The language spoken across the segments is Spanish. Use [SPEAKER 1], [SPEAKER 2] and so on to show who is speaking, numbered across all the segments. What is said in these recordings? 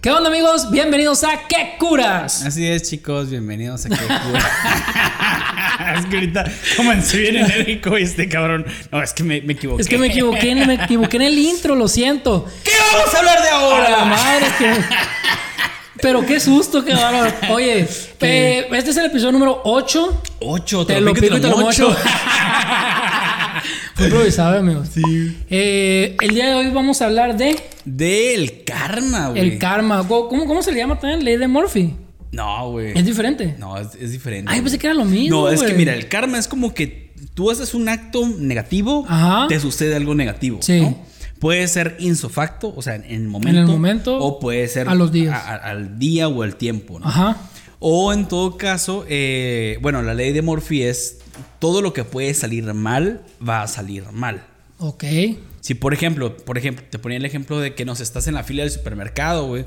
[SPEAKER 1] ¿Qué onda amigos? Bienvenidos a ¿Qué curas?
[SPEAKER 2] Así es, chicos, bienvenidos a Qué Es que ahorita comencé bien enérgico este cabrón. No, es que me, me equivoqué.
[SPEAKER 1] Es que me equivoqué, me equivoqué en el intro, lo siento.
[SPEAKER 2] ¿Qué vamos a hablar de
[SPEAKER 1] A la
[SPEAKER 2] ahora?
[SPEAKER 1] madre que... Pero qué susto, qué bárbaro. Oye, eh, este es el episodio número 8.
[SPEAKER 2] Ocho,
[SPEAKER 1] Te lo
[SPEAKER 2] pico y
[SPEAKER 1] pico y te lo mocho.
[SPEAKER 2] mocho.
[SPEAKER 1] Fue improvisado, amigos. Eh, el día de hoy vamos a hablar de
[SPEAKER 2] Del karma, güey.
[SPEAKER 1] el karma. ¿Cómo, ¿Cómo se le llama también? Ley de Murphy.
[SPEAKER 2] No, güey.
[SPEAKER 1] Es diferente.
[SPEAKER 2] No, es, es diferente.
[SPEAKER 1] Ay,
[SPEAKER 2] güey.
[SPEAKER 1] pensé que era lo mismo.
[SPEAKER 2] No, es que
[SPEAKER 1] güey.
[SPEAKER 2] mira, el karma es como que tú haces un acto negativo,
[SPEAKER 1] Ajá.
[SPEAKER 2] te sucede algo negativo.
[SPEAKER 1] Sí.
[SPEAKER 2] ¿no? Puede ser insofacto, o sea, en el momento.
[SPEAKER 1] momento,
[SPEAKER 2] O puede ser
[SPEAKER 1] a los días.
[SPEAKER 2] a- a- al día o al tiempo, ¿no?
[SPEAKER 1] Ajá.
[SPEAKER 2] O en todo caso, eh, bueno, la ley de Morphy es todo lo que puede salir mal va a salir mal.
[SPEAKER 1] Ok.
[SPEAKER 2] Si por ejemplo, por ejemplo, te ponía el ejemplo de que nos estás en la fila del supermercado, güey,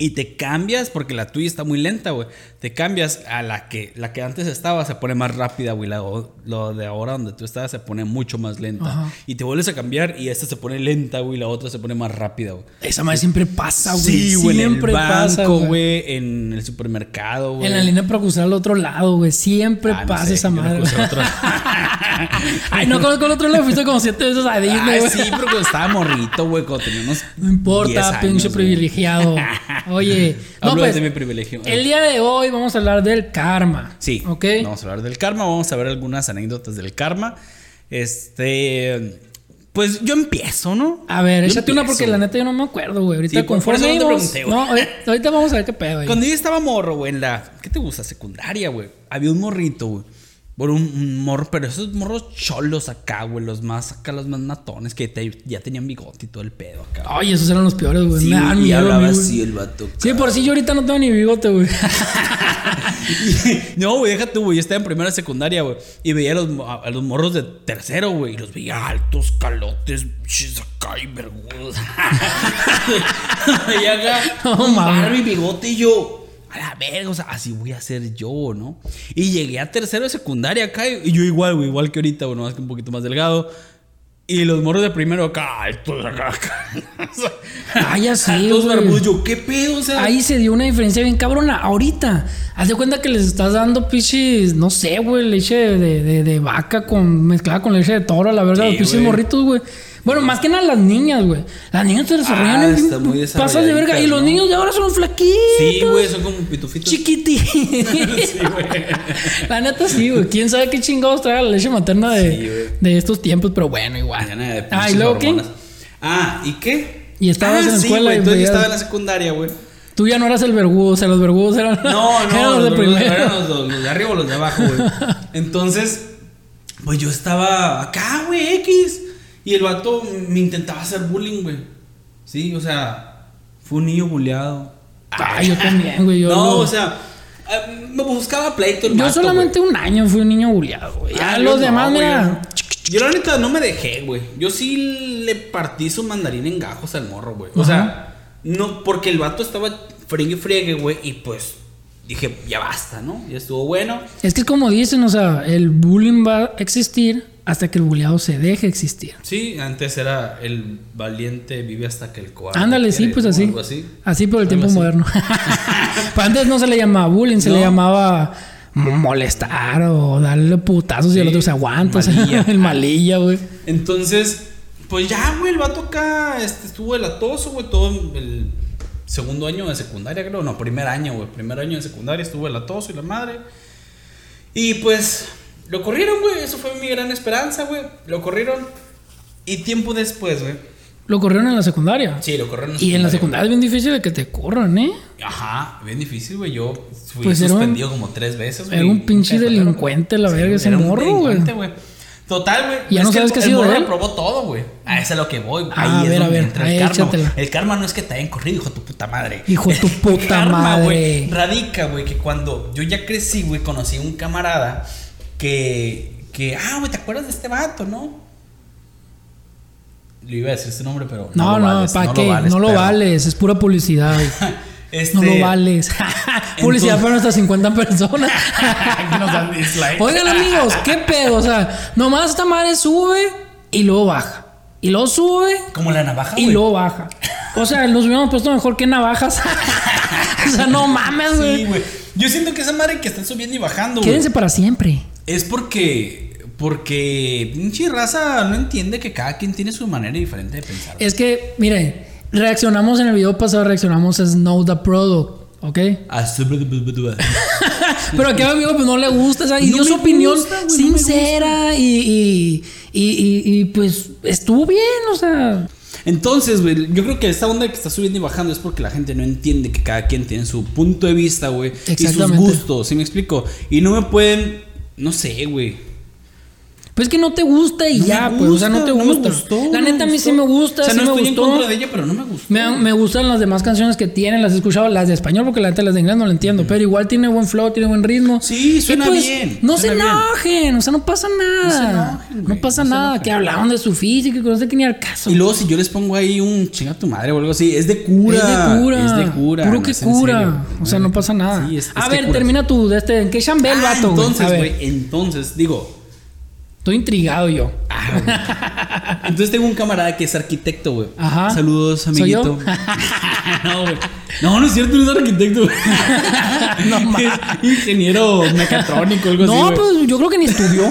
[SPEAKER 2] y te cambias porque la tuya está muy lenta, güey. Te cambias a la que la que antes estaba se pone más rápida, güey, la o- lo de ahora donde tú estabas se pone mucho más lenta.
[SPEAKER 1] Ajá.
[SPEAKER 2] Y te vuelves a cambiar y esta se pone lenta, güey, y la otra se pone más rápida, güey.
[SPEAKER 1] Esa madre siempre pasa, güey.
[SPEAKER 2] Sí, güey, en el
[SPEAKER 1] Siempre pasa,
[SPEAKER 2] banco, güey, en el supermercado, güey.
[SPEAKER 1] En la línea para cruzar al otro lado, güey. Siempre
[SPEAKER 2] Ah, no
[SPEAKER 1] pasa
[SPEAKER 2] sé,
[SPEAKER 1] esa
[SPEAKER 2] yo no
[SPEAKER 1] madre.
[SPEAKER 2] crucé
[SPEAKER 1] güey.
[SPEAKER 2] otro.
[SPEAKER 1] Ay, no conozco el otro lado. Fuiste como siete veces a Disney,
[SPEAKER 2] Ay,
[SPEAKER 1] güey.
[SPEAKER 2] sí, pero cuando estaba morrito, güey, cuando tenía unos.
[SPEAKER 1] No importa,
[SPEAKER 2] 10 años,
[SPEAKER 1] pinche
[SPEAKER 2] güey.
[SPEAKER 1] privilegiado. Oye, no,
[SPEAKER 2] Hablo
[SPEAKER 1] pues,
[SPEAKER 2] de mi privilegio.
[SPEAKER 1] el día de hoy vamos a hablar del karma.
[SPEAKER 2] Sí.
[SPEAKER 1] ¿Ok?
[SPEAKER 2] Vamos a hablar del karma, vamos a ver algunas anécdotas del karma. Este. Pues yo empiezo, ¿no?
[SPEAKER 1] A ver,
[SPEAKER 2] Yo
[SPEAKER 1] échate una
[SPEAKER 2] empiezo.
[SPEAKER 1] porque la neta yo no me acuerdo, güey. Ahorita
[SPEAKER 2] Sí, por- por
[SPEAKER 1] conforme
[SPEAKER 2] eso no te
[SPEAKER 1] íbamos-
[SPEAKER 2] pregunté, güey.
[SPEAKER 1] no, ahorita- ahorita vamos a ver qué pedo, güey.
[SPEAKER 2] Cuando yo estaba morro, güey, en la. ¿Qué te gusta? Secundaria, güey. Había un morrito, güey. Por un, un morro, pero esos morros cholos acá, güey. Los más acá, los más matones que te- ya tenían bigote y todo el pedo acá.
[SPEAKER 1] Ay, esos eran los peores, güey. me dan
[SPEAKER 2] y
[SPEAKER 1] miedo,
[SPEAKER 2] hablaba
[SPEAKER 1] amigo,
[SPEAKER 2] así
[SPEAKER 1] güey.
[SPEAKER 2] el vato.
[SPEAKER 1] Sí, por si yo ahorita no tengo ni bigote, güey.
[SPEAKER 2] no, güey, deja tú, güey. Yo estaba en primera secundaria, güey. Y veía a los, mo- a los morros de tercero, güey. Y los veía altos, calotes, bichis acá y vergudos. y acá,
[SPEAKER 1] No,
[SPEAKER 2] no,
[SPEAKER 1] mames.
[SPEAKER 2] mi bigote y yo. A la verga, o sea, así voy a ser yo, ¿no? Y llegué a tercero de secundaria acá. Y y yo igual, güey, igual que ahorita, bueno, más que un poquito más delgado. Y los morros de primero acá, altos acá, acá.
[SPEAKER 1] Ay, ya sé,
[SPEAKER 2] Altos
[SPEAKER 1] güey.
[SPEAKER 2] barbudos. Yo, ¿qué pedo? O sea,
[SPEAKER 1] Ahí se dio una diferencia bien cabrona. Ahorita, haz de cuenta que les estás dando pichis, no sé, güey, leche de, de- de- de vaca con mezclada con leche de toro, la verdad,
[SPEAKER 2] Sí,
[SPEAKER 1] los pichis
[SPEAKER 2] güey.
[SPEAKER 1] morritos, güey. Bueno, más que nada las niñas, güey. Las niñas se desarrollan
[SPEAKER 2] Ah,
[SPEAKER 1] en-
[SPEAKER 2] está muy
[SPEAKER 1] pasas de verga. Y
[SPEAKER 2] desarrolladitas,
[SPEAKER 1] los
[SPEAKER 2] ¿no?
[SPEAKER 1] niños de ahora son flaquitos.
[SPEAKER 2] Sí, güey, son como pitufitos.
[SPEAKER 1] Chiquititos.
[SPEAKER 2] Sí, güey.
[SPEAKER 1] la neta sí, güey. ¿Quién sabe qué chingados trae la leche materna de,
[SPEAKER 2] Sí, güey.
[SPEAKER 1] de estos tiempos? Pero bueno, igual.
[SPEAKER 2] Mañana de
[SPEAKER 1] Ah, ¿y
[SPEAKER 2] pinches
[SPEAKER 1] luego qué?
[SPEAKER 2] hormonas. Ah, ¿y qué?
[SPEAKER 1] Y estabas
[SPEAKER 2] Ah,
[SPEAKER 1] en la
[SPEAKER 2] sí,
[SPEAKER 1] escuela
[SPEAKER 2] güey,
[SPEAKER 1] y
[SPEAKER 2] entonces yo
[SPEAKER 1] veías-
[SPEAKER 2] estaba en la secundaria, güey.
[SPEAKER 1] Tú ya no eras el vergudo, o sea, los vergudos eran,
[SPEAKER 2] No, no,
[SPEAKER 1] eran los de primero.
[SPEAKER 2] eran los, los de arriba o los de abajo, güey. Entonces, pues yo estaba acá, güey, X. Y el vato me intentaba hacer bullying, güey. Sí, o sea, fue un niño bulleado.
[SPEAKER 1] Ah, yo también, güey. Yo,
[SPEAKER 2] no,
[SPEAKER 1] lo-
[SPEAKER 2] o sea, eh, me buscaba pleito el
[SPEAKER 1] yo
[SPEAKER 2] vato,
[SPEAKER 1] solamente un año fui un niño buleado, güey.
[SPEAKER 2] güey.
[SPEAKER 1] Ya
[SPEAKER 2] Ah,
[SPEAKER 1] los
[SPEAKER 2] yo no,
[SPEAKER 1] demás,
[SPEAKER 2] güey,
[SPEAKER 1] mira.
[SPEAKER 2] yo- Yo la neta no me dejé, güey. Yo sí le partí su mandarín en gajos al morro, güey. O sea, no, porque el vato estaba friegue y friegue, güey. Y pues dije, ya basta, ¿no? Ya estuvo bueno.
[SPEAKER 1] Es que es como dicen, o sea, el bullying va a existir hasta que el buleado se deje existir.
[SPEAKER 2] Sí, antes era el valiente vive hasta que el cobarde.
[SPEAKER 1] Ándale, sí,
[SPEAKER 2] quiere,
[SPEAKER 1] pues
[SPEAKER 2] ¿no?
[SPEAKER 1] así.
[SPEAKER 2] Algo así.
[SPEAKER 1] Así por el tiempo
[SPEAKER 2] así.
[SPEAKER 1] moderno. Pero antes no se le llamaba bullying, se le
[SPEAKER 2] No.
[SPEAKER 1] llamaba molestar o darle putazos y el
[SPEAKER 2] Sí,
[SPEAKER 1] otro se aguanta. o sea,
[SPEAKER 2] malilla.
[SPEAKER 1] el malilla, güey.
[SPEAKER 2] Entonces, pues ya, güey, el vato acá este, estuvo delatoso, güey, todo el segundo año de secundaria, creo. No, primer año, güey. Primer año de secundaria estuvo delatoso y la madre. Y pues lo corrieron, güey. Eso fue mi gran esperanza, güey. Lo corrieron. Y tiempo después, güey.
[SPEAKER 1] Lo corrieron en la secundaria.
[SPEAKER 2] Sí, lo corrieron.
[SPEAKER 1] Y en la secundaria es bien difícil de que te corran, ¿eh?
[SPEAKER 2] Ajá, bien difícil, güey. Yo fui
[SPEAKER 1] Pues era un-
[SPEAKER 2] suspendido como tres veces, güey.
[SPEAKER 1] Era un pinche
[SPEAKER 2] Nunca me sacaron.
[SPEAKER 1] delincuente, la verga, ese
[SPEAKER 2] era un
[SPEAKER 1] morro,
[SPEAKER 2] delincuente, Total, güey.
[SPEAKER 1] Ya
[SPEAKER 2] es
[SPEAKER 1] no
[SPEAKER 2] que
[SPEAKER 1] sabes
[SPEAKER 2] el-
[SPEAKER 1] qué ha
[SPEAKER 2] el
[SPEAKER 1] sido
[SPEAKER 2] morro
[SPEAKER 1] de él.
[SPEAKER 2] aprobó todo, güey. A eso es lo que voy. güey.
[SPEAKER 1] Ah,
[SPEAKER 2] Ahí
[SPEAKER 1] a
[SPEAKER 2] es
[SPEAKER 1] ver, a
[SPEAKER 2] donde
[SPEAKER 1] ver,
[SPEAKER 2] entra
[SPEAKER 1] ahí
[SPEAKER 2] el karma. güey.
[SPEAKER 1] échatela.
[SPEAKER 2] El karma no es que te hayan corrido, hijo de tu puta madre.
[SPEAKER 1] Hijo de tu
[SPEAKER 2] El
[SPEAKER 1] puta
[SPEAKER 2] karma, güey,
[SPEAKER 1] madre.
[SPEAKER 2] Radica, güey, que cuando yo ya crecí, güey, conocí a un camarada que. que ah, güey, ¿te acuerdas de este vato, no? Le iba a decir su nombre, pero.
[SPEAKER 1] No,
[SPEAKER 2] lo
[SPEAKER 1] no,
[SPEAKER 2] vales,
[SPEAKER 1] ¿para qué? no lo
[SPEAKER 2] pero-
[SPEAKER 1] vales, es pura publicidad. güey.
[SPEAKER 2] Este,
[SPEAKER 1] No lo vales. publicidad para nuestras 50 personas.
[SPEAKER 2] Aquí nos dan dislike.
[SPEAKER 1] Oigan, amigos, ¿qué pedo? O sea, nomás esta madre sube y luego baja. Y luego sube
[SPEAKER 2] Como la navaja,
[SPEAKER 1] y
[SPEAKER 2] güey.
[SPEAKER 1] luego baja. O sea, nos hubiéramos puesto mejor que navajas. o sea, no mames,
[SPEAKER 2] Sí,
[SPEAKER 1] güey.
[SPEAKER 2] güey. Yo siento que esa madre que están subiendo y bajando, güey.
[SPEAKER 1] Quédense para siempre.
[SPEAKER 2] Es porque. Porque pinche raza no entiende que cada quien tiene su manera diferente de pensar. güey.
[SPEAKER 1] Es que, mire, reaccionamos en el video pasado, reaccionamos a Snow the Product, ¿ok?
[SPEAKER 2] Así-
[SPEAKER 1] Pero aquí a mi amigo pues, no le gusta, o sea, y
[SPEAKER 2] No
[SPEAKER 1] dio
[SPEAKER 2] me
[SPEAKER 1] su opinión
[SPEAKER 2] gusta, güey, no me
[SPEAKER 1] sincera y, y, y- y- y, pues estuvo bien, o sea.
[SPEAKER 2] Entonces, güey, yo creo que esta onda que está subiendo y bajando es porque la gente no entiende que cada quien tiene su punto de vista, güey. Y sus
[SPEAKER 1] Exactamente.
[SPEAKER 2] gustos, ¿sí me explico? Y no me pueden. No sé, güey.
[SPEAKER 1] Pues que no te gusta y
[SPEAKER 2] No me
[SPEAKER 1] ya, pues, o sea, no
[SPEAKER 2] gusta,
[SPEAKER 1] te
[SPEAKER 2] me
[SPEAKER 1] gusta.
[SPEAKER 2] gustó,
[SPEAKER 1] la
[SPEAKER 2] no me
[SPEAKER 1] neta a mí
[SPEAKER 2] gustó.
[SPEAKER 1] sí me gusta,
[SPEAKER 2] O sea,
[SPEAKER 1] sí
[SPEAKER 2] no
[SPEAKER 1] me
[SPEAKER 2] estoy
[SPEAKER 1] gustó.
[SPEAKER 2] en contra de ella, pero no me gustó.
[SPEAKER 1] Me, me gustan las demás canciones que tienen, las he escuchado, las de español, porque la neta las de inglés no la entiendo, pero igual tiene buen flow, tiene buen ritmo.
[SPEAKER 2] Sí,
[SPEAKER 1] Y, pues,
[SPEAKER 2] suena bien,
[SPEAKER 1] No
[SPEAKER 2] suena
[SPEAKER 1] se
[SPEAKER 2] bien.
[SPEAKER 1] enojen, o sea, no pasa nada.
[SPEAKER 2] enojen,
[SPEAKER 1] No,
[SPEAKER 2] güey,
[SPEAKER 1] pasa
[SPEAKER 2] no se
[SPEAKER 1] nada,
[SPEAKER 2] enojen.
[SPEAKER 1] que hablaban de su física, y que no sé qué ni al caso.
[SPEAKER 2] Y luego si yo les pongo ahí un chinga tu madre o algo así, es de cura.
[SPEAKER 1] Es de cura.
[SPEAKER 2] Es de cura.
[SPEAKER 1] Puro
[SPEAKER 2] no,
[SPEAKER 1] que
[SPEAKER 2] es en
[SPEAKER 1] cura.
[SPEAKER 2] serio.
[SPEAKER 1] O sea, no pasa nada.
[SPEAKER 2] Sí, es-
[SPEAKER 1] a
[SPEAKER 2] es que
[SPEAKER 1] ver,
[SPEAKER 2] cura.
[SPEAKER 1] termina tu de este. ¿En qué chambé el
[SPEAKER 2] Ah,
[SPEAKER 1] vato, güey?
[SPEAKER 2] entonces,
[SPEAKER 1] A ver,
[SPEAKER 2] güey, entonces, digo,
[SPEAKER 1] Estoy intrigado yo.
[SPEAKER 2] entonces tengo un camarada que es arquitecto, güey.
[SPEAKER 1] Ajá.
[SPEAKER 2] Saludos,
[SPEAKER 1] ¿Soy yo?
[SPEAKER 2] amiguito. no, güey. No, no es cierto, no es arquitecto. güey.
[SPEAKER 1] No, ma.
[SPEAKER 2] es ingeniero mecatrónico, algo así.
[SPEAKER 1] No,
[SPEAKER 2] güey.
[SPEAKER 1] pues yo creo que ni estudió.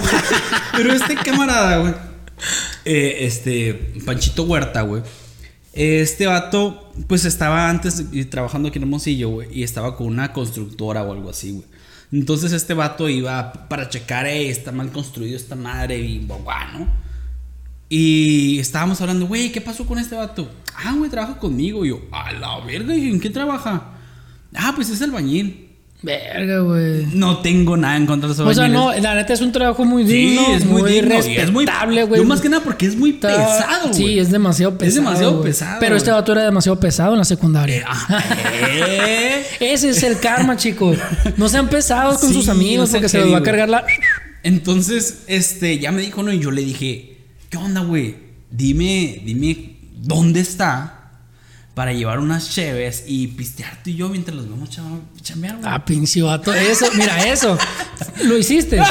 [SPEAKER 2] Pero este camarada, güey. eh, este, Panchito Huerta, güey. Este vato, pues estaba antes y- trabajando aquí en Hermosillo, güey. Y estaba con una constructora o algo así, güey. Entonces este vato iba para checar, eh, está mal construido esta madre y guau, ¿no? Y estábamos hablando, güey, ¿qué pasó con este vato? Ah, güey, trabaja conmigo. Y yo, a la verga, ¿y en qué trabaja? Ah, pues es albañil.
[SPEAKER 1] Verga, güey.
[SPEAKER 2] No tengo nada en contra de los
[SPEAKER 1] O sea,
[SPEAKER 2] albañiles.
[SPEAKER 1] no, la neta es un trabajo muy
[SPEAKER 2] Sí,
[SPEAKER 1] digno.
[SPEAKER 2] es muy, digno, y es muy
[SPEAKER 1] respetable, güey.
[SPEAKER 2] Yo más que nada porque es muy
[SPEAKER 1] Está-
[SPEAKER 2] pesado, güey.
[SPEAKER 1] Sí, es demasiado pesado.
[SPEAKER 2] demasiado
[SPEAKER 1] güey.
[SPEAKER 2] pesado,
[SPEAKER 1] Pero este
[SPEAKER 2] güey.
[SPEAKER 1] vato era demasiado pesado en la secundaria.
[SPEAKER 2] Ah, ¿eh?
[SPEAKER 1] Ese es el karma, chicos. No sean pesados con
[SPEAKER 2] Sí,
[SPEAKER 1] sus
[SPEAKER 2] no
[SPEAKER 1] amigos
[SPEAKER 2] sean
[SPEAKER 1] porque se los
[SPEAKER 2] heavy,
[SPEAKER 1] va a
[SPEAKER 2] güey.
[SPEAKER 1] cargar la.
[SPEAKER 2] Entonces, este, ya me dijo no y yo le dije, ¿qué onda, güey? Dime, dime dónde está para llevar unas cheves y pistear tú y yo mientras los vamos a chambear, güey.
[SPEAKER 1] Ah, pinche vato. Eso, mira, eso. Lo hiciste.
[SPEAKER 2] Ay,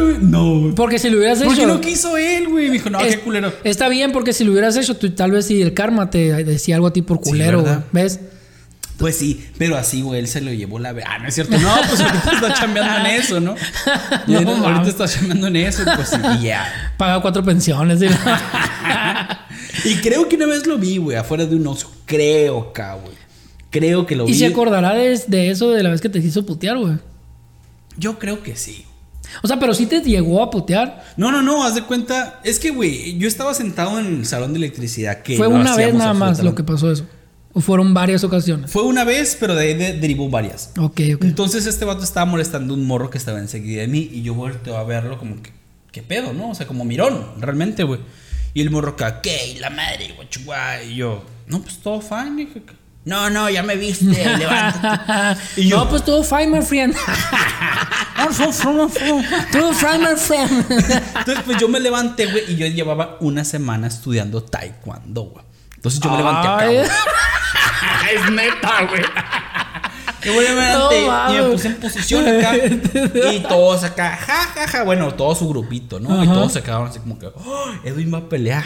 [SPEAKER 2] güey, no, güey.
[SPEAKER 1] Porque si lo hubieras
[SPEAKER 2] ¿Por qué
[SPEAKER 1] hecho.
[SPEAKER 2] no quiso él, güey? Me dijo, no,
[SPEAKER 1] es-
[SPEAKER 2] qué culero.
[SPEAKER 1] Está bien, porque si lo hubieras hecho, tú, tal vez si el karma te decía algo a ti por culero, güey.
[SPEAKER 2] ¿verdad?
[SPEAKER 1] ¿Ves?
[SPEAKER 2] Pues sí, pero así, güey, él se lo llevó la... ve- Ah, no es cierto. No, pues ahorita está chambeando en eso, ¿no?
[SPEAKER 1] No,
[SPEAKER 2] Ahorita- ahorita
[SPEAKER 1] mames.
[SPEAKER 2] está chambeando en eso, pues sí, y ya.
[SPEAKER 1] Paga cuatro pensiones. dile.
[SPEAKER 2] Y creo que una vez lo vi, güey, afuera de un oso. Creo, ca, güey. Creo que lo
[SPEAKER 1] y
[SPEAKER 2] vi.
[SPEAKER 1] se acordará de, de eso de la vez que te quiso putear, güey.
[SPEAKER 2] Yo creo que sí.
[SPEAKER 1] O sea, pero sí te llegó a putear.
[SPEAKER 2] No, no, no, haz de cuenta. Es que, güey, yo estaba sentado en el salón de electricidad. Que
[SPEAKER 1] Fue
[SPEAKER 2] lo
[SPEAKER 1] una vez
[SPEAKER 2] hacíamos
[SPEAKER 1] nada más lo que
[SPEAKER 2] absolutamente-
[SPEAKER 1] pasó eso. O fueron varias ocasiones.
[SPEAKER 2] Fue una vez, pero de ahí de- derivó varias.
[SPEAKER 1] Ok, ok.
[SPEAKER 2] Entonces este vato estaba molestando un morro que estaba enseguida de mí y yo volteo a verlo como que, ¿qué pedo, no? O sea, como mirón, realmente, güey. Y el morro acá, ¿qué? Y la madre, guachuá. Y yo, no, pues todo fine. dije, No, no, ya me viste, levántate. Y yo-
[SPEAKER 1] no, pues todo fine, my friend.
[SPEAKER 2] Ah, fum, fum, fum.
[SPEAKER 1] todo fine, my friend.
[SPEAKER 2] Entonces, pues yo me levanté, güey, y yo llevaba una semana estudiando taekwondo, güey. Entonces yo me levanté acá,
[SPEAKER 1] Ay.
[SPEAKER 2] güey. Es neta, güey. Yo me levanté
[SPEAKER 1] No,
[SPEAKER 2] y me
[SPEAKER 1] mames.
[SPEAKER 2] puse en posición acá. Y todos acá, ja, ja, ja. Bueno, todo su grupito, ¿no? Y
[SPEAKER 1] Ajá.
[SPEAKER 2] todos se quedaron así como que, "Oh, Edwin va a pelear.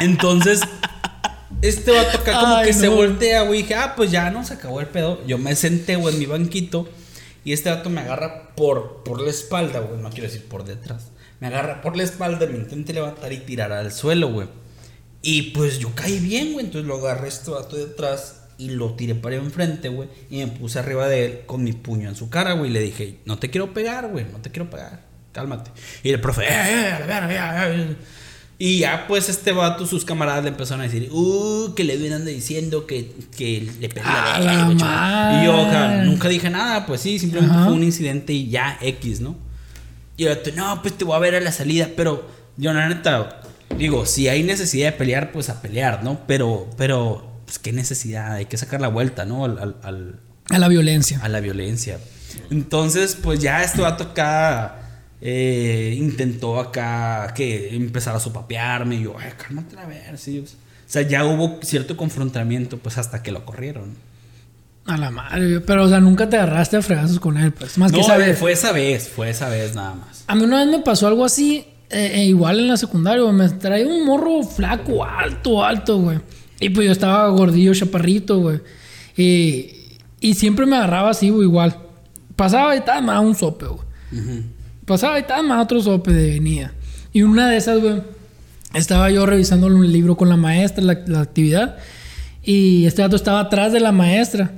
[SPEAKER 2] Entonces, este va a tocar como
[SPEAKER 1] Ay,
[SPEAKER 2] que se
[SPEAKER 1] no.
[SPEAKER 2] voltea, güey. Y dije, ah, pues ya, no, se acabó el pedo. Yo me senté, güey, en mi banquito. Y este vato me agarra por, por la espalda, güey. No quiero decir por detrás. Me agarra por la espalda, me intenta levantar y tirar al suelo, güey. Y pues yo caí bien, güey. Entonces lo agarré a este vato de atrás y lo tiré para allá enfrente, güey. Y me puse arriba de él con mi puño en su cara, güey. Y le dije, no te quiero pegar, güey. No te quiero pegar. Cálmate. Y el profe, "Eh, eh, a la verga, ya, ya, ya". Y ya pues este vato, sus camaradas le empezaron a decir, uh, que le vienen diciendo que, que le perdí la
[SPEAKER 1] ¡A
[SPEAKER 2] verga,
[SPEAKER 1] la
[SPEAKER 2] güey, chaval". Y yo, oja,
[SPEAKER 1] Ah, madre!
[SPEAKER 2] nunca dije nada, pues sí, simplemente
[SPEAKER 1] Ajá.
[SPEAKER 2] fue un incidente y ya, X, ¿no? Y el vato, no, pues te voy a ver a la salida, pero yo la neta, digo, si hay necesidad de pelear, pues a pelear, ¿no? Pero, pero, pues qué necesidad, hay que sacar la vuelta, ¿no? Al- al- al,
[SPEAKER 1] A la violencia.
[SPEAKER 2] a la violencia. Entonces, pues ya este vato acá eh, intentó acá que empezara a sopapearme. Y yo, ay, cálmate a ver, sí. O sea, ya hubo cierto confrontamiento, pues hasta que lo corrieron.
[SPEAKER 1] A la madre, güey. pero o sea, nunca te agarraste a fregazos con él, pues. Más
[SPEAKER 2] no,
[SPEAKER 1] que saber.
[SPEAKER 2] fue esa vez, fue esa vez nada más.
[SPEAKER 1] A mí una vez me pasó algo así, eh, eh, igual en la secundaria, güey, me traía un morro flaco, alto, alto, güey. Y pues yo estaba gordillo, chaparrito, güey. Y, y siempre me agarraba así, güey, igual. Pasaba y tal, me daba un sope, güey. Pasaba y tal, me daba otro sope de venida. Y una de esas, güey, estaba yo revisando un libro con la maestra, la, la actividad. Y este dato estaba atrás de la maestra.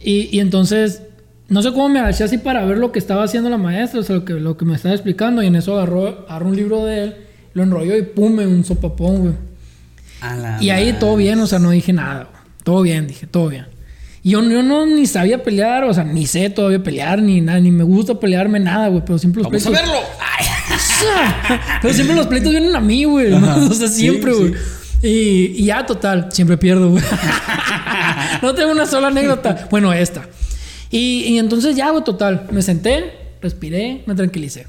[SPEAKER 1] Y, y entonces, no sé cómo me agaché así para ver lo que estaba haciendo la maestra, o sea, lo que, lo que me estaba explicando. Y en eso agarró, agarró un libro de él, lo enrolló y pum, me dio un sopapón, güey.
[SPEAKER 2] A la
[SPEAKER 1] Y ahí
[SPEAKER 2] madre.
[SPEAKER 1] todo bien, o sea, no dije nada. güey. Todo bien, dije, todo bien. Y Yo, yo no ni sabía pelear, o sea, ni sé todavía pelear, ni nada, ni me gusta pelearme nada, güey, pero siempre los
[SPEAKER 2] Vamos a
[SPEAKER 1] pleitos.
[SPEAKER 2] verlo.
[SPEAKER 1] pero siempre los pleitos vienen a mí, güey. ¿no?
[SPEAKER 2] Ajá.
[SPEAKER 1] O sea,
[SPEAKER 2] Sí,
[SPEAKER 1] siempre,
[SPEAKER 2] sí.
[SPEAKER 1] güey. Y, y ya, total, siempre pierdo, güey. no tengo una sola anécdota. Bueno, esta. Y, y entonces ya, güey, total. Me senté, respiré, me tranquilicé.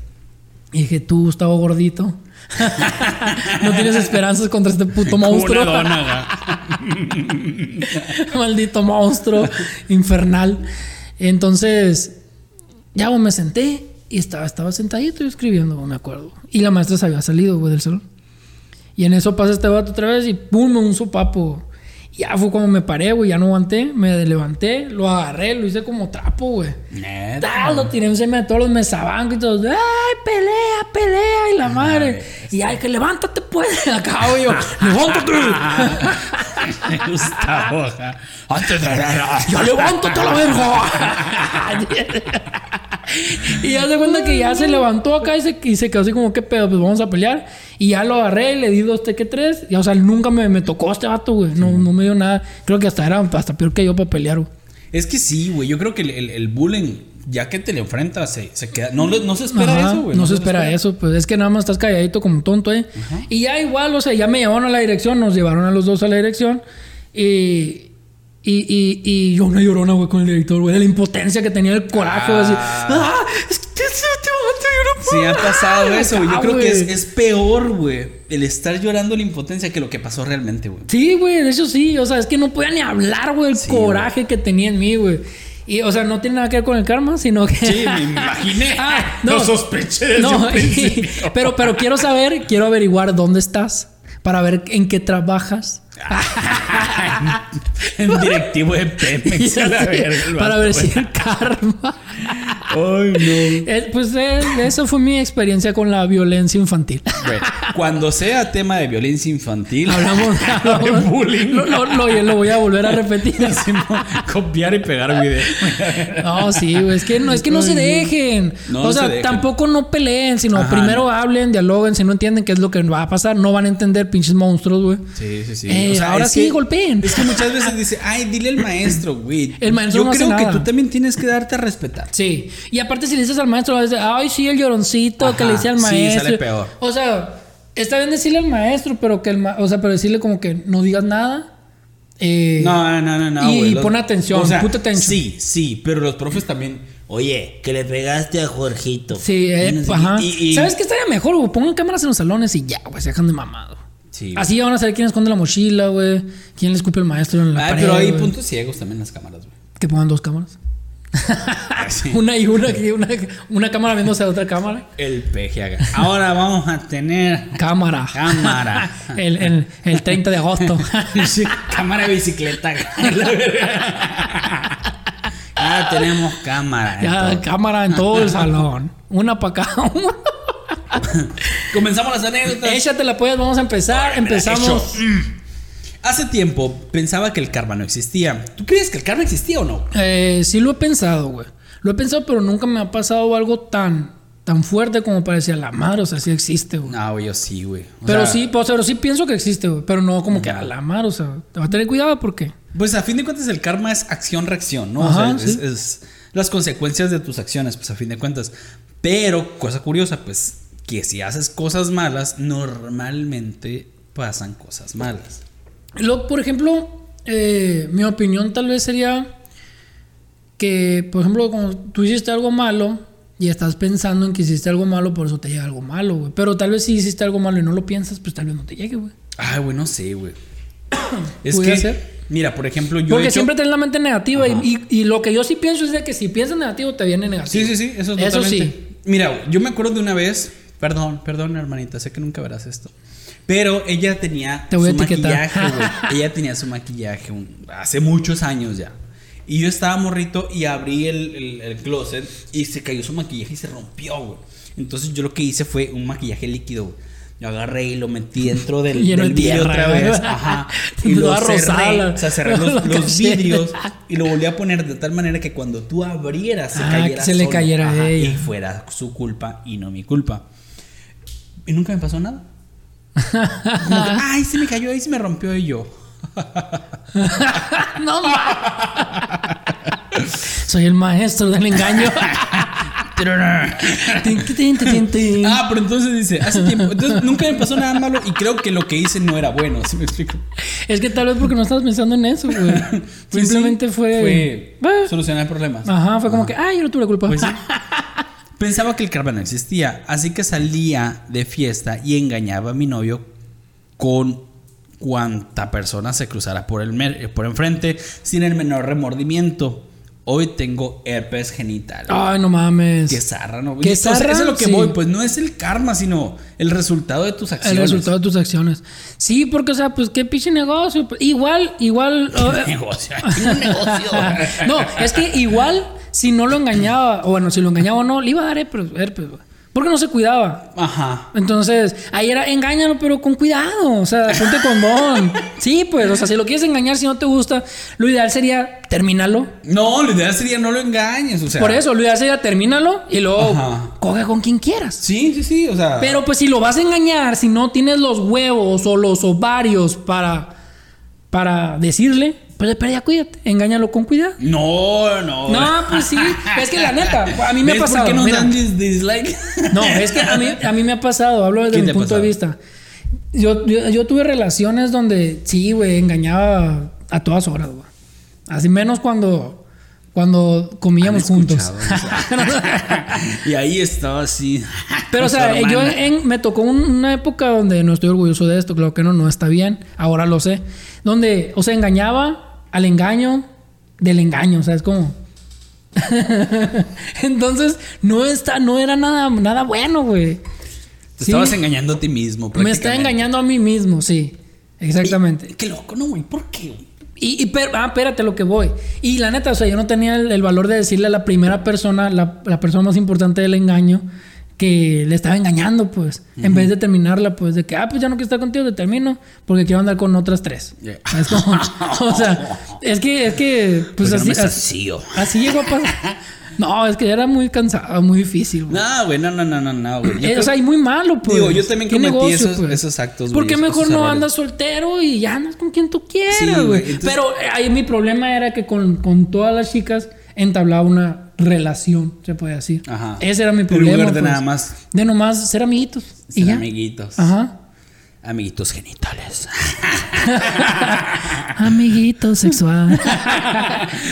[SPEAKER 1] Y dije, tú, Gustavo Gordito. no tienes esperanzas contra este puto monstruo.
[SPEAKER 2] Una dona, güey.
[SPEAKER 1] Maldito monstruo infernal. Entonces, ya güey, me senté y estaba, estaba sentadito y escribiendo, güey, me acuerdo. Y la maestra se había salido, güey, del salón. Y en eso pasa este vato otra vez y pum, un sopapo. Y ya fue cuando me paré, güey, ya no aguanté, me levanté, lo agarré, lo hice como trapo, güey.
[SPEAKER 2] Neta.
[SPEAKER 1] Tal, lo tiré encima de todos los mesabancos y todos, ¡ay, pelea, pelea! Y la madre. Y ay, que levántate, pues. Acá, güey, yo, ¡levántate!
[SPEAKER 2] Gustavo. ajá. Antes de
[SPEAKER 1] ¡Ya levántate a la verga! y ya se cuenta que ya se levantó acá y se, y se quedó así como, ¿qué pedo? Pues vamos a pelear. Y ya lo agarré y le di dos teque tres. Y, o sea, nunca me, me tocó este vato, güey. No, no me dio nada. Creo que hasta era hasta peor que yo para pelear, güey.
[SPEAKER 2] Es que sí, güey. Yo creo que el, el- el bullying, ya que te le enfrentas, se, se queda. No, le- no se espera
[SPEAKER 1] Ajá,
[SPEAKER 2] eso, güey.
[SPEAKER 1] No se espera eso, pues es que nada más estás calladito como tonto, ¿eh? Y ya igual, o sea, ya me llevaron a la dirección, nos llevaron a los dos a la dirección. Y, y, y, y yo una llorona, güey, con el director, güey, de la impotencia que tenía el coraje, güey, así. ¡Ah! Es que te, te, te-
[SPEAKER 2] Sí,
[SPEAKER 1] yo no puedo".
[SPEAKER 2] ha pasado
[SPEAKER 1] Ah,
[SPEAKER 2] eso, güey. Yo
[SPEAKER 1] acá,
[SPEAKER 2] creo que es,
[SPEAKER 1] güey.
[SPEAKER 2] es peor, güey, el estar llorando la impotencia que lo que pasó realmente, güey.
[SPEAKER 1] Sí, güey, de hecho sí. O sea, es que no podía ni hablar, güey, el coraje que tenía en mí, güey. Y, o sea, no tiene nada que ver con el karma, sino que.
[SPEAKER 2] Sí, me imaginé.
[SPEAKER 1] Ah,
[SPEAKER 2] Lo sospeché desde un principio.
[SPEAKER 1] pero, pero quiero saber, quiero averiguar dónde estás para ver en qué trabajas.
[SPEAKER 2] En directivo de Pemex. a la verga, el
[SPEAKER 1] para
[SPEAKER 2] vato,
[SPEAKER 1] ver
[SPEAKER 2] güey.
[SPEAKER 1] si el karma.
[SPEAKER 2] Ay,
[SPEAKER 1] Eh, Pues eh, eso fue mi experiencia con la violencia infantil.
[SPEAKER 2] no. Güey, Cuando sea tema de violencia infantil,
[SPEAKER 1] Hablamos,
[SPEAKER 2] de
[SPEAKER 1] hablamos-
[SPEAKER 2] bullying.
[SPEAKER 1] Lo, lo- lo- lo voy a volver a repetir.
[SPEAKER 2] copiar y pegar video.
[SPEAKER 1] No, sí, güey. Es que no, es que no se dejen.
[SPEAKER 2] No,
[SPEAKER 1] o
[SPEAKER 2] no
[SPEAKER 1] sea,
[SPEAKER 2] se dejen.
[SPEAKER 1] tampoco no peleen, sino
[SPEAKER 2] Ajá,
[SPEAKER 1] primero hablen, dialoguen. Si no entienden qué es lo que va a pasar, no van a entender pinches monstruos, güey.
[SPEAKER 2] Sí, sí, sí.
[SPEAKER 1] Eh, ahora
[SPEAKER 2] es
[SPEAKER 1] sí,
[SPEAKER 2] que-
[SPEAKER 1] golpeen.
[SPEAKER 2] Es que muchas veces dice, ay, dile al maestro, güey.
[SPEAKER 1] El maestro
[SPEAKER 2] Yo
[SPEAKER 1] no hace
[SPEAKER 2] creo que
[SPEAKER 1] nada.
[SPEAKER 2] tú también tienes que darte a respetar.
[SPEAKER 1] Sí. Y aparte, si le dices al maestro, va a decir, ay, sí, el lloroncito que
[SPEAKER 2] Ajá,
[SPEAKER 1] le dice al
[SPEAKER 2] sí,
[SPEAKER 1] maestro.
[SPEAKER 2] sale peor.
[SPEAKER 1] O sea, está bien decirle al maestro, pero que el ma- o sea, pero decirle como que no digas nada. Eh,
[SPEAKER 2] No, no, no, no.
[SPEAKER 1] Y
[SPEAKER 2] güey, los-
[SPEAKER 1] pon atención, puta atención.
[SPEAKER 2] Sí, sí, pero los profes también.
[SPEAKER 3] Oye, que le pegaste a Jorgito.
[SPEAKER 1] Sí, eh,
[SPEAKER 3] Y no sé qué.
[SPEAKER 1] ajá.
[SPEAKER 2] y- y-
[SPEAKER 1] ¿Sabes qué estaría mejor, güey? Pongan cámaras en los salones y ya, güey, se dejan de mamado.
[SPEAKER 2] Sí.
[SPEAKER 1] Así ya van a saber quién esconde la mochila, güey. Quién le escupe el maestro en la
[SPEAKER 2] Ay,
[SPEAKER 1] pared,
[SPEAKER 2] pero hay
[SPEAKER 1] güey.
[SPEAKER 2] puntos ciegos también en las cámaras, güey.
[SPEAKER 1] Que pongan dos cámaras.
[SPEAKER 2] Así.
[SPEAKER 1] Una y una, y una, una cámara viéndose a otra cámara.
[SPEAKER 2] El PGH. Ahora vamos a tener
[SPEAKER 1] Cámara.
[SPEAKER 2] cámara.
[SPEAKER 1] El, el, el 30 de agosto.
[SPEAKER 2] Sí, cámara de bicicleta. la verga. Ahora tenemos cámara.
[SPEAKER 1] Ya,
[SPEAKER 2] entonces.
[SPEAKER 1] cámara en todo el salón. Una para acá. una-
[SPEAKER 2] Comenzamos las anécdotas.
[SPEAKER 1] Échate la pues, vamos a empezar. Empezamos.
[SPEAKER 2] Hace tiempo pensaba que el karma no existía. ¿Tú crees que el karma existía o no?
[SPEAKER 1] Eh, sí lo he pensado, güey. Lo he pensado, pero nunca me ha pasado algo tan, tan fuerte como parecía la madre. O sea, sí existe, güey.
[SPEAKER 2] No, güey, yo sí, güey. O
[SPEAKER 1] pero
[SPEAKER 2] sea,
[SPEAKER 1] sí, pues, pero sí pienso que existe, güey. Pero no como que a la madre, o sea, te va a tener cuidado porque.
[SPEAKER 2] Pues a fin de cuentas el karma es acción-reacción, ¿no? O
[SPEAKER 1] Ajá,
[SPEAKER 2] sea, es-
[SPEAKER 1] sí.
[SPEAKER 2] es, las consecuencias de tus acciones, pues a fin de cuentas. Pero, cosa curiosa, pues que si haces cosas malas, normalmente pasan cosas malas.
[SPEAKER 1] Lo, por ejemplo, eh, mi opinión tal vez sería que, por ejemplo, cuando tú hiciste algo malo y estás pensando en que hiciste algo malo, por eso te llega algo malo, güey. Pero tal vez si hiciste algo malo y no lo piensas, pues tal vez no te llegue, güey.
[SPEAKER 2] Ay, güey, no sé, güey. Es
[SPEAKER 1] ¿Pudiera
[SPEAKER 2] que,
[SPEAKER 1] ser?
[SPEAKER 2] mira, por ejemplo, yo. he
[SPEAKER 1] Porque
[SPEAKER 2] hecho-
[SPEAKER 1] siempre tenés la mente negativa y, y- y lo que yo sí pienso es de que si piensas negativo, te viene negativo.
[SPEAKER 2] Sí, sí, sí, eso,
[SPEAKER 1] Eso
[SPEAKER 2] totalmente.
[SPEAKER 1] sí.
[SPEAKER 2] Mira, yo me acuerdo de una vez Perdón, perdón, hermanita, sé que nunca verás esto. Pero ella tenía
[SPEAKER 1] Te voy
[SPEAKER 2] su
[SPEAKER 1] a etiquetar.
[SPEAKER 2] maquillaje, güey. Ella tenía su maquillaje un- hace muchos años ya. Y yo estaba morrito y abrí el, el- el closet y se cayó su maquillaje y se rompió, güey. Entonces yo lo que hice fue un maquillaje líquido, güey. Lo agarré y lo metí dentro del,
[SPEAKER 1] Lleno
[SPEAKER 2] del
[SPEAKER 1] de
[SPEAKER 2] vidrio
[SPEAKER 1] tierra,
[SPEAKER 2] otra
[SPEAKER 1] güey.
[SPEAKER 2] vez. Ajá. Y
[SPEAKER 1] Toda
[SPEAKER 2] lo cerré.
[SPEAKER 1] rosada.
[SPEAKER 2] O sea, cerré
[SPEAKER 1] Lo
[SPEAKER 2] los, los
[SPEAKER 1] caché.
[SPEAKER 2] vidrios y lo volví a poner de tal manera que cuando tú abrieras se
[SPEAKER 1] Ah,
[SPEAKER 2] cayera.
[SPEAKER 1] que se le
[SPEAKER 2] solo.
[SPEAKER 1] cayera a
[SPEAKER 2] Ajá,
[SPEAKER 1] ella.
[SPEAKER 2] Y fuera su culpa y no mi culpa. Y nunca me pasó nada. Como que, Ay, se me cayó, ahí se me rompió y yo.
[SPEAKER 1] Ah, no mames. Soy el maestro del engaño. Tin, tin, tin, tin, tin.
[SPEAKER 2] Ah, pero entonces dice, hace tiempo. Entonces nunca me pasó nada malo y creo que lo que hice no era bueno, ¿sí me explico?
[SPEAKER 1] Es que tal vez porque no estabas pensando en eso, güey.
[SPEAKER 2] Pues sí,
[SPEAKER 1] Simplemente fue.
[SPEAKER 2] fue
[SPEAKER 1] Ah.
[SPEAKER 2] solucionar problemas.
[SPEAKER 1] Ajá, fue como que, ay, yo no tuve la culpa.
[SPEAKER 2] Pues sí. Pensaba que el karma no existía, así que salía de fiesta y engañaba a mi novio con cuanta persona se cruzara por, el mer- eh, por enfrente sin el menor remordimiento. Hoy tengo herpes genital.
[SPEAKER 1] Ay, no mames.
[SPEAKER 2] Qué zarra, ¿no?
[SPEAKER 1] Ah. Qué
[SPEAKER 2] O sea,
[SPEAKER 1] zarra,
[SPEAKER 2] eso es lo que
[SPEAKER 1] sí.
[SPEAKER 2] voy, pues no es el karma, sino el resultado de tus
[SPEAKER 1] El
[SPEAKER 2] acciones.
[SPEAKER 1] resultado de tus acciones. Sí, porque, o sea, pues qué pinche negocio. Igual, igual. oh,
[SPEAKER 2] Negocio, un negocio.
[SPEAKER 1] no, es que igual, si no lo engañaba, o bueno, si lo engañaba o no, le iba a dar herpes, herpes, güey. Porque no se cuidaba.
[SPEAKER 2] Ajá.
[SPEAKER 1] Entonces, ahí era, engáñalo, pero con cuidado. O sea, ponte condón. Sí, pues, o sea, si lo quieres engañar, si no te gusta, lo ideal sería terminarlo.
[SPEAKER 2] No, lo ideal sería no lo engañes, o sea.
[SPEAKER 1] Por eso, lo ideal sería termínalo y luego
[SPEAKER 2] Ajá.
[SPEAKER 1] coge con quien quieras.
[SPEAKER 2] Sí, sí, sí, o sea.
[SPEAKER 1] Pero pues si lo vas a engañar, si no tienes los huevos o los ovarios para, para decirle, pues espera, ya cuídate, engáñalo con cuidado.
[SPEAKER 2] No, no.
[SPEAKER 1] No, pues sí. Es que la neta, a mí me ha
[SPEAKER 2] ¿Ves
[SPEAKER 1] pasado.
[SPEAKER 2] ¿Por qué nos
[SPEAKER 1] Mira.
[SPEAKER 2] dan dis- dislike?
[SPEAKER 1] No, es que a mí, a mí me ha pasado, hablo desde
[SPEAKER 2] ¿Qué
[SPEAKER 1] mi
[SPEAKER 2] te ha
[SPEAKER 1] punto de
[SPEAKER 2] pasado?
[SPEAKER 1] vista. Yo, yo, yo tuve relaciones donde sí, güey, engañaba a todas horas, güey. Así menos cuando, cuando comíamos
[SPEAKER 2] Han
[SPEAKER 1] juntos.
[SPEAKER 2] escuchado, y ahí estaba así.
[SPEAKER 1] Pero, o
[SPEAKER 2] con su
[SPEAKER 1] sea, yo
[SPEAKER 2] hermana.
[SPEAKER 1] en- me tocó un- una época donde no estoy orgulloso de esto, claro que no, no está bien, ahora lo sé. Donde, o sea, engañaba al engaño del engaño, o sea, es como. Entonces, no está, no era nada, nada bueno, güey.
[SPEAKER 2] Te
[SPEAKER 1] sí.
[SPEAKER 2] estabas engañando a ti mismo.
[SPEAKER 1] Me está
[SPEAKER 2] prácticamente.
[SPEAKER 1] engañando a mí mismo, sí. Exactamente.
[SPEAKER 2] Qué loco, no, güey. ¿Por qué, güey?
[SPEAKER 1] Y, y per- ah, espérate lo que voy. Y la neta, o sea, yo no tenía el, el valor de decirle a la primera persona, la, la persona más importante del engaño, que le estaba engañando, pues. En vez de terminarla, pues, de que, ah, pues ya no quiero estar contigo, te termino, porque quiero andar con otras tres.
[SPEAKER 2] Yeah.
[SPEAKER 1] Es como- o sea, es que, es que,
[SPEAKER 2] Pues
[SPEAKER 1] pues así,
[SPEAKER 2] no
[SPEAKER 1] así,
[SPEAKER 2] me sacio.
[SPEAKER 1] así llegó a pasar. No, es que era muy cansado, muy difícil, güey.
[SPEAKER 2] No, güey, no, no, no, no, no, güey. Yo
[SPEAKER 1] Eh,
[SPEAKER 2] creo-
[SPEAKER 1] o sea, y muy malo, pues.
[SPEAKER 2] Digo, yo también
[SPEAKER 1] ¿Qué
[SPEAKER 2] cometí esos- esos actos,
[SPEAKER 1] ¿Por
[SPEAKER 2] güey,
[SPEAKER 1] qué
[SPEAKER 2] esos-
[SPEAKER 1] mejor
[SPEAKER 2] esos
[SPEAKER 1] no
[SPEAKER 2] errores?
[SPEAKER 1] andas soltero y ya andas con quien tú
[SPEAKER 2] Sí,
[SPEAKER 1] quieras,
[SPEAKER 2] güey,
[SPEAKER 1] güey?
[SPEAKER 2] entonces-
[SPEAKER 1] Pero eh, ahí mi problema era que con, con todas las chicas entablaba una relación, se puede decir.
[SPEAKER 2] Ajá.
[SPEAKER 1] Ese era mi
[SPEAKER 2] En
[SPEAKER 1] problema.
[SPEAKER 2] lugar de
[SPEAKER 1] pues.
[SPEAKER 2] nada más-
[SPEAKER 1] De nomás ser amiguitos. y
[SPEAKER 2] ser
[SPEAKER 1] ya.
[SPEAKER 2] amiguitos.
[SPEAKER 1] Ajá.
[SPEAKER 2] Amiguitos genitales.
[SPEAKER 1] Amiguito sexual.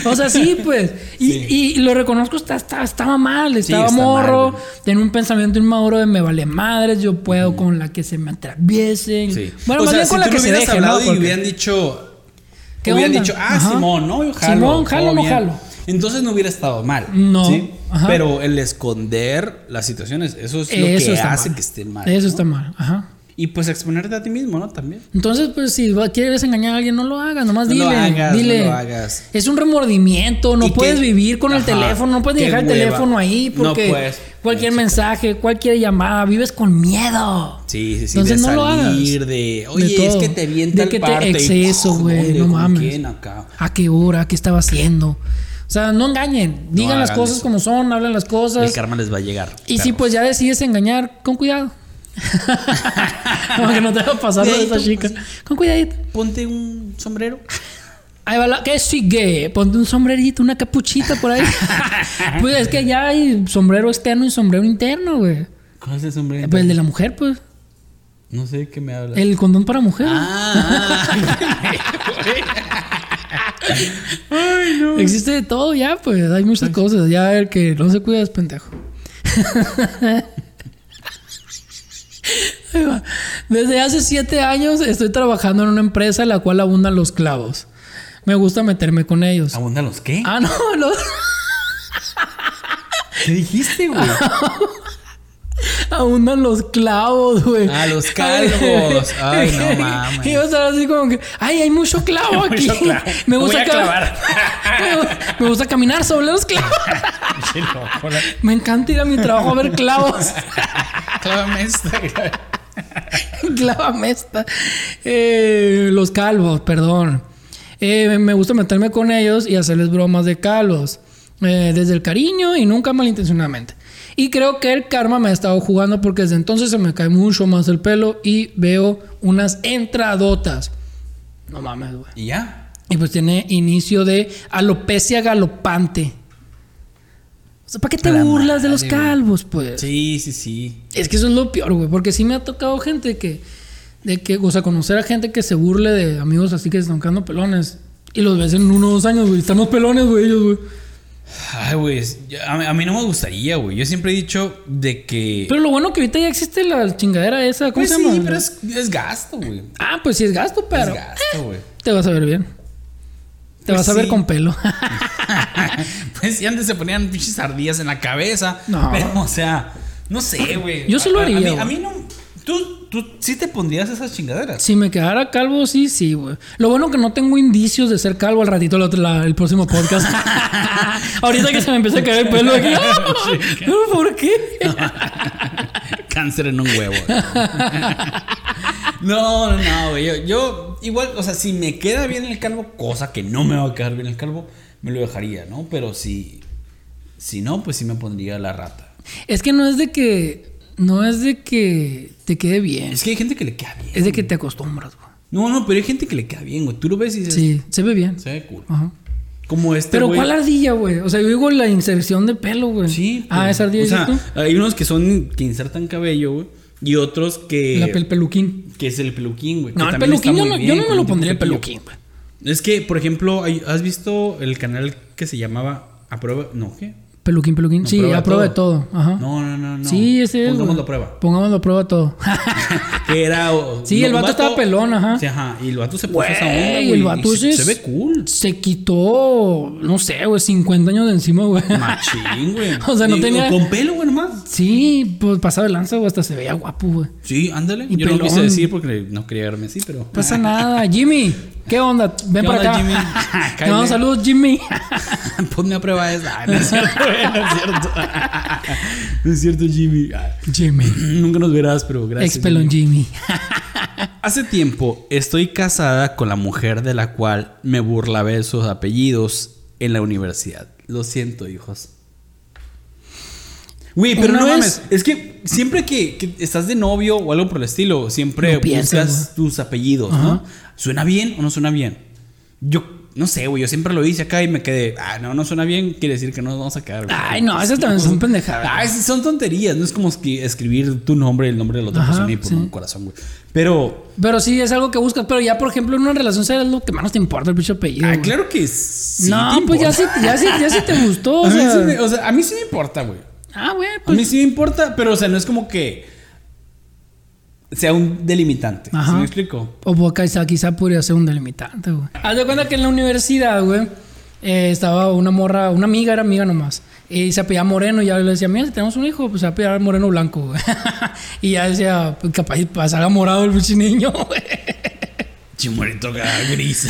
[SPEAKER 1] o sea, sí, pues. Y, y lo reconozco, está- está- estaba mal, estaba
[SPEAKER 2] está mal,
[SPEAKER 1] morro.
[SPEAKER 2] güey.
[SPEAKER 1] Tenía un pensamiento inmaduro de me vale madres, yo puedo con la que se me atraviesen.
[SPEAKER 2] Sí.
[SPEAKER 1] Bueno,
[SPEAKER 2] o
[SPEAKER 1] más
[SPEAKER 2] sea,
[SPEAKER 1] bien
[SPEAKER 2] si
[SPEAKER 1] con
[SPEAKER 2] tú
[SPEAKER 1] la que
[SPEAKER 2] me
[SPEAKER 1] se
[SPEAKER 2] hubieras
[SPEAKER 1] deje,
[SPEAKER 2] hablado
[SPEAKER 1] ¿no?
[SPEAKER 2] y
[SPEAKER 1] Porque-
[SPEAKER 2] hubieran dicho.
[SPEAKER 1] ¿Qué
[SPEAKER 2] hubieran
[SPEAKER 1] onda?
[SPEAKER 2] dicho, ah,
[SPEAKER 1] Ajá.
[SPEAKER 2] Simón, no, yo jalo.
[SPEAKER 1] Simón,
[SPEAKER 2] todo
[SPEAKER 1] jalo, no
[SPEAKER 2] bien".
[SPEAKER 1] jalo.
[SPEAKER 2] Entonces no hubiera estado mal.
[SPEAKER 1] No,
[SPEAKER 2] ¿sí?
[SPEAKER 1] ajá.
[SPEAKER 2] Pero el esconder las situaciones, eso es lo
[SPEAKER 1] Eso
[SPEAKER 2] que
[SPEAKER 1] está
[SPEAKER 2] hace
[SPEAKER 1] mal.
[SPEAKER 2] que esté mal.
[SPEAKER 1] Eso
[SPEAKER 2] ¿no?
[SPEAKER 1] está mal, ajá.
[SPEAKER 2] Y pues exponerte a ti mismo, ¿no? También.
[SPEAKER 1] Entonces, pues, si va- quieres engañar a alguien, no lo hagas, nomás
[SPEAKER 2] No
[SPEAKER 1] dile.
[SPEAKER 2] lo hagas, no
[SPEAKER 1] dile.
[SPEAKER 2] lo hagas.
[SPEAKER 1] Es un remordimiento, no
[SPEAKER 2] ¿Y qué-
[SPEAKER 1] puedes vivir con el
[SPEAKER 2] Ajá,
[SPEAKER 1] teléfono, no puedes ni
[SPEAKER 2] qué
[SPEAKER 1] dejar el
[SPEAKER 2] hueva.
[SPEAKER 1] teléfono ahí
[SPEAKER 2] No
[SPEAKER 1] porque
[SPEAKER 2] puedes.
[SPEAKER 1] cualquier
[SPEAKER 2] Sí,
[SPEAKER 1] mensaje, cualquier llamada, vives con miedo.
[SPEAKER 2] Sí, sí, sí.
[SPEAKER 1] Entonces
[SPEAKER 2] de
[SPEAKER 1] no lo hagas.
[SPEAKER 2] salir, de. Oye, es
[SPEAKER 1] todo.
[SPEAKER 2] que te vi en
[SPEAKER 1] De
[SPEAKER 2] tal
[SPEAKER 1] que te-
[SPEAKER 2] parte", y,
[SPEAKER 1] exceso,
[SPEAKER 2] "Ah,
[SPEAKER 1] güey,
[SPEAKER 2] ¿dónde?
[SPEAKER 1] no
[SPEAKER 2] ¿Con
[SPEAKER 1] mames.
[SPEAKER 2] quién acá?
[SPEAKER 1] ¿A qué hora? ¿Qué estaba haciendo? O sea, no engañen. Digan las
[SPEAKER 2] hagan
[SPEAKER 1] cosas
[SPEAKER 2] eso.
[SPEAKER 1] como son, hablen las
[SPEAKER 2] El
[SPEAKER 1] cosas.
[SPEAKER 2] karma les va a llegar.
[SPEAKER 1] Y si
[SPEAKER 2] perros.
[SPEAKER 1] pues ya decides engañar, con cuidado. Para que no te va a pasar lo de esa chica.
[SPEAKER 2] pues,
[SPEAKER 1] Con cuidadito.
[SPEAKER 2] Ponte un sombrero.
[SPEAKER 1] Ahí va la que sigue. Ponte un sombrerito, una capuchita por ahí. pues es que ya hay sombrero externo y sombrero interno, güey.
[SPEAKER 2] ¿Cuál es el sombrero?
[SPEAKER 1] Pues el de la mujer, pues.
[SPEAKER 2] No sé de qué me hablas.
[SPEAKER 1] El condón para mujer.
[SPEAKER 2] Ah,
[SPEAKER 1] Existe de todo ya, pues. Hay muchas cosas. Ya el que no se cuida es pendejo. Ahí va. Desde hace siete años estoy trabajando en una empresa en la cual abundan los clavos. Me gusta meterme con ellos.
[SPEAKER 2] ¿Abundan los qué?
[SPEAKER 1] Ah, no, los...
[SPEAKER 2] ¿Qué dijiste, güey?
[SPEAKER 1] abundan los clavos, güey.
[SPEAKER 2] Ah, los calvos. Ay, no mames.
[SPEAKER 1] Y yo estaba así como que, ay, hay mucho clavo aquí.
[SPEAKER 2] Mucho clavo.
[SPEAKER 1] Me
[SPEAKER 2] Voy
[SPEAKER 1] gusta
[SPEAKER 2] a
[SPEAKER 1] ca-
[SPEAKER 2] clavar.
[SPEAKER 1] Me gu- Me gusta caminar sobre los clavos.
[SPEAKER 2] Pinche loco, la-
[SPEAKER 1] Me encanta ir a mi trabajo a ver clavos.
[SPEAKER 2] Clávame esta. clava-
[SPEAKER 1] Clávame esta. Eh, los calvos, perdón. Eh, me gusta meterme con ellos y hacerles bromas de calvos. Eh, desde el cariño y nunca malintencionadamente. Y creo que el karma me ha estado jugando porque desde entonces se me cae mucho más el pelo y veo unas entradotas. No mames, güey.
[SPEAKER 2] Y ya.
[SPEAKER 1] Y pues tiene inicio de alopecia galopante. O sea, ¿para qué te
[SPEAKER 2] A la
[SPEAKER 1] burlas de los
[SPEAKER 2] madre, güey.
[SPEAKER 1] calvos, pues?
[SPEAKER 2] Sí, sí, sí.
[SPEAKER 1] Es que eso es lo peor, güey. Porque sí me ha tocado gente que. De que, o sea, conocer a gente que se burle de amigos así que están quedando pelones. Y los ves en uno o dos años, güey. Estamos pelones, güey, ellos, güey.
[SPEAKER 2] Ay, güey. es- ya- A, mí- a mí no me gustaría, güey. Yo siempre he dicho de que.
[SPEAKER 1] Pero lo bueno que ahorita ya existe la chingadera esa. ¿Cómo
[SPEAKER 2] Pues
[SPEAKER 1] se
[SPEAKER 2] sí,
[SPEAKER 1] llama?
[SPEAKER 2] pero es, es gasto, güey.
[SPEAKER 1] Ah, pues sí es gasto, pero.
[SPEAKER 2] Es gasto, güey.
[SPEAKER 1] Te vas a ver bien. Te
[SPEAKER 2] Pues
[SPEAKER 1] vas a ver
[SPEAKER 2] sí.
[SPEAKER 1] con pelo.
[SPEAKER 2] pues sí, antes se ponían pinches ardillas en la cabeza.
[SPEAKER 1] No.
[SPEAKER 2] Pero, o sea, no sé, güey.
[SPEAKER 1] Yo sí lo
[SPEAKER 2] A- a-
[SPEAKER 1] haría,
[SPEAKER 2] A, mí,
[SPEAKER 1] güey.
[SPEAKER 2] a mí no. ¿Tú, tú sí te pondrías esas chingaderas.
[SPEAKER 1] si me quedara calvo, sí, sí, güey. Lo bueno que no tengo indicios de ser calvo al ratito la- la- el próximo podcast. ahorita que se me empieza a caer el pelo aquí. ¿Pero por qué?
[SPEAKER 2] Cáncer en un huevo. No, no, no, güey. Yo, yo, igual, o sea, si me queda bien el calvo, cosa que no me va a quedar bien el calvo, me lo dejaría, ¿no? Pero si. Si no, pues sí me pondría la rata.
[SPEAKER 1] Es que no es de que. No es de que te quede bien.
[SPEAKER 2] Es que hay gente que le queda bien.
[SPEAKER 1] Es de que te acostumbras, güey.
[SPEAKER 2] No, no, pero hay gente que le queda bien, güey. Tú lo ves y dices.
[SPEAKER 1] Sí, se ve bien.
[SPEAKER 2] Se ve cool.
[SPEAKER 1] Ajá.
[SPEAKER 2] Como este.
[SPEAKER 1] Pero
[SPEAKER 2] güey.
[SPEAKER 1] ¿cuál ardilla, güey? O sea, yo digo la inserción de pelo, güey.
[SPEAKER 2] Sí.
[SPEAKER 1] Ah,
[SPEAKER 2] pues,
[SPEAKER 1] esa ardilla
[SPEAKER 2] O sea,
[SPEAKER 1] dices
[SPEAKER 2] hay unos que son que insertan cabello, güey, y otros
[SPEAKER 1] tú.
[SPEAKER 2] que
[SPEAKER 1] La pel peluquín.
[SPEAKER 2] que es el peluquín, güey. eh, que
[SPEAKER 1] No, el
[SPEAKER 2] también
[SPEAKER 1] peluquín
[SPEAKER 2] está
[SPEAKER 1] yo
[SPEAKER 2] muy
[SPEAKER 1] no, yo
[SPEAKER 2] bien
[SPEAKER 1] no me
[SPEAKER 2] con
[SPEAKER 1] lo
[SPEAKER 2] un
[SPEAKER 1] pondría el
[SPEAKER 2] cepillo.
[SPEAKER 1] peluquín, güey.
[SPEAKER 2] Es que, por ejemplo, hay- ¿has visto el canal que se llamaba A prueba? No, ¿qué?
[SPEAKER 1] Peluquín, peluquín.
[SPEAKER 2] No,
[SPEAKER 1] sí,
[SPEAKER 2] prueba
[SPEAKER 1] a prueba de
[SPEAKER 2] todo.
[SPEAKER 1] todo. Ajá.
[SPEAKER 2] No, no, no, no.
[SPEAKER 1] Sí, ese es.
[SPEAKER 2] Pongamos
[SPEAKER 1] güey.
[SPEAKER 2] la prueba.
[SPEAKER 1] Pongámoslo a prueba todo.
[SPEAKER 2] Que era. o-
[SPEAKER 1] Sí,
[SPEAKER 2] no,
[SPEAKER 1] el
[SPEAKER 2] un
[SPEAKER 1] vato estaba pelón, ajá.
[SPEAKER 2] Sí, ajá. Y el vato se puso
[SPEAKER 1] Güey,
[SPEAKER 2] esa onda,
[SPEAKER 1] el
[SPEAKER 2] güey. y
[SPEAKER 1] vato
[SPEAKER 2] se,
[SPEAKER 1] ese
[SPEAKER 2] se
[SPEAKER 1] es-
[SPEAKER 2] ve cool.
[SPEAKER 1] Se quitó, no sé, güey, 50 años de encima, güey.
[SPEAKER 2] Machín, güey.
[SPEAKER 1] O sea, no
[SPEAKER 2] Y-
[SPEAKER 1] tenía-
[SPEAKER 2] Con pelo, güey, nomás.
[SPEAKER 1] Sí, pues pasaba el lanza, güey. Hasta se veía guapo, güey.
[SPEAKER 2] Sí, ándale.
[SPEAKER 1] Y
[SPEAKER 2] Yo no lo quise
[SPEAKER 1] pelón. Pues-
[SPEAKER 2] decir porque no quería verme así, pero.
[SPEAKER 1] Pasa nada. Jimmy, ¿qué onda? Ven
[SPEAKER 2] ¿Qué
[SPEAKER 1] para
[SPEAKER 2] onda,
[SPEAKER 1] acá.
[SPEAKER 2] Jimmy?
[SPEAKER 1] Te mando
[SPEAKER 2] Cáele.
[SPEAKER 1] saludos, Jimmy.
[SPEAKER 2] Ponme a prueba esa. Ah, No es cierto, güey, no es cierto. No es cierto, Jimmy. Ah,
[SPEAKER 1] Jimmy.
[SPEAKER 2] Nunca nos verás, pero gracias.
[SPEAKER 1] Ex pelón
[SPEAKER 2] Jimmy.
[SPEAKER 1] Jimmy.
[SPEAKER 2] Hace tiempo estoy casada con la mujer de la cual me burlaba de sus apellidos en la universidad. Lo siento, hijos. Güey, pero
[SPEAKER 1] Una
[SPEAKER 2] no
[SPEAKER 1] vez-
[SPEAKER 2] mames. Es que siempre que, que estás de novio o algo por el estilo, siempre
[SPEAKER 1] No piensas,
[SPEAKER 2] buscas tus apellidos, ¿no? ¿Suena bien o no suena bien? Yo no sé, güey. Yo siempre lo hice acá y me quedé. Ah, no, no suena bien. Quiere decir que no nos vamos a quedar. güey".
[SPEAKER 1] Ay, no, esas también son pendejadas.
[SPEAKER 2] Ah, esas son tonterías. No es como escri- escribir tu nombre y el nombre de la otra
[SPEAKER 1] Ajá,
[SPEAKER 2] persona y por
[SPEAKER 1] sí.
[SPEAKER 2] un corazón, güey. Pero
[SPEAKER 1] Pero sí, es algo que buscas. Pero ya, por ejemplo, en una relación será lo que menos te importa el pinche apellido.
[SPEAKER 2] Ah,
[SPEAKER 1] güey.
[SPEAKER 2] claro que sí.
[SPEAKER 1] no,
[SPEAKER 2] te
[SPEAKER 1] pues ya sí,
[SPEAKER 2] importa.
[SPEAKER 1] ya sí, ya sí te gustó. o
[SPEAKER 2] a, mí
[SPEAKER 1] sea.
[SPEAKER 2] sí me, o sea, a mí sí me importa, güey.
[SPEAKER 1] Ah, güey,
[SPEAKER 2] A mí
[SPEAKER 1] pues.
[SPEAKER 2] sí me importa, pero o sea, no es como que sea un delimitante. ¿Sí
[SPEAKER 1] Ajá.
[SPEAKER 2] me explico?
[SPEAKER 1] O pues, quizá, quizá podría ser un delimitante, güey. Haz de cuenta que en la universidad, güey, eh, estaba una morra, una amiga, era amiga nomás. Y se apellía Moreno. Y ya le decía, mira, si tenemos un hijo, pues se va a apellidar Moreno Blanco, güey. y ya decía, pues capaz y pasara morado el pinche niño, güey.
[SPEAKER 2] Chimorito gris.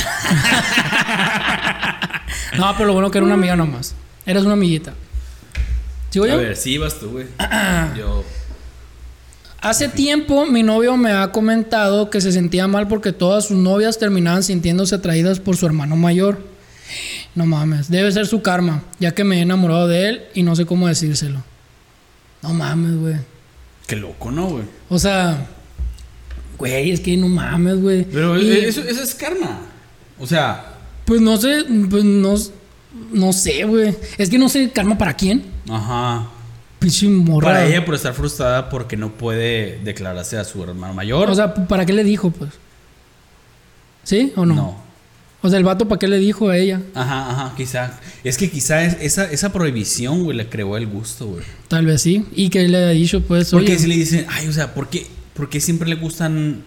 [SPEAKER 1] No, pero lo bueno que era una amiga nomás. Eras una amiguita. ¿Sigo yo?
[SPEAKER 2] sí, vas tú, güey. Yo.
[SPEAKER 1] Hace tiempo mi novio me ha comentado que se sentía mal porque todas sus novias terminaban sintiéndose atraídas por su hermano mayor. No mames, debe ser su karma, ya que me he enamorado de él y no sé cómo decírselo. No mames, güey.
[SPEAKER 2] Qué loco, ¿no, güey?
[SPEAKER 1] O sea, güey, es que no mames, güey.
[SPEAKER 2] Pero e,
[SPEAKER 1] Y,
[SPEAKER 2] eso, eso es karma. O sea,
[SPEAKER 1] pues no sé, pues no, no sé, güey. Es que no sé karma para quién.
[SPEAKER 2] ajá.
[SPEAKER 1] Pinche morra.
[SPEAKER 2] Para ella por estar frustrada porque no puede declararse a su hermano mayor.
[SPEAKER 1] O sea, ¿para qué le dijo, pues? ¿Sí o no?
[SPEAKER 2] no.
[SPEAKER 1] O sea, el vato, ¿para qué le dijo a ella?
[SPEAKER 2] Ajá, ajá, quizá. Es que quizá es- esa, esa prohibición, güey, le creó el gusto, güey.
[SPEAKER 1] Tal vez sí. Y que le haya dicho, pues,
[SPEAKER 2] Porque
[SPEAKER 1] oye,
[SPEAKER 2] si le dicen, ay, o sea, ¿por qué, por qué siempre le gustan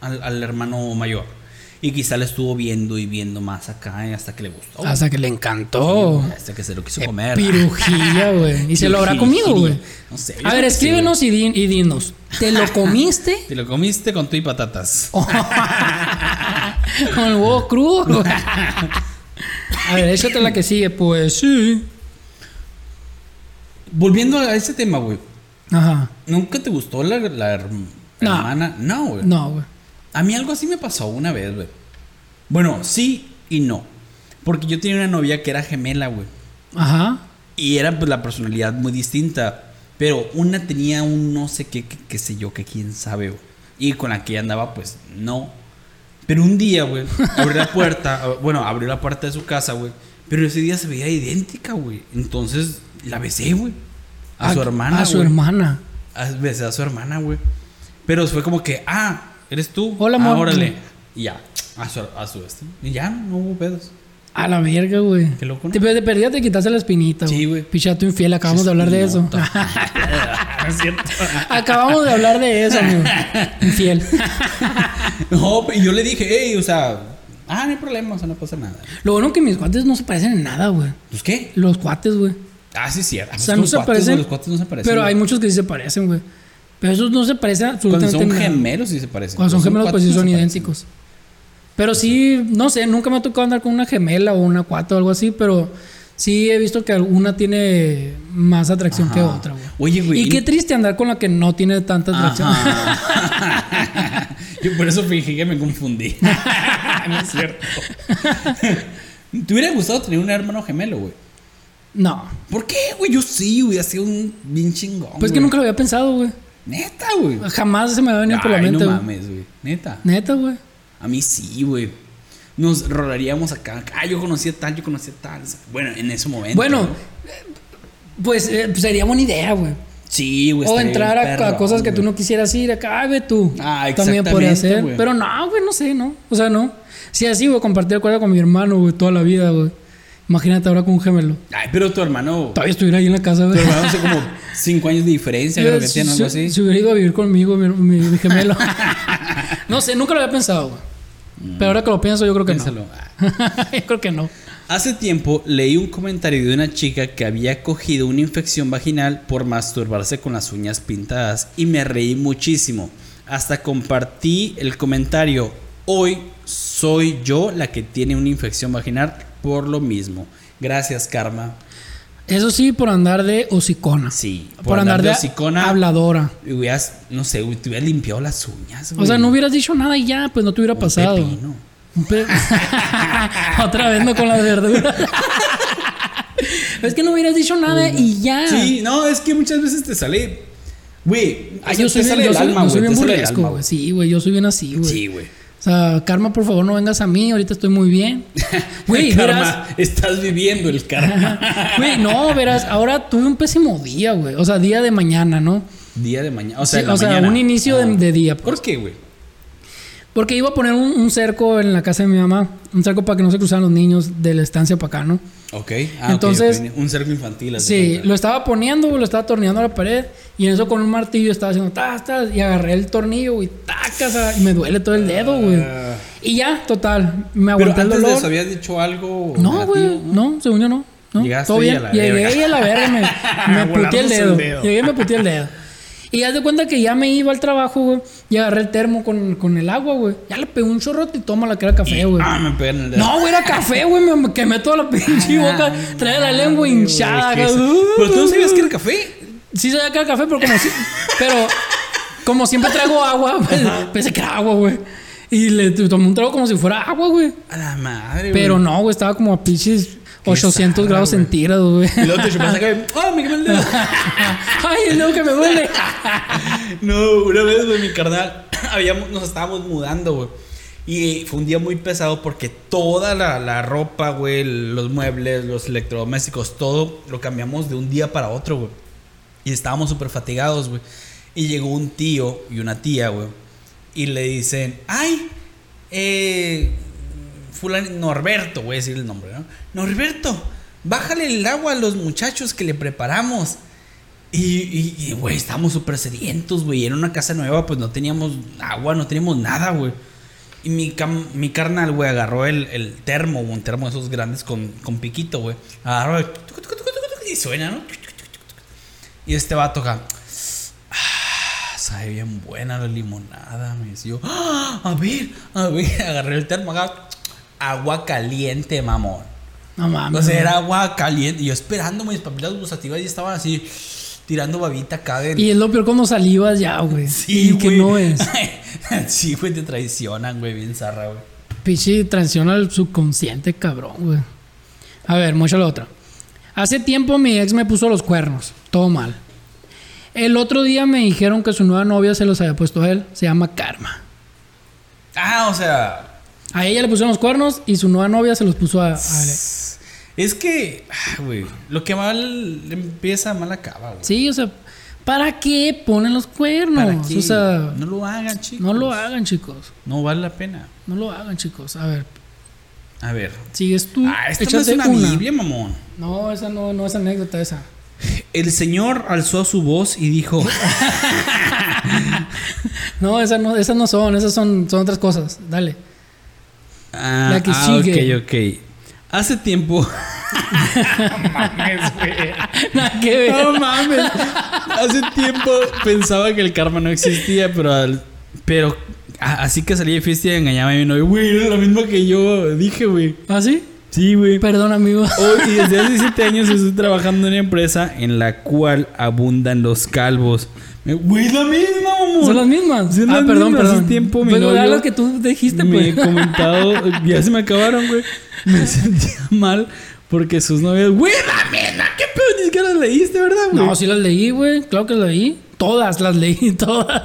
[SPEAKER 2] al, al hermano mayor? Y quizá le estuvo viendo y viendo más acá eh, hasta que le gustó. güey.
[SPEAKER 1] Hasta que le encantó.
[SPEAKER 2] Hasta que se lo quiso
[SPEAKER 1] Eh,
[SPEAKER 2] comer.
[SPEAKER 1] Pirujilla, güey. Y se lo habrá
[SPEAKER 2] Pirujiría.
[SPEAKER 1] comido, güey.
[SPEAKER 2] No sé, yo
[SPEAKER 1] A
[SPEAKER 2] creo
[SPEAKER 1] ver,
[SPEAKER 2] que sí,
[SPEAKER 1] escríbenos y, din- y dinos. ¿Te lo comiste?
[SPEAKER 2] Te lo comiste con tu y patatas.
[SPEAKER 1] Oh. Con el huevo crudo. güey. A ver, échate la que sigue, pues sí.
[SPEAKER 2] Volviendo a ese tema, güey.
[SPEAKER 1] Ajá.
[SPEAKER 2] ¿Nunca te gustó la, la herm-
[SPEAKER 1] No.
[SPEAKER 2] hermana? No, güey.
[SPEAKER 1] No, güey.
[SPEAKER 2] A mí algo así me pasó una vez, güey. Bueno, sí y no. Porque yo tenía una novia que era gemela, güey.
[SPEAKER 1] Ajá.
[SPEAKER 2] Y era pues la personalidad muy distinta. Pero una tenía un no sé qué, qué, qué sé yo, que quién sabe, güey. Y con la que ella andaba, pues no. Pero un día, güey, abrió la puerta. a- bueno, abrió la puerta de su casa, güey. Pero ese día se veía idéntica, güey. Entonces la besé, güey. A, su hermana.
[SPEAKER 1] Ah, A su
[SPEAKER 2] güey.
[SPEAKER 1] hermana.
[SPEAKER 2] A- Besé a su hermana, güey. Pero fue como que, ah, eres tú.
[SPEAKER 1] Hola,
[SPEAKER 2] Ah,
[SPEAKER 1] amor.
[SPEAKER 2] órale. Y ya. A su, a su este. Y ya, no hubo pedos.
[SPEAKER 1] A la verga, güey.
[SPEAKER 2] Qué loco, ¿no?
[SPEAKER 1] Te, te perdías, te quitaste la espinita.
[SPEAKER 2] Sí, güey.
[SPEAKER 1] Pichato infiel, acabamos de hablar de eso.
[SPEAKER 2] Espinota.
[SPEAKER 1] Es cierto. acabamos de hablar de eso, amigo. Infiel.
[SPEAKER 2] No, y yo le dije, hey, o sea, ah, no hay problema, o sea, no pasa nada.
[SPEAKER 1] Lo bueno que mis cuates no se parecen en nada, güey.
[SPEAKER 2] ¿Pues qué?
[SPEAKER 1] Los cuates, güey.
[SPEAKER 2] Ah, sí, sí. ah,
[SPEAKER 1] O sea,
[SPEAKER 2] pues
[SPEAKER 1] no se
[SPEAKER 2] los cuates,
[SPEAKER 1] parecen.
[SPEAKER 2] güey, Los cuates no se parecen.
[SPEAKER 1] Pero
[SPEAKER 2] güey.
[SPEAKER 1] hay muchos que sí se parecen, güey. Pero esos no se parecen
[SPEAKER 2] Cuando
[SPEAKER 1] absolutamente
[SPEAKER 2] son
[SPEAKER 1] en nada.
[SPEAKER 2] gemelos sí se parecen.
[SPEAKER 1] Cuando son gemelos, pues
[SPEAKER 2] cuates,
[SPEAKER 1] sí
[SPEAKER 2] no
[SPEAKER 1] son
[SPEAKER 2] se parecen.
[SPEAKER 1] idénticos. Pero sí, no sé, nunca me ha tocado andar con una gemela o una cuata o algo así, pero sí he visto que alguna tiene más atracción que
[SPEAKER 2] Ajá.
[SPEAKER 1] otra, güey.
[SPEAKER 2] Oye, güey.
[SPEAKER 1] Y qué triste andar con la que no tiene tanta atracción.
[SPEAKER 2] Ajá. Yo por eso fingí que me confundí. no es cierto. ¿Te hubiera gustado tener un hermano gemelo, güey?
[SPEAKER 1] no.
[SPEAKER 2] ¿Por qué, güey? Yo sí, güey. Hacía un bien chingón.
[SPEAKER 1] Pues que
[SPEAKER 2] güey.
[SPEAKER 1] nunca lo había pensado, güey.
[SPEAKER 2] Neta, güey.
[SPEAKER 1] Jamás se me había venido por la
[SPEAKER 2] Ay,
[SPEAKER 1] mente,
[SPEAKER 2] no
[SPEAKER 1] güey.
[SPEAKER 2] mames, güey. Neta.
[SPEAKER 1] Neta, güey.
[SPEAKER 2] A mí sí, güey. Nos rolaríamos acá. Ah, yo conocía tal, yo conocía tal. Bueno, en ese momento.
[SPEAKER 1] Bueno,
[SPEAKER 2] ¿no?
[SPEAKER 1] eh, pues eh, sería buena idea, güey.
[SPEAKER 2] sí, güey.
[SPEAKER 1] O
[SPEAKER 2] Pues estaría
[SPEAKER 1] entrar
[SPEAKER 2] bien
[SPEAKER 1] a, a
[SPEAKER 2] perrón,
[SPEAKER 1] cosas que tú
[SPEAKER 2] güey.
[SPEAKER 1] no quisieras ir, acá, ay, ve tú.
[SPEAKER 2] Ah,
[SPEAKER 1] También podría
[SPEAKER 2] exactamente,
[SPEAKER 1] ser.
[SPEAKER 2] güey.
[SPEAKER 1] Pero no, güey, no sé, ¿no? O sea, no. Si así, güey, compartir el cuarto con mi hermano, güey, toda la vida, güey. Imagínate ahora con un gemelo.
[SPEAKER 2] Ay, pero tu hermano.
[SPEAKER 1] Todavía estuviera ahí en la casa,
[SPEAKER 2] Tu
[SPEAKER 1] güey.
[SPEAKER 2] hermano hace como 5 años de diferencia, creo que tiene algo así.
[SPEAKER 1] Si hubiera ido a vivir conmigo, mi, mi- mi gemelo. no sé, nunca lo había pensado, güey. Pero ahora que lo pienso, yo creo que
[SPEAKER 2] Mm. Piénsalo. Ah.
[SPEAKER 1] no. yo creo que no.
[SPEAKER 2] Hace tiempo leí un comentario de una chica que había cogido una infección vaginal por masturbarse con las uñas pintadas y me reí muchísimo. Hasta compartí el comentario. Hoy soy yo la que tiene una infección vaginal por lo mismo. Gracias, Karma.
[SPEAKER 1] Eso sí, por andar de hocicona.
[SPEAKER 2] Sí,
[SPEAKER 1] Por, andar, de
[SPEAKER 2] hocicona.
[SPEAKER 1] habladora.
[SPEAKER 2] Y hubieras, no sé, güey, te hubieras limpiado las uñas,
[SPEAKER 1] O sea, no hubieras dicho nada y ya, pues no te hubiera pasado.
[SPEAKER 2] pepino.
[SPEAKER 1] Un pe- Otra vez no con las verduras. es que no hubieras dicho nada y ya.
[SPEAKER 2] Sí, no, es que muchas veces te sale. Güey,
[SPEAKER 1] Ah,
[SPEAKER 2] o sea,
[SPEAKER 1] yo soy
[SPEAKER 2] te
[SPEAKER 1] bien,
[SPEAKER 2] sale
[SPEAKER 1] yo
[SPEAKER 2] el
[SPEAKER 1] soy-
[SPEAKER 2] alma,
[SPEAKER 1] yo
[SPEAKER 2] güey.
[SPEAKER 1] soy bien
[SPEAKER 2] te sale el
[SPEAKER 1] burlesco,
[SPEAKER 2] alma,
[SPEAKER 1] güey. Sí, güey, yo soy bien así, güey.
[SPEAKER 2] Sí, güey.
[SPEAKER 1] O sea, Karma, por favor, no vengas a mí. Ahorita estoy muy bien. Güey, verás.
[SPEAKER 2] karma, estás viviendo el karma.
[SPEAKER 1] Güey, no, verás. Ahora tuve un pésimo día, güey. O sea, día de mañana, ¿no?
[SPEAKER 2] Día de mañana. O
[SPEAKER 1] Sí,
[SPEAKER 2] sea, en la mañana.
[SPEAKER 1] un inicio de, de día. pues.
[SPEAKER 2] ¿Por qué, güey?
[SPEAKER 1] Porque iba a poner un, un cerco en la casa de mi mamá. Un cerco para que no se cruzaran los niños de la estancia para acá, ¿no?
[SPEAKER 2] Ok.
[SPEAKER 1] Entonces-
[SPEAKER 2] Entonces. Un cerco infantil. así
[SPEAKER 1] Sí,
[SPEAKER 2] que-
[SPEAKER 1] lo estaba poniendo, güey, lo estaba torneando a la pared. Y en eso con un martillo estaba haciendo tas, tas. Y agarré el tornillo, y tacas. ah, Y me duele todo el dedo, güey.
[SPEAKER 2] Ah.
[SPEAKER 1] Y ya, total. Me
[SPEAKER 2] Pero
[SPEAKER 1] aguanté el
[SPEAKER 2] antes de
[SPEAKER 1] dolor.
[SPEAKER 2] eso habías dicho algo.
[SPEAKER 1] no, güey.
[SPEAKER 2] negativo,
[SPEAKER 1] No, según yo no. no.
[SPEAKER 2] Llegaste
[SPEAKER 1] todo
[SPEAKER 2] y
[SPEAKER 1] bien.
[SPEAKER 2] a la
[SPEAKER 1] Llegué
[SPEAKER 2] verga.
[SPEAKER 1] y a la verga me, me puteé el
[SPEAKER 3] Volándose
[SPEAKER 1] dedo.
[SPEAKER 3] el dedo.
[SPEAKER 1] Llegué y me puteé el dedo. Y haz de cuenta que ya me iba al trabajo, güey. Y agarré el termo con, con el agua, güey. Ya le pegué un chorrote y toma la que era café, güey.
[SPEAKER 2] Ah, me pegan el dedo.
[SPEAKER 1] No, güey, era café, güey. Me quemé toda la pinche
[SPEAKER 2] Ah,
[SPEAKER 1] boca. Traía la lengua hinchada.
[SPEAKER 2] Es que
[SPEAKER 1] acá.
[SPEAKER 2] es- Pero tú no sabías que era café.
[SPEAKER 1] Sí sabía que era café, pero como, si- pero como siempre traigo agua, pues, pensé que era agua, güey. Y le t- tomé un trago como si fuera agua, güey.
[SPEAKER 2] A la madre, güey.
[SPEAKER 1] Pero no, güey, estaba como a pinches 800
[SPEAKER 2] zarra,
[SPEAKER 1] grados
[SPEAKER 2] güey.
[SPEAKER 1] centígrados, güey.
[SPEAKER 2] Y luego te chupas acá y, ¡Ah, me quemé el dedo!
[SPEAKER 1] Ay, el dedo que me duele.
[SPEAKER 2] No, una vez, güey, mi carnal, habíamos, nos estábamos mudando, güey. Y fue un día muy pesado porque toda la, la ropa, güey, los muebles, los electrodomésticos, todo lo cambiamos de un día para otro, güey. Y estábamos súper fatigados, güey. Y llegó un tío y una tía, güey. Y le dicen, ay, eh, fulano, Norberto, voy a decir el nombre, ¿no? Norberto, bájale el agua a los muchachos que le preparamos. Y, y- y, güey, estábamos súper sedientos, güey. Era una casa nueva, pues no teníamos agua, no teníamos nada, güey. Y mi, cam- mi carnal, güey, agarró el, el termo, un termo de esos grandes con, con piquito, güey. Agarró el tucu, tucu, tucu, tucu, y suena, ¿no? Y este vato acá. "Ah, Sabe bien buena la limonada, me decía. yo, "Ah, a ver, a ver, agarré el termo acá. Agua caliente, mamón.
[SPEAKER 1] No mames.
[SPEAKER 2] O sea,
[SPEAKER 1] güey.
[SPEAKER 2] era agua caliente. Y yo esperando, mis papilas gustativas y estaban así tirando babita acá del.
[SPEAKER 1] Y es lo peor cuando salivas ya, güey.
[SPEAKER 2] Sí,
[SPEAKER 1] y que
[SPEAKER 2] güey.
[SPEAKER 1] no es.
[SPEAKER 2] sí, güey, te traicionan, güey, bien zarra, güey.
[SPEAKER 1] Pichi traiciona al subconsciente, cabrón, güey. A ver, mucha la otra. Hace tiempo mi ex me puso los cuernos. Todo mal. El otro día me dijeron que su nueva novia se los había puesto a él. Se llama Karma.
[SPEAKER 2] Ah, o sea,
[SPEAKER 1] A ella le pusieron los cuernos y su nueva novia se los puso a, a él.
[SPEAKER 2] es que, ah, güey, lo que mal empieza, mal acaba, güey.
[SPEAKER 1] Sí, o sea, ¿para qué ponen los cuernos?
[SPEAKER 2] ¿Para qué?
[SPEAKER 1] O sea,
[SPEAKER 2] no lo hagan, chicos.
[SPEAKER 1] no lo hagan, chicos.
[SPEAKER 2] No vale la pena.
[SPEAKER 1] No lo hagan, chicos. A ver,
[SPEAKER 2] A ver.
[SPEAKER 1] sigues tú.
[SPEAKER 2] Ah, esta no es
[SPEAKER 1] Mm, échate
[SPEAKER 2] una
[SPEAKER 1] una.
[SPEAKER 2] Biblia, mamón.
[SPEAKER 1] No, esa no, no es anécdota esa.
[SPEAKER 2] El Señor alzó su voz y dijo:
[SPEAKER 1] No, esas no, esas no son, esas son, son otras cosas. Dale.
[SPEAKER 2] Ah,
[SPEAKER 1] La que
[SPEAKER 2] ah,
[SPEAKER 1] sigue.
[SPEAKER 2] ok, ok. Hace tiempo.
[SPEAKER 1] Nada que ver.
[SPEAKER 2] No mames. Hace tiempo pensaba que el karma no existía, pero al- pero a- así que salí de fiesta y engañaba a mi novio. Güey, era lo mismo que yo dije, güey.
[SPEAKER 1] ¿Ah, sí?
[SPEAKER 2] Sí, güey.
[SPEAKER 1] Perdón, amigo.
[SPEAKER 2] Hoy, y desde hace siete años estoy trabajando en una empresa en la cual abundan los calvos. Me- Güey, la misma, mamón.
[SPEAKER 1] Son las mismas.
[SPEAKER 2] Son
[SPEAKER 1] ah,
[SPEAKER 2] las
[SPEAKER 1] perdón,
[SPEAKER 2] mismas. Hace
[SPEAKER 1] perdón.
[SPEAKER 2] tiempo mi
[SPEAKER 1] Pero era
[SPEAKER 2] novio
[SPEAKER 1] lo que tú dijiste,
[SPEAKER 2] me he
[SPEAKER 1] pues.
[SPEAKER 2] comentado, ya se me acabaron, güey. Me sentía mal porque sus novias, güey, la misma, qué pedo, ni siquiera las leíste, ¿verdad, güey?
[SPEAKER 1] No, sí las leí, güey. Claro que las leí. Todas las leí, todas.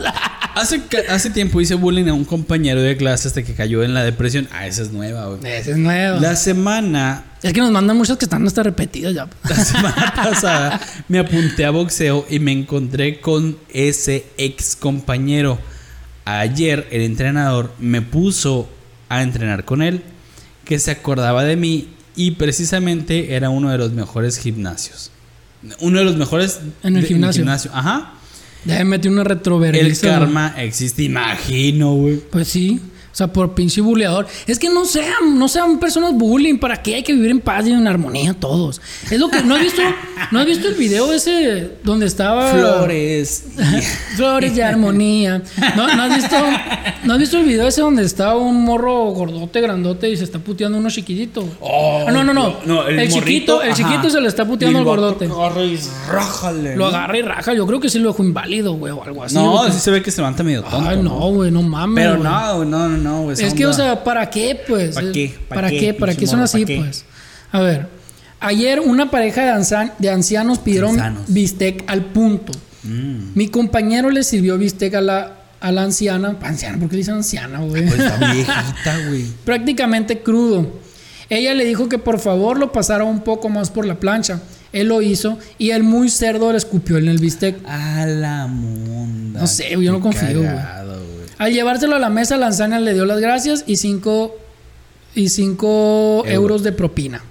[SPEAKER 2] Hace, ca- hace tiempo hice bullying a un compañero de clase hasta que cayó en la depresión. Ah, esa es nueva, güey.
[SPEAKER 1] Esa es nueva.
[SPEAKER 2] La semana,
[SPEAKER 1] Es que nos mandan muchas que están hasta repetidas ya.
[SPEAKER 2] la semana pasada me apunté a boxeo y me encontré con ese ex compañero. Ayer el entrenador me puso a entrenar con él, que se acordaba de mí y precisamente era uno de los mejores gimnasios. Uno de los mejores
[SPEAKER 1] En el
[SPEAKER 2] de-
[SPEAKER 1] gimnasio.
[SPEAKER 2] Ajá.
[SPEAKER 1] Ya me metí una retrovergüenza.
[SPEAKER 2] El karma existe, imagino, güey.
[SPEAKER 1] Pues sí. O sea, por pinche buleador. Es que no sean, no sean personas bullying. ¿Para qué hay que vivir en paz y en armonía todos? Es lo que no has visto, no has visto el video ese donde estaba
[SPEAKER 2] Flores.
[SPEAKER 1] Flores de armonía. ¿No, no has visto, ¿No has visto el video ese donde está un morro gordote, grandote y se está puteando uno chiquitito?
[SPEAKER 2] Oh,
[SPEAKER 1] Ah, no, no, no. el
[SPEAKER 2] morrito,
[SPEAKER 1] chiquito, el
[SPEAKER 2] ajá.
[SPEAKER 1] chiquito se le está puteando
[SPEAKER 2] Y
[SPEAKER 1] al
[SPEAKER 2] el vato
[SPEAKER 1] gordote.
[SPEAKER 2] agarra y rájale,
[SPEAKER 1] Lo
[SPEAKER 2] ¿no?
[SPEAKER 1] agarra y raja. Yo creo que sí lo dejó inválido, güey, o algo así.
[SPEAKER 2] No,
[SPEAKER 1] güey.
[SPEAKER 2] sí se ve que se levanta medio tonto.
[SPEAKER 1] Ay, no, güey, no mames.
[SPEAKER 2] Pero
[SPEAKER 1] güey.
[SPEAKER 2] no, güey, no, no, no, güey. esa
[SPEAKER 1] Es que, o
[SPEAKER 2] onda-
[SPEAKER 1] sea, ¿para qué, pues?
[SPEAKER 3] ¿Pa' qué? ¿Pa'
[SPEAKER 1] ¿Para
[SPEAKER 3] qué,
[SPEAKER 1] qué? ¿Para
[SPEAKER 3] pinche
[SPEAKER 1] qué son
[SPEAKER 3] morro?
[SPEAKER 1] así,
[SPEAKER 3] ¿Pa' qué?
[SPEAKER 1] pues? A ver, ayer una pareja de, anzan- de ancianos pidieron
[SPEAKER 2] Ancianos.
[SPEAKER 1] bistec al punto.
[SPEAKER 2] Mm,
[SPEAKER 1] Mi compañero le sirvió bistec a la, a la anciana. Anciana, ¿por qué le dicen anciana, güey?
[SPEAKER 2] Pues está viejita, güey.
[SPEAKER 1] prácticamente crudo. Ella le dijo que por favor lo pasara un poco más por la plancha. Él lo hizo y el muy cerdo le escupió en el bistec.
[SPEAKER 2] A la monda.
[SPEAKER 1] No sé, güey, yo no
[SPEAKER 2] Qué
[SPEAKER 1] confío, güey.
[SPEAKER 2] cagado, güey.
[SPEAKER 1] Al llevárselo a la mesa, la anciana le dio las gracias y 5 y cinco
[SPEAKER 2] Euros.
[SPEAKER 1] euros de propina.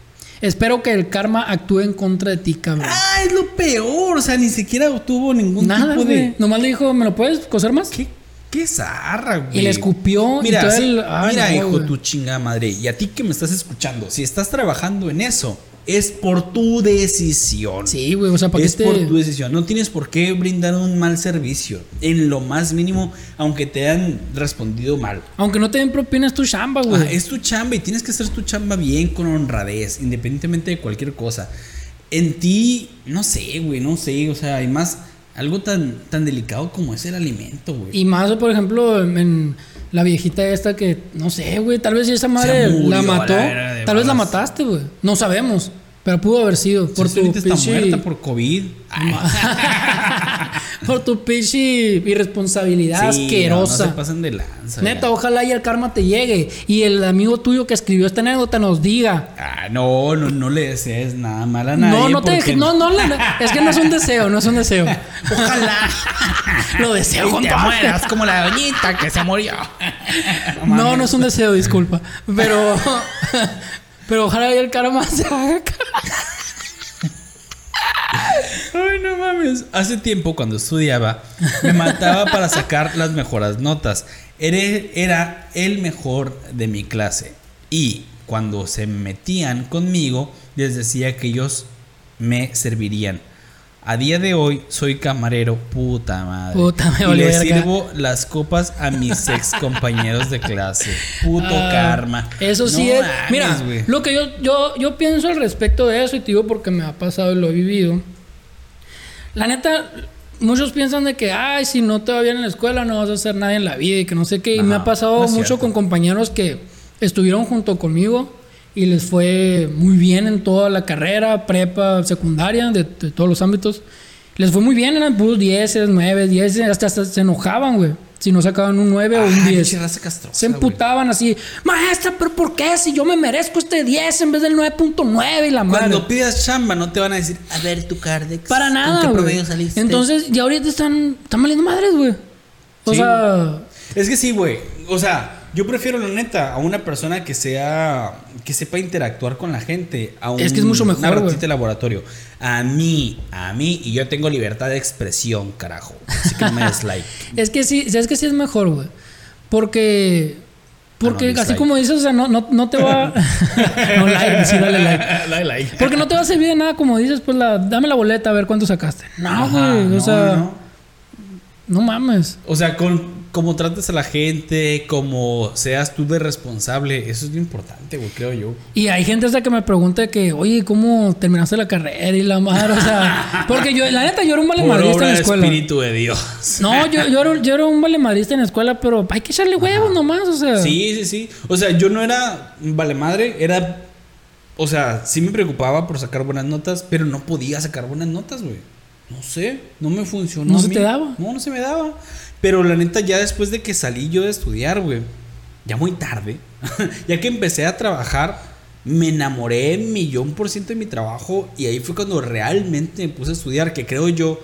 [SPEAKER 1] Espero que el karma actúe en contra de ti, cabrón.
[SPEAKER 2] Ah, es lo peor. O sea, ni siquiera obtuvo ningún
[SPEAKER 1] Nada,
[SPEAKER 2] tipo
[SPEAKER 1] güey.
[SPEAKER 2] de.
[SPEAKER 1] Nomás le dijo, ¿me lo puedes coser más?
[SPEAKER 2] ¿Qué? Qué zarra, güey.
[SPEAKER 1] Y le escupió y
[SPEAKER 2] Mira,
[SPEAKER 1] todo
[SPEAKER 2] si-
[SPEAKER 1] el- ay,
[SPEAKER 2] mira
[SPEAKER 1] no,
[SPEAKER 2] hijo,
[SPEAKER 1] güey.
[SPEAKER 2] tu chingada madre. Y a ti que me estás escuchando, si estás trabajando en eso, es por tu decisión.
[SPEAKER 1] Sí, güey, o sea, ¿para qué
[SPEAKER 2] Es por
[SPEAKER 1] te...?
[SPEAKER 2] tu decisión. No tienes por qué brindar un mal servicio. En lo más mínimo, aunque te han respondido mal.
[SPEAKER 1] Aunque no te den propina, es tu chamba, güey.
[SPEAKER 2] Ah, es tu chamba y tienes que hacer tu chamba bien, con honradez, independientemente de cualquier cosa. En ti, no sé, güey, no sé. O sea, hay más algo tan, tan delicado como es el alimento, güey.
[SPEAKER 1] Y más, por ejemplo, en- en la viejita esta que, no sé, güey, tal vez si esa madre
[SPEAKER 2] murió
[SPEAKER 1] la
[SPEAKER 2] a la
[SPEAKER 1] mató.
[SPEAKER 2] verga de
[SPEAKER 1] tal vez la
[SPEAKER 2] balas.
[SPEAKER 1] mataste, güey. No sabemos, pero pudo haber sido. Por
[SPEAKER 2] Sí,
[SPEAKER 1] tu
[SPEAKER 2] ahorita está
[SPEAKER 1] pinche-
[SPEAKER 2] muerta por COVID. Ay,
[SPEAKER 1] por tu pinche irresponsabilidad
[SPEAKER 2] sí, no,
[SPEAKER 1] asquerosa.
[SPEAKER 2] no se pasan de lanza.
[SPEAKER 1] Neta,
[SPEAKER 2] ya.
[SPEAKER 1] ojalá y el karma te llegue. Y el amigo tuyo que escribió esta anécdota nos diga.
[SPEAKER 2] Ah, no, no, no le desees nada mal a nadie.
[SPEAKER 1] No, no te
[SPEAKER 2] porque-
[SPEAKER 1] dejes. No, no, la- es que no es un deseo, no es un deseo.
[SPEAKER 2] Ojalá.
[SPEAKER 1] Lo deseo con
[SPEAKER 2] te
[SPEAKER 1] todas-
[SPEAKER 2] mueras como la doñita que se murió.
[SPEAKER 1] No, no es un deseo, disculpa. Pero. Pero ojalá y el karma se haga.
[SPEAKER 2] Ay, no mames. mames. Hace tiempo cuando estudiaba, me mataba para sacar las mejoras notas. Era, era el mejor de mi clase. Y cuando se metían conmigo, les decía que ellos me servirían. A día de hoy soy camarero, puta madre.
[SPEAKER 1] Puta, me
[SPEAKER 2] y
[SPEAKER 1] valió
[SPEAKER 2] le
[SPEAKER 1] verga.
[SPEAKER 2] sirvo las copas a mis ex compañeros de clase. Puto
[SPEAKER 1] Ah,
[SPEAKER 2] karma.
[SPEAKER 1] Eso sí
[SPEAKER 2] No
[SPEAKER 1] es.
[SPEAKER 2] mames,
[SPEAKER 1] mira,
[SPEAKER 2] güey.
[SPEAKER 1] lo que yo, yo, yo pienso al respecto de eso, y te digo porque me ha pasado y lo he vivido. La neta, muchos piensan de que, ay, si no te va bien en la escuela, no vas a ser nadie en la vida, y que no sé qué. Y me
[SPEAKER 2] Ajá,
[SPEAKER 1] ha pasado
[SPEAKER 2] no es
[SPEAKER 1] mucho
[SPEAKER 2] cierto.
[SPEAKER 1] con compañeros que estuvieron junto conmigo y les fue muy bien en toda la carrera, prepa, secundaria, de, de todos los ámbitos. Les fue muy bien, eran puros 10, 9, 10, hasta, hasta se enojaban, güey. Si no sacaban un 9 o un
[SPEAKER 2] Ay,
[SPEAKER 1] 10.
[SPEAKER 2] pinche raza castrosa,
[SPEAKER 1] Se
[SPEAKER 2] Ah, güey.
[SPEAKER 1] emputaban así, maestra, pero ¿por qué? Si yo me merezco este 10 en vez del 9.9 y la madre.
[SPEAKER 2] Cuando pidas chamba, no te van a decir,
[SPEAKER 3] A ver tu cardex.
[SPEAKER 1] Para nada.
[SPEAKER 3] ¿Con qué
[SPEAKER 1] güey.
[SPEAKER 3] promedio saliste?
[SPEAKER 1] Entonces, ya ahorita están, están valiendo madres, güey. O
[SPEAKER 2] Sí,
[SPEAKER 1] sea,
[SPEAKER 2] Es que sí, güey. O sea, yo prefiero la neta a una persona que sea que sepa interactuar con la gente a un
[SPEAKER 1] Es que es mucho mejor,
[SPEAKER 2] una ratita
[SPEAKER 1] güey.
[SPEAKER 2] de laboratorio. A mí, a mí y yo tengo libertad de expresión, carajo. Así que no me dislike.
[SPEAKER 1] es que sí, es que sí es mejor, güey. Porque. Porque
[SPEAKER 2] Ah, no,
[SPEAKER 1] así
[SPEAKER 2] dislike.
[SPEAKER 1] como dices, o sea, no, no, no te va. no, like, sí, dale like.
[SPEAKER 2] Dale like.
[SPEAKER 1] Porque no te va a servir de nada, como dices, pues la, dame la boleta a ver cuánto sacaste. No,
[SPEAKER 2] Ajá,
[SPEAKER 1] güey. O
[SPEAKER 2] no,
[SPEAKER 1] sea,
[SPEAKER 2] no.
[SPEAKER 1] no mames.
[SPEAKER 2] O sea, con como trates a la gente, como seas tú de responsable, eso es lo importante, güey, creo yo.
[SPEAKER 1] Y hay gente hasta que me pregunta que, oye, ¿cómo terminaste la carrera y la madre? O sea, porque yo, la neta, yo era un
[SPEAKER 2] Por
[SPEAKER 1] valemadrista en
[SPEAKER 2] obra
[SPEAKER 1] la
[SPEAKER 2] del
[SPEAKER 1] escuela.
[SPEAKER 2] espíritu de Dios.
[SPEAKER 1] No, yo, yo, era, yo era un valemadrista en la escuela, pero hay que echarle huevos nomás, o sea.
[SPEAKER 2] Sí, sí, sí. O sea, yo no era vale madre, era. O sea, sí me preocupaba por sacar buenas notas, pero no podía sacar buenas notas, güey. No sé, no me funcionó.
[SPEAKER 1] ¿No
[SPEAKER 2] a
[SPEAKER 1] se
[SPEAKER 2] mí.
[SPEAKER 1] te daba?
[SPEAKER 2] No, no se me daba. Pero la neta, ya después de que salí yo de estudiar, güey, ya muy tarde, ya que empecé a trabajar, me enamoré millón por ciento de mi trabajo y ahí fue cuando realmente me puse a estudiar, que creo yo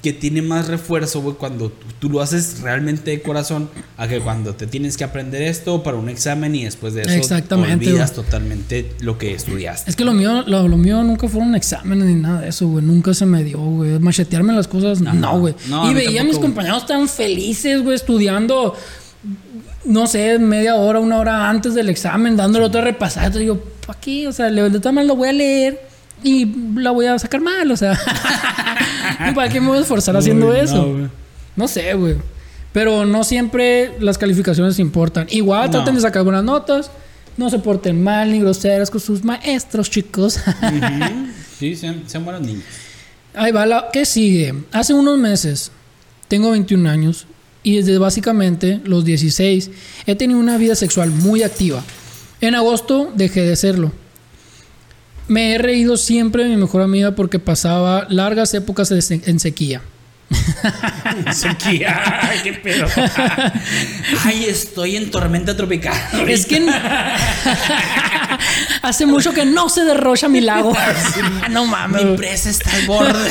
[SPEAKER 2] que tiene más refuerzo, güey, cuando tú, tú lo haces realmente de corazón, a que cuando te tienes que aprender esto para un examen y después de eso
[SPEAKER 1] Exactamente,
[SPEAKER 2] olvidas totalmente lo que estudiaste.
[SPEAKER 1] Es que lo mío, lo, lo mío nunca fueron exámenes ni nada de eso, güey. Nunca se me dio, güey. Machetearme las cosas, no,
[SPEAKER 2] no.
[SPEAKER 1] güey.
[SPEAKER 2] No, a
[SPEAKER 1] y
[SPEAKER 2] mí
[SPEAKER 1] veía a mis
[SPEAKER 2] tampoco.
[SPEAKER 1] compañeros tan felices, güey, estudiando, no sé, media hora, una hora antes del examen, dándole otra repasada. Entonces yo, ¿para qué? O sea, le, de todas maneras lo voy a leer y la voy a sacar mal, o sea. ¿Para qué me voy a esforzar haciendo
[SPEAKER 2] Uy, no,
[SPEAKER 1] eso?
[SPEAKER 2] güey.
[SPEAKER 1] No sé, güey. Pero no siempre las calificaciones importan. Igual
[SPEAKER 2] No.
[SPEAKER 1] traten de sacar buenas notas. No se porten mal ni groseras con sus maestros, chicos.
[SPEAKER 2] Ujú. Sí, sean, sean buenos niños.
[SPEAKER 1] Ahí va la... ¿Qué sigue? Hace unos meses, tengo 21 años y desde básicamente los 16 he tenido una vida sexual muy activa. En agosto dejé de serlo. Me he reído siempre de mi mejor amiga porque pasaba largas épocas de se- en sequía.
[SPEAKER 2] Ay, qué pedo. Ay, estoy en tormenta tropical.
[SPEAKER 1] Es que n- hace mucho que no se derrocha mi lago. Ah, no mames.
[SPEAKER 3] Mi
[SPEAKER 1] güey.
[SPEAKER 3] presa está al borde.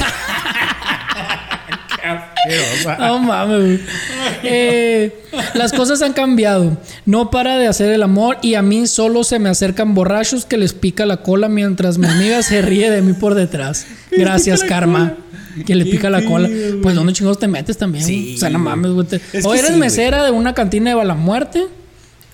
[SPEAKER 1] No mames. güey. Eh, las cosas han cambiado. No para de hacer el amor y a mí solo se me acercan borrachos que les pica la cola mientras mi amiga se ríe de mí por detrás. Gracias, karma. Que le
[SPEAKER 2] Qué
[SPEAKER 1] pica la cola.
[SPEAKER 2] pedo, güey.
[SPEAKER 1] Pues, ¿dónde chingados te metes también? güey? o sea, no
[SPEAKER 2] güey.
[SPEAKER 1] mames, güey. Te-
[SPEAKER 2] Es
[SPEAKER 1] O
[SPEAKER 2] que
[SPEAKER 1] eres
[SPEAKER 2] sí, güey.
[SPEAKER 1] mesera de una cantina de bala muerte.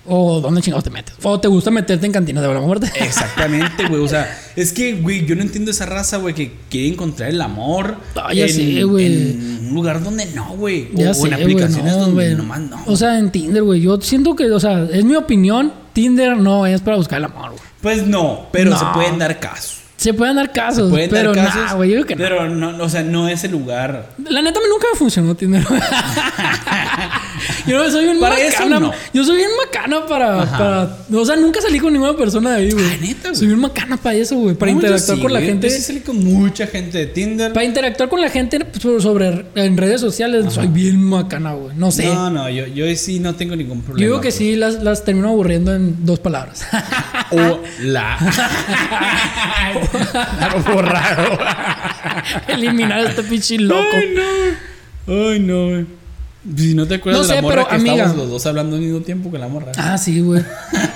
[SPEAKER 1] O ¿dónde chingados te metes? O te gusta meterte en cantinas de bala muerte.
[SPEAKER 2] Exactamente, güey. O sea, es que, güey, yo no entiendo esa raza, güey, que quiere encontrar el amor.
[SPEAKER 1] Ah, ya sé, güey.
[SPEAKER 2] En un lugar donde no, güey. O,
[SPEAKER 1] Ya
[SPEAKER 2] o
[SPEAKER 1] sé,
[SPEAKER 2] en
[SPEAKER 1] güey,
[SPEAKER 2] aplicaciones
[SPEAKER 1] no,
[SPEAKER 2] donde
[SPEAKER 1] güey.
[SPEAKER 2] nomás no.
[SPEAKER 1] O sea, en Tinder, güey. Yo siento que, o sea, es mi opinión. Tinder no es para buscar el amor, güey.
[SPEAKER 2] pues no, pero
[SPEAKER 1] No.
[SPEAKER 2] se pueden dar casos.
[SPEAKER 1] Se pueden dar casos,
[SPEAKER 2] Pueden
[SPEAKER 1] pero
[SPEAKER 2] dar casos.
[SPEAKER 1] nah, güey, yo creo que no.
[SPEAKER 2] pero no. o sea, no es el lugar.
[SPEAKER 1] La neta me nunca me funcionó Tinder. güey. yo soy un
[SPEAKER 2] Para eso
[SPEAKER 1] macana.
[SPEAKER 2] no.
[SPEAKER 1] Yo soy bien macana para, para- O sea, nunca salí con ninguna persona de ahí, güey.
[SPEAKER 2] Ah, neta, güey.
[SPEAKER 1] Soy un macana para eso, güey. Para
[SPEAKER 2] No, yo
[SPEAKER 1] interactuar
[SPEAKER 2] sí,
[SPEAKER 1] con la
[SPEAKER 2] güey.
[SPEAKER 1] gente.
[SPEAKER 2] Yo sí salí con mucha gente de Tinder.
[SPEAKER 1] Para interactuar con la gente so- sobre en redes sociales, soy bien macana, güey. No sé.
[SPEAKER 2] No, no, yo, yo sí no tengo ningún problema.
[SPEAKER 1] yo digo que
[SPEAKER 2] güey.
[SPEAKER 1] sí las, las termino aburriendo en dos palabras.
[SPEAKER 2] O la. borrado.
[SPEAKER 1] Eliminar a este pinche loco.
[SPEAKER 2] no. Ay, no, güey. Si no te acuerdas
[SPEAKER 1] No sé,
[SPEAKER 2] de la morra
[SPEAKER 1] pero,
[SPEAKER 2] que
[SPEAKER 1] amiga.
[SPEAKER 2] estábamos los dos hablando al mismo tiempo con la morra.
[SPEAKER 1] Ah, sí, güey.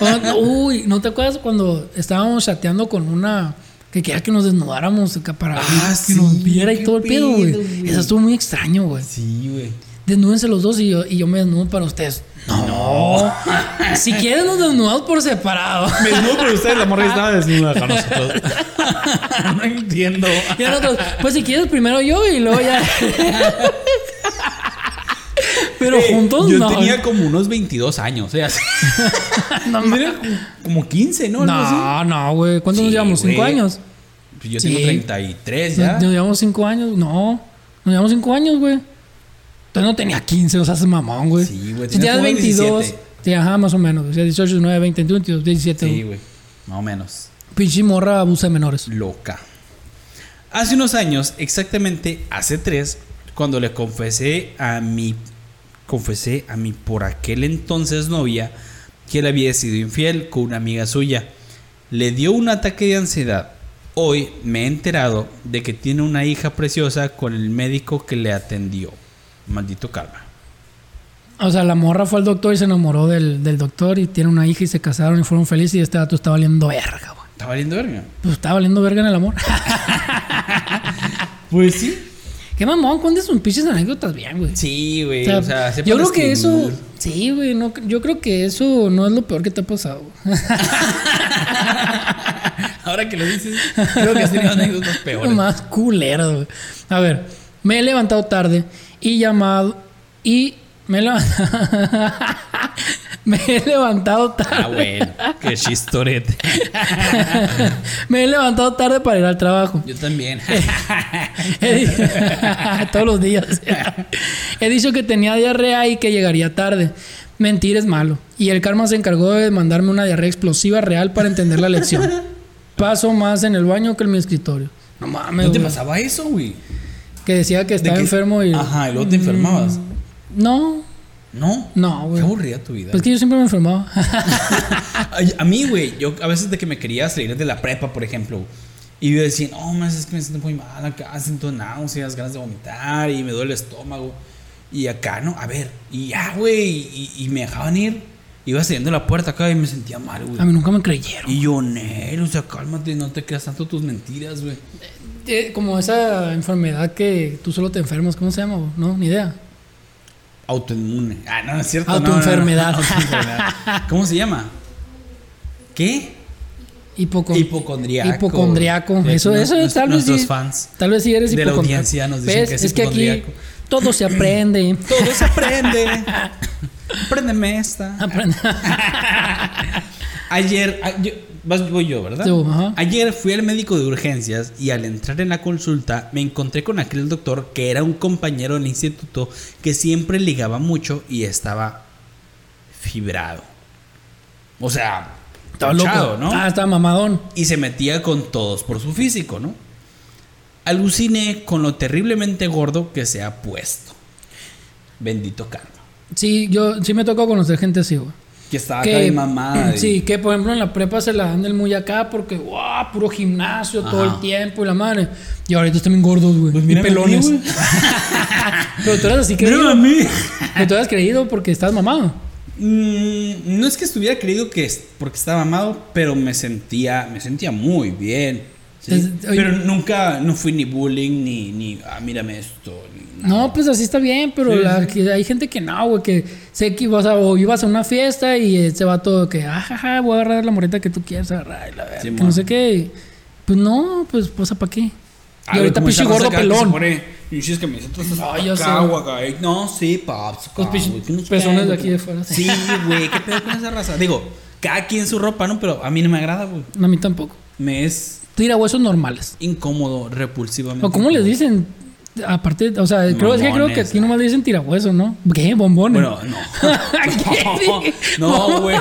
[SPEAKER 1] O- Uy, ¿no te acuerdas cuando estábamos chateando con una que quería que nos desnudáramos acá para
[SPEAKER 2] Ah,
[SPEAKER 1] que
[SPEAKER 2] sí,
[SPEAKER 1] nos viera y
[SPEAKER 3] qué
[SPEAKER 1] todo el pedo,
[SPEAKER 3] pedo,
[SPEAKER 1] güey.
[SPEAKER 3] güey.
[SPEAKER 1] Eso estuvo muy extraño, güey.
[SPEAKER 2] Sí, güey.
[SPEAKER 1] Desnúdense los dos y yo, y yo me desnudo para ustedes. No. si quieren, nos desnudamos por separado.
[SPEAKER 2] Me desnudo por ustedes, la morra estaba desnuda con nosotros. no entiendo.
[SPEAKER 1] Y a nosotros, pues si quieres, primero yo y luego ya. Pero juntos
[SPEAKER 2] Yo
[SPEAKER 1] no.
[SPEAKER 2] tenía como unos 22 años, ¿eh? Así.
[SPEAKER 1] no,
[SPEAKER 2] Yo
[SPEAKER 1] ma-
[SPEAKER 2] tenía como 15, ¿no? Algo así.
[SPEAKER 1] no, no, güey. ¿Cuántos nos
[SPEAKER 2] Sí,
[SPEAKER 1] llevamos? ¿Cinco
[SPEAKER 2] güey.
[SPEAKER 1] años?
[SPEAKER 2] Pues Yo
[SPEAKER 1] Sí.
[SPEAKER 2] tengo 33
[SPEAKER 1] Nos-
[SPEAKER 2] ya.
[SPEAKER 1] Nos llevamos cinco años. No, nos llevamos cinco años, güey. Entonces no tenía 15, o sea, es mamón, güey.
[SPEAKER 2] Sí, güey,
[SPEAKER 1] Si tenías
[SPEAKER 2] tenías como
[SPEAKER 1] 22,
[SPEAKER 2] 17.
[SPEAKER 1] sí, ajá, más o menos. O sea, 18, 19, 20, 21, 17.
[SPEAKER 2] Sí,
[SPEAKER 1] güey.
[SPEAKER 2] güey. Más o menos.
[SPEAKER 1] Pinche morra abusa de menores.
[SPEAKER 2] Loca. Hace unos años, exactamente hace tres, cuando le confesé a mi. Confesé a mi por aquel entonces novia que le había sido infiel con una amiga suya. Le dio un ataque de ansiedad. Hoy me he enterado de que tiene una hija preciosa con el médico que le atendió. Maldito karma.
[SPEAKER 1] O sea, la morra fue al doctor y se enamoró del, del doctor y tiene una hija y se casaron y fueron felices y este dato está valiendo verga, güey.
[SPEAKER 2] Está valiendo verga.
[SPEAKER 1] Pues está valiendo verga en el amor.
[SPEAKER 2] Pues sí.
[SPEAKER 1] Qué mamón, cuentes sus pinches anécdotas bien, güey.
[SPEAKER 2] Sí, güey.
[SPEAKER 1] O sea,
[SPEAKER 2] o sea, sepan
[SPEAKER 1] yo creo que eso.
[SPEAKER 2] escribir.
[SPEAKER 1] Sí, güey. No, yo creo que eso no es lo peor que te ha pasado. güey.
[SPEAKER 2] Ahora que lo dices, creo que has tenido anécdotas peores.
[SPEAKER 1] Lo más culero, güey. A ver, me he levantado tarde y llamado y me he levantado. me he levantado tarde.
[SPEAKER 2] Ah, bueno, qué chistorete. Ah,
[SPEAKER 1] me he levantado tarde para ir al trabajo.
[SPEAKER 2] Yo también.
[SPEAKER 1] He di- Todos los días. He dicho que tenía diarrea y que llegaría tarde. Mentir es malo. Y el karma se encargó de mandarme una diarrea explosiva real para entender la lección. Paso más en el baño que en mi escritorio. No mames.
[SPEAKER 2] ¿No te
[SPEAKER 1] güey.
[SPEAKER 2] pasaba eso, güey?
[SPEAKER 1] Que decía que
[SPEAKER 2] De
[SPEAKER 1] estaba
[SPEAKER 2] que-
[SPEAKER 1] enfermo y.
[SPEAKER 2] Ajá, y luego te enfermabas.
[SPEAKER 1] No.
[SPEAKER 2] No.
[SPEAKER 1] No,
[SPEAKER 2] Qué
[SPEAKER 1] güey.
[SPEAKER 2] aburrida tu vida.
[SPEAKER 1] Pues que yo siempre me enfermaba.
[SPEAKER 2] Ay, A mí, güey, yo a veces de que me quería salir de la prepa, por ejemplo, y yo decía, no, más es que me siento muy mal acá, siento náuseas, ganas de vomitar y me duele el estómago. Y acá, no, a ver, y ya, güey, y, y me dejaban ir. Iba saliendo de la puerta acá y me sentía mal, güey.
[SPEAKER 1] A mí nunca me creyeron.
[SPEAKER 2] Y yo, Nel, o sea, cálmate, no te creas tanto tus mentiras, güey.
[SPEAKER 1] Eh, como esa enfermedad que tú solo te enfermas. ¿Cómo se llama? güey? No, ni idea.
[SPEAKER 2] Autoinmune. Ah, no, no es cierto.
[SPEAKER 1] Autoenfermedad.
[SPEAKER 2] no, no, no. Autoenfermedad. ¿Cómo se llama? ¿Qué?
[SPEAKER 1] Hipocon-
[SPEAKER 2] Hipocondriaco.
[SPEAKER 1] Hipocondriaco.
[SPEAKER 2] De-
[SPEAKER 1] Eso,
[SPEAKER 2] no-
[SPEAKER 1] eso
[SPEAKER 2] nos-
[SPEAKER 1] tal vez.
[SPEAKER 2] nuestros
[SPEAKER 1] sí-
[SPEAKER 2] fans
[SPEAKER 1] Tal vez sí eres
[SPEAKER 2] de la
[SPEAKER 1] hipocondriaco.
[SPEAKER 2] audiencia nos dicen
[SPEAKER 1] ¿Ves?
[SPEAKER 2] que es
[SPEAKER 1] es que aquí
[SPEAKER 2] hipocondriaco.
[SPEAKER 1] todo se aprende.
[SPEAKER 2] Todo se aprende. Préndeme esta.
[SPEAKER 1] Aprende.
[SPEAKER 2] Ayer, a- yo- vas, voy yo, ¿verdad?
[SPEAKER 1] Tú, ajá.
[SPEAKER 2] Ayer fui al médico de urgencias y al entrar en la consulta me encontré con aquel doctor que era un compañero del instituto que siempre ligaba mucho y estaba fibrado. O sea,
[SPEAKER 1] Estaba
[SPEAKER 2] ponchado,
[SPEAKER 1] loco.
[SPEAKER 2] ¿no?
[SPEAKER 1] Ah, está mamadón.
[SPEAKER 2] y se metía con todos por su físico, ¿no? Aluciné con lo terriblemente gordo que se ha puesto. Bendito karma.
[SPEAKER 1] Sí, yo sí me tocó conocer gente así, güey.
[SPEAKER 2] Que estaba acá
[SPEAKER 1] Que,
[SPEAKER 2] de Ah, mamada. y-
[SPEAKER 1] sí, que por ejemplo en la prepa se la dan del muy acá porque, wow, puro gimnasio todo
[SPEAKER 2] Ajá.
[SPEAKER 1] el tiempo y la madre. Y ahorita están bien gordos, güey.
[SPEAKER 2] Pues
[SPEAKER 1] y
[SPEAKER 2] mírame a mí,
[SPEAKER 1] pelones.
[SPEAKER 2] güey.
[SPEAKER 1] Pero tú eras así
[SPEAKER 2] Mírame
[SPEAKER 1] creído.
[SPEAKER 2] a mí.
[SPEAKER 1] Pero tú eras creído porque estás mamado.
[SPEAKER 2] Mm, no es que estuviera creído que es porque estaba amado, pero me sentía, me sentía muy bien. ¿sí?
[SPEAKER 1] Es- oye-
[SPEAKER 2] pero nunca, no fui ni bullying, ni, ni ah, mírame esto. ni nada.
[SPEAKER 1] No, pues así está bien, pero
[SPEAKER 2] Sí,
[SPEAKER 1] la-
[SPEAKER 2] sí.
[SPEAKER 1] que hay gente que no, güey, que sé que ibas a, o ibas a una fiesta y eh, se va todo que, ajaja, voy a agarrar la moreta que tú quieras agarrar, y la verdad,
[SPEAKER 2] Sí,
[SPEAKER 1] que no
[SPEAKER 2] mon.
[SPEAKER 1] sé qué. y, Pues no, pues, pues, ¿para qué?
[SPEAKER 2] Ah,
[SPEAKER 1] y ahorita
[SPEAKER 2] como esa
[SPEAKER 1] pinche
[SPEAKER 2] raza
[SPEAKER 1] gordo
[SPEAKER 2] acá que se
[SPEAKER 1] pelón.
[SPEAKER 2] pone pinches camisetas hasta
[SPEAKER 1] Ay, ya
[SPEAKER 2] acá,
[SPEAKER 1] sé.
[SPEAKER 2] güey, acá, eh. No, sí, paps.
[SPEAKER 1] Los
[SPEAKER 2] acá,
[SPEAKER 1] pinches
[SPEAKER 2] güey, que no sé
[SPEAKER 1] pezones
[SPEAKER 2] qué,
[SPEAKER 1] de
[SPEAKER 2] güey.
[SPEAKER 1] aquí de fuera, sí.
[SPEAKER 2] Sí, güey, qué pedo con esa raza. Digo, cada quien su ropa, ¿no? Pero a mí no me agrada, güey.
[SPEAKER 1] No, a mí tampoco.
[SPEAKER 2] Me es
[SPEAKER 1] Tira huesos normales.
[SPEAKER 2] incómodo repulsivamente.
[SPEAKER 1] ¿O cómo les dicen? Aparte, o sea, creo, es que creo que
[SPEAKER 2] Mamones,
[SPEAKER 1] aquí nomás le dicen tirahuesos, ¿no? ¿Qué? Bombones.
[SPEAKER 2] Bueno, no.
[SPEAKER 1] ¿Qué?
[SPEAKER 2] No, güey.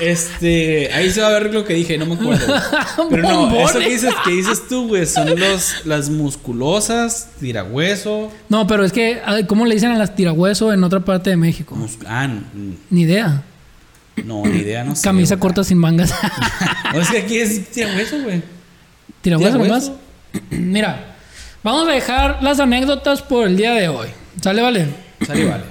[SPEAKER 2] Este, ahí se va a ver lo que dije, no me acuerdo. güey. Pero no,
[SPEAKER 1] Bombones.
[SPEAKER 2] eso que dices, que dices tú, güey, son los, las musculosas, tirahueso,
[SPEAKER 1] No, pero es que, ay, ¿cómo le dicen a las tirahuesos en otra parte de México?
[SPEAKER 2] mus- ah, no,
[SPEAKER 1] Ni idea.
[SPEAKER 2] no, ni idea, no sé.
[SPEAKER 1] Camisa
[SPEAKER 2] güey.
[SPEAKER 1] corta sin mangas.
[SPEAKER 2] No, es que aquí es tirahueso, güey.
[SPEAKER 1] Tirahueso nomás.
[SPEAKER 2] Tirahueso.
[SPEAKER 1] Mira, vamos a dejar las anécdotas por el día de hoy. ¿Sale, vale?
[SPEAKER 2] Sale, vale.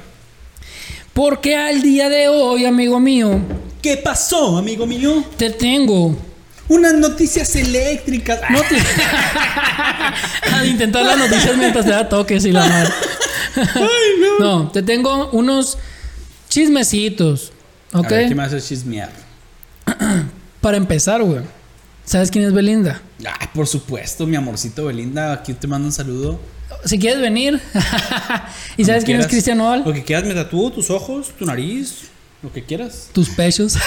[SPEAKER 1] Porque al día de hoy, amigo mío,
[SPEAKER 2] ¿Qué pasó, amigo mío?
[SPEAKER 1] te tengo
[SPEAKER 3] unas noticias eléctricas.
[SPEAKER 1] No te... Al intentar las noticias mientras te da toques y la madre. no. te tengo unos chismecitos.
[SPEAKER 2] A
[SPEAKER 1] ¿Ok?
[SPEAKER 2] ver, ¿qué me hace chismear?
[SPEAKER 1] Para empezar, güey. ¿Sabes quién es Belinda?
[SPEAKER 2] Ah, por supuesto, mi amorcito Belinda, aquí te mando un saludo.
[SPEAKER 1] Si quieres venir. ¿Y sabes
[SPEAKER 2] Lo
[SPEAKER 1] quién es
[SPEAKER 2] quieras.
[SPEAKER 1] Cristian Nodal?
[SPEAKER 2] Lo que quieras, me tatúo tus ojos, tu nariz, lo que quieras.
[SPEAKER 1] Tus pechos.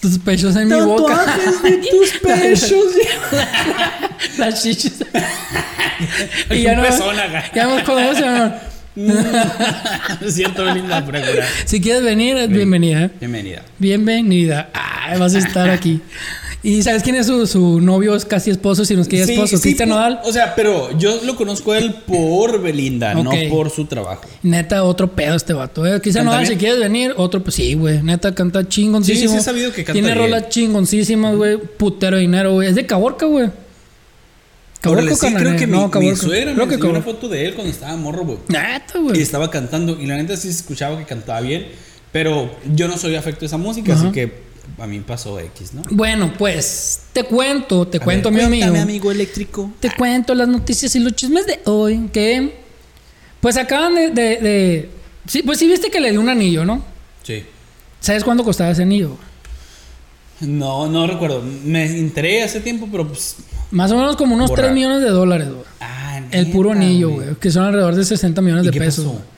[SPEAKER 1] Tus pechos en mi boca.
[SPEAKER 3] Tatuajes de tus pechos.
[SPEAKER 1] Las chichis.
[SPEAKER 2] Ay, un
[SPEAKER 1] no-
[SPEAKER 2] pezón acá.
[SPEAKER 1] Ya nos conocemos, amor.
[SPEAKER 2] es cierto, Belinda, por acá.
[SPEAKER 1] Si quieres venir, es bienvenida. ¿eh?
[SPEAKER 2] Bienvenida.
[SPEAKER 1] Bienvenida. Ay, vas a estar aquí. ¿Y sabes quién es su, su novio? Es casi esposo, si nos que ya
[SPEAKER 2] Sí,
[SPEAKER 1] esposo.
[SPEAKER 2] sí,
[SPEAKER 1] Cristian
[SPEAKER 2] pues,
[SPEAKER 1] Nodal.
[SPEAKER 2] O sea, pero yo lo conozco a él por Belinda,
[SPEAKER 1] Ok.
[SPEAKER 2] no por su trabajo.
[SPEAKER 1] Neta, otro pedo este vato. Eh. Cristian
[SPEAKER 2] ¿Canta
[SPEAKER 1] Nodal,
[SPEAKER 2] bien?
[SPEAKER 1] si quieres venir, otro, pues sí, güey. Neta, canta chingoncísimo.
[SPEAKER 2] Sí, sí he sabido que canta
[SPEAKER 1] Tiene
[SPEAKER 2] bien.
[SPEAKER 1] rolas chingoncísimas, güey. Putero de dinero, güey. Es de Caborca, güey.
[SPEAKER 2] Órale,
[SPEAKER 1] Caborca
[SPEAKER 2] sí, creo que mi,
[SPEAKER 1] no,
[SPEAKER 2] mi
[SPEAKER 1] Caborca.
[SPEAKER 2] suegra me
[SPEAKER 1] Creo que
[SPEAKER 2] enseñó una
[SPEAKER 1] Caborca.
[SPEAKER 2] Este. foto de él cuando estaba morro, güey.
[SPEAKER 1] Neta,
[SPEAKER 2] Y
[SPEAKER 1] güey.
[SPEAKER 2] estaba cantando, y la neta sí se escuchaba que cantaba bien, pero yo no soy afecto a esa música, así que a mí pasó X, ¿no?
[SPEAKER 1] Bueno, pues te cuento, te
[SPEAKER 2] A
[SPEAKER 1] cuento,
[SPEAKER 2] ver,
[SPEAKER 1] mi amigo.
[SPEAKER 3] Cuéntame, amigo eléctrico.
[SPEAKER 1] Te cuento las noticias y los chismes de hoy. Que. Pues acaban de. de- de- sí, pues sí, viste que le dio un anillo, ¿no?
[SPEAKER 2] Sí.
[SPEAKER 1] ¿Sabes cuánto costaba ese anillo?
[SPEAKER 2] No, no recuerdo. Me enteré hace tiempo, pero pues.
[SPEAKER 1] Más o menos como unos
[SPEAKER 2] Borra.
[SPEAKER 1] 3 millones de dólares, güey.
[SPEAKER 2] Ah,
[SPEAKER 1] El
[SPEAKER 2] neta,
[SPEAKER 1] puro anillo, güey. Que son alrededor de 60 millones
[SPEAKER 2] ¿Y
[SPEAKER 1] de
[SPEAKER 2] qué
[SPEAKER 1] pesos.
[SPEAKER 2] pasó?
[SPEAKER 1] güey.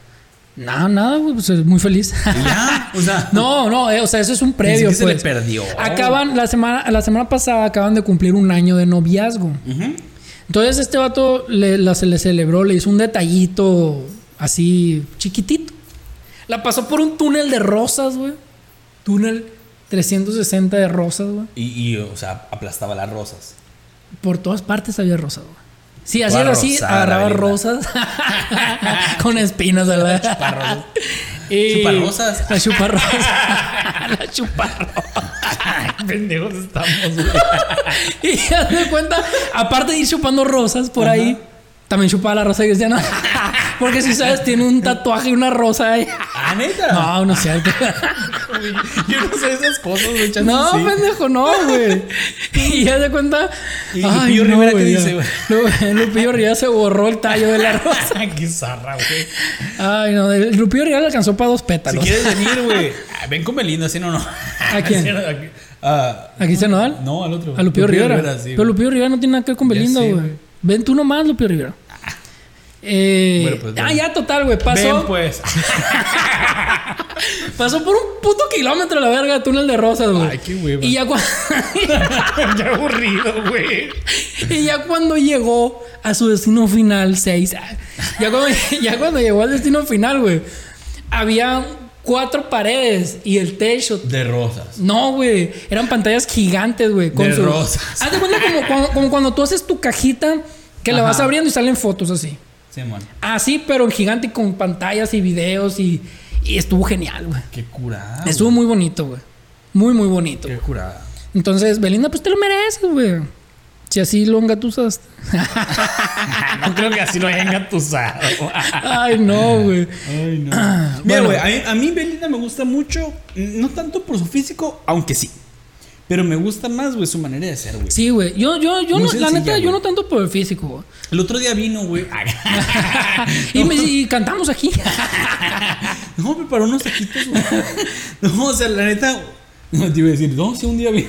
[SPEAKER 1] Nada, nada, güey. Pues es muy feliz.
[SPEAKER 2] Y Ya, o sea.
[SPEAKER 1] No, no, eh, o sea, eso es un
[SPEAKER 2] Pensé
[SPEAKER 1] previo.
[SPEAKER 2] que se
[SPEAKER 1] pues.
[SPEAKER 2] le perdió.
[SPEAKER 1] Acaban, la semana, la semana pasada acaban de cumplir un año de noviazgo.
[SPEAKER 2] Ujú.
[SPEAKER 1] Entonces este vato le, la- se le celebró, le hizo un detallito así chiquitito. La pasó por un túnel de rosas, güey. Túnel 360 de rosas, güey.
[SPEAKER 2] Y, y, o sea, aplastaba las rosas.
[SPEAKER 1] Por todas partes había rosas, güey. Sí,
[SPEAKER 2] Toda
[SPEAKER 1] así era así,
[SPEAKER 2] rosada,
[SPEAKER 1] agarraba
[SPEAKER 2] Belinda.
[SPEAKER 1] rosas con espinas, ¿verdad?
[SPEAKER 2] Chuparrosas.
[SPEAKER 1] Y-
[SPEAKER 2] Chuparrosas.
[SPEAKER 1] La chuparrosas. la chuparrosas.
[SPEAKER 2] Pendejos estamos, güey.
[SPEAKER 1] y ya se da cuenta, aparte de ir chupando rosas por ahí, también chupaba la rosa de Cristiano. Porque si sabes, tiene un tatuaje y una rosa ahí.
[SPEAKER 2] Ah, neta.
[SPEAKER 1] No, no es cierto.
[SPEAKER 2] Güey, Yo no sé esas cosas, güey. chance
[SPEAKER 1] No,
[SPEAKER 2] sí.
[SPEAKER 1] pendejo, no, güey. Y ya se cuenta.
[SPEAKER 2] Y Lupillo Rivera, ¿qué
[SPEAKER 1] güey, ya.
[SPEAKER 2] dice, güey?
[SPEAKER 1] Lu- Lupillo Rivera se borró el tallo de la rosa.
[SPEAKER 2] Qué zarra, güey.
[SPEAKER 1] Ay, no, el Lupillo Rivera le alcanzó para dos
[SPEAKER 2] Si
[SPEAKER 1] pétalos.
[SPEAKER 2] quieres venir, güey. ah, Ven con Belinda, ¿sí o no?
[SPEAKER 1] ¿A quién?
[SPEAKER 2] ¿Sí o no? Ah,
[SPEAKER 1] ¿A Cristiano Nodal?
[SPEAKER 2] no, al otro.
[SPEAKER 1] A Lupillo Rivera.
[SPEAKER 2] sí,
[SPEAKER 1] Pero
[SPEAKER 2] güey.
[SPEAKER 1] Lupillo Rivera no tiene nada que ver con
[SPEAKER 2] Ya
[SPEAKER 1] Belinda,
[SPEAKER 2] sé,
[SPEAKER 1] güey.
[SPEAKER 2] güey. Ah.
[SPEAKER 1] Ven tú nomás, Lupillo Rivera. Eh,
[SPEAKER 2] Bueno, pues,
[SPEAKER 1] ah,
[SPEAKER 2] ven.
[SPEAKER 1] ya, total, güey. Pasó,
[SPEAKER 2] Ven, pues.
[SPEAKER 1] pasó por un puto kilómetro la verga de túnel de rosas, güey.
[SPEAKER 2] Ay, qué hueva.
[SPEAKER 1] Y ya, cua-
[SPEAKER 2] Qué aburrido, güey.
[SPEAKER 1] y ya cuando llegó a su destino final, 6. Ya cuando, ya cuando llegó al destino final, güey, había cuatro paredes y el techo
[SPEAKER 2] De rosas.
[SPEAKER 1] No, güey. Eran pantallas gigantes, güey.
[SPEAKER 2] De rosas.
[SPEAKER 1] Haz de cuenta como, cuando- como cuando tú haces tu cajita que la
[SPEAKER 2] Ajá.
[SPEAKER 1] vas abriendo y salen fotos así.
[SPEAKER 2] Sí, man.
[SPEAKER 1] Así, pero en gigante y con pantallas y videos y, y estuvo genial, güey.
[SPEAKER 2] Qué curada.
[SPEAKER 1] estuvo muy bonito, güey. Muy, muy bonito.
[SPEAKER 2] Qué curada.
[SPEAKER 1] Entonces, Belinda, pues te lo mereces, güey. Si así lo engatusaste.
[SPEAKER 2] No creo que así lo hayan engatusado.
[SPEAKER 1] Ay, no, güey.
[SPEAKER 2] Ay, no.
[SPEAKER 1] Ah,
[SPEAKER 2] Mira,
[SPEAKER 1] bueno.
[SPEAKER 2] güey, a mí- a, mí Belinda me gusta mucho. No tanto por su físico, aunque sí. Pero me gusta más, güey, su manera de ser, güey.
[SPEAKER 1] Sí, güey. Yo, yo, yo, no,
[SPEAKER 2] Muy
[SPEAKER 1] la
[SPEAKER 2] sencilla,
[SPEAKER 1] neta, yo
[SPEAKER 2] güey.
[SPEAKER 1] no tanto por el físico, güey.
[SPEAKER 2] El otro día vino, güey.
[SPEAKER 1] y, me- y cantamos aquí.
[SPEAKER 2] No, me paró unos taquitos, güey. No, o sea, la neta. No, te iba a decir, no, si un día vino.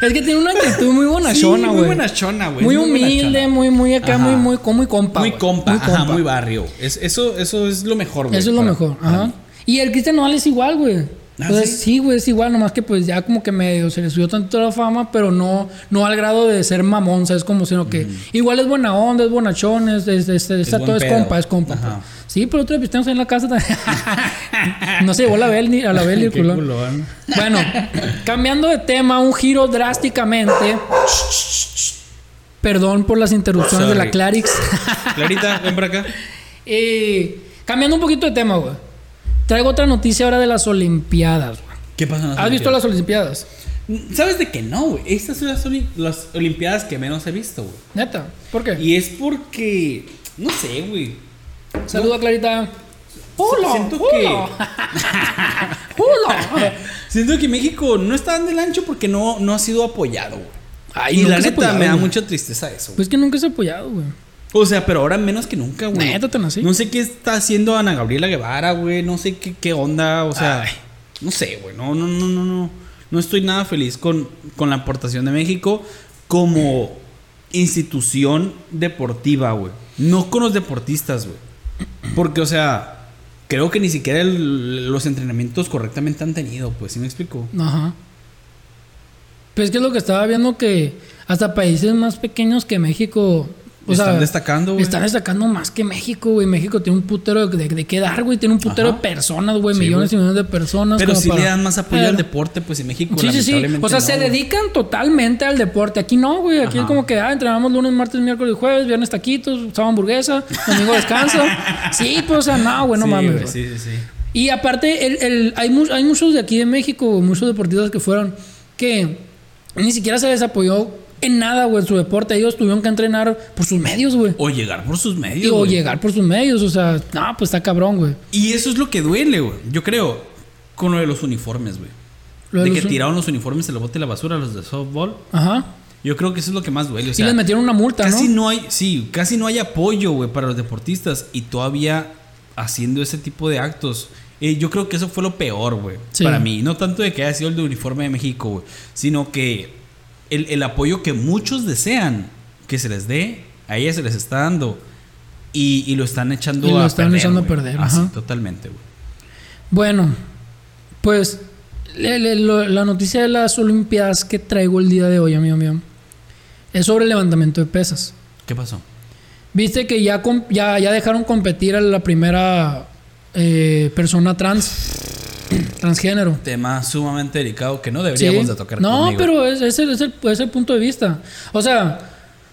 [SPEAKER 1] es que tiene una actitud muy bonachona,
[SPEAKER 2] Sí,
[SPEAKER 1] güey.
[SPEAKER 2] muy bonachona, güey.
[SPEAKER 1] Muy
[SPEAKER 2] Es muy
[SPEAKER 1] humilde,
[SPEAKER 2] bonachona.
[SPEAKER 1] muy, muy acá,
[SPEAKER 2] Ajá.
[SPEAKER 1] muy, muy, co- muy compa.
[SPEAKER 2] Muy
[SPEAKER 1] güey.
[SPEAKER 2] compa, ajá,
[SPEAKER 1] compa.
[SPEAKER 2] muy barrio. Es- eso, eso es lo mejor, güey.
[SPEAKER 1] Eso es lo
[SPEAKER 2] para-
[SPEAKER 1] mejor.
[SPEAKER 2] para
[SPEAKER 1] Ajá.
[SPEAKER 2] mí.
[SPEAKER 1] Y el Cristian Nodal es igual, güey.
[SPEAKER 2] Ah,
[SPEAKER 1] Entonces,
[SPEAKER 2] ¿sí?
[SPEAKER 1] sí, güey, es igual, nomás que pues ya como que medio se le subió tanto la fama, pero no, no al grado de ser mamón, ¿sabes? Como, sino que igual es buena onda, es bonachón, es, es, es- está
[SPEAKER 2] buen
[SPEAKER 1] todo es
[SPEAKER 2] pedo.
[SPEAKER 1] compa, es compa.
[SPEAKER 2] Ajá.
[SPEAKER 1] pues. Sí, pero otro pisteamos ahí en la casa también. no se llevó a la Bel ni a la Bel ni el
[SPEAKER 2] Qué
[SPEAKER 1] culón.
[SPEAKER 2] culón.
[SPEAKER 1] Bueno, cambiando de tema, un giro drásticamente. Perdón por las interrupciones de la
[SPEAKER 2] Sorry.
[SPEAKER 1] Clarix.
[SPEAKER 2] Clarita, ven para acá.
[SPEAKER 1] Eh, cambiando un poquito de tema, güey. Traigo otra noticia ahora de las Olimpiadas, güey.
[SPEAKER 2] ¿Qué pasa? en las
[SPEAKER 1] ¿Has visto
[SPEAKER 2] Olimpiadas?
[SPEAKER 1] las Olimpiadas?
[SPEAKER 2] ¿Sabes de qué no, güey? Estas son las, oli- las Olimpiadas que menos he visto, güey.
[SPEAKER 1] Neta, ¿por qué?
[SPEAKER 2] Y es porque. No sé, güey.
[SPEAKER 1] Saluda, Clarita. ¡Hola!
[SPEAKER 2] Siento
[SPEAKER 1] hola. ¡Hola!
[SPEAKER 2] Siento que México no está dando el ancho porque no, no ha sido apoyado, güey.
[SPEAKER 1] Ay,
[SPEAKER 2] y
[SPEAKER 1] nunca
[SPEAKER 2] la
[SPEAKER 1] es
[SPEAKER 2] neta
[SPEAKER 1] apoyado,
[SPEAKER 2] me da
[SPEAKER 1] güey.
[SPEAKER 2] mucha tristeza eso. güey.
[SPEAKER 1] Pues que nunca se ha apoyado, güey.
[SPEAKER 2] O sea, pero ahora menos que nunca, güey.
[SPEAKER 1] Neta, tan así.
[SPEAKER 2] No sé qué está haciendo Ana Gabriela Guevara, güey. No sé qué, qué onda. O sea,
[SPEAKER 1] Ay.
[SPEAKER 2] no sé, güey. No, no, no, no, no. No estoy nada feliz con, con la aportación de México como institución deportiva, güey. No con los deportistas, güey. Porque, o sea, creo que ni siquiera el- los entrenamientos correctamente han tenido, pues, ¿sí me explico?
[SPEAKER 1] Ajá. Pues que es lo que estaba viendo que hasta países más pequeños que México. O
[SPEAKER 2] Están
[SPEAKER 1] sea,
[SPEAKER 2] destacando, güey.
[SPEAKER 1] Están destacando más que México, güey. México tiene un putero de, de, de qué dar, güey. Tiene un putero
[SPEAKER 2] Ajá.
[SPEAKER 1] de personas, güey.
[SPEAKER 2] Sí,
[SPEAKER 1] millones
[SPEAKER 2] güey.
[SPEAKER 1] y millones de personas.
[SPEAKER 2] Pero
[SPEAKER 1] como
[SPEAKER 2] sí
[SPEAKER 1] para-
[SPEAKER 2] le dan más apoyo
[SPEAKER 1] Pero-
[SPEAKER 2] al deporte, pues, en México.
[SPEAKER 1] Sí, sí, sí. O sea,
[SPEAKER 2] lamentablemente
[SPEAKER 1] se
[SPEAKER 2] no, güey.
[SPEAKER 1] dedican totalmente al deporte. Aquí no, güey. Aquí
[SPEAKER 2] Ajá.
[SPEAKER 1] es como que, ah, entrenamos lunes, martes, miércoles, jueves, viernes taquitos, sábado hamburguesa, domingo descanso. sí, pues, o sea, no, güey, no
[SPEAKER 2] Sí,
[SPEAKER 1] mames.
[SPEAKER 2] güey,
[SPEAKER 1] güey.
[SPEAKER 2] Sí, sí, sí.
[SPEAKER 1] Y aparte, el, el- hay, mu- hay muchos de aquí de México, güey, muchos deportistas que fueron, que ni siquiera se les apoyó en nada, güey, en su deporte. Ellos tuvieron que entrenar por sus medios, güey.
[SPEAKER 2] O llegar por sus
[SPEAKER 1] Y-
[SPEAKER 2] medios.
[SPEAKER 1] O
[SPEAKER 2] güey.
[SPEAKER 1] llegar por sus medios, o sea, no, pues está cabrón, güey.
[SPEAKER 2] Y eso es lo que duele, güey. Yo creo. Con lo de los uniformes, güey.
[SPEAKER 1] Lo
[SPEAKER 2] De, que
[SPEAKER 1] los-
[SPEAKER 2] tiraron los uniformes, se los bote la basura a los de softball.
[SPEAKER 1] Ajá.
[SPEAKER 2] Yo creo que eso es lo que más duele. O sea,
[SPEAKER 1] y les metieron una multa,
[SPEAKER 2] casi
[SPEAKER 1] ¿no?
[SPEAKER 2] ¿no? hay. Sí, casi no hay apoyo, güey, para los deportistas. Y todavía haciendo ese tipo de actos. Eh, yo creo que eso fue lo peor, güey.
[SPEAKER 1] Sí.
[SPEAKER 2] Para mí. No tanto de que haya sido el de uniforme de México, güey. Sino que el, el apoyo que muchos desean que se les dé, a ellas se les está dando. Y, y lo están echando
[SPEAKER 1] Y lo
[SPEAKER 2] a
[SPEAKER 1] están
[SPEAKER 2] perder.
[SPEAKER 1] echando a
[SPEAKER 2] güey.
[SPEAKER 1] perder,
[SPEAKER 2] Así,
[SPEAKER 1] ajá.
[SPEAKER 2] totalmente, güey.
[SPEAKER 1] Bueno, pues le- le- lo- la noticia de las Olimpiadas que traigo el día de hoy, amigo mío, es sobre el levantamiento de pesas.
[SPEAKER 2] ¿Qué pasó?
[SPEAKER 1] Viste que ya, com- ya, ya dejaron competir a la primera eh, persona trans, transgénero.
[SPEAKER 2] tema sumamente delicado que no deberíamos
[SPEAKER 1] Sí.
[SPEAKER 2] de tocar.
[SPEAKER 1] No,
[SPEAKER 2] conmigo.
[SPEAKER 1] pero es, es el, es el- es el punto de vista. O sea,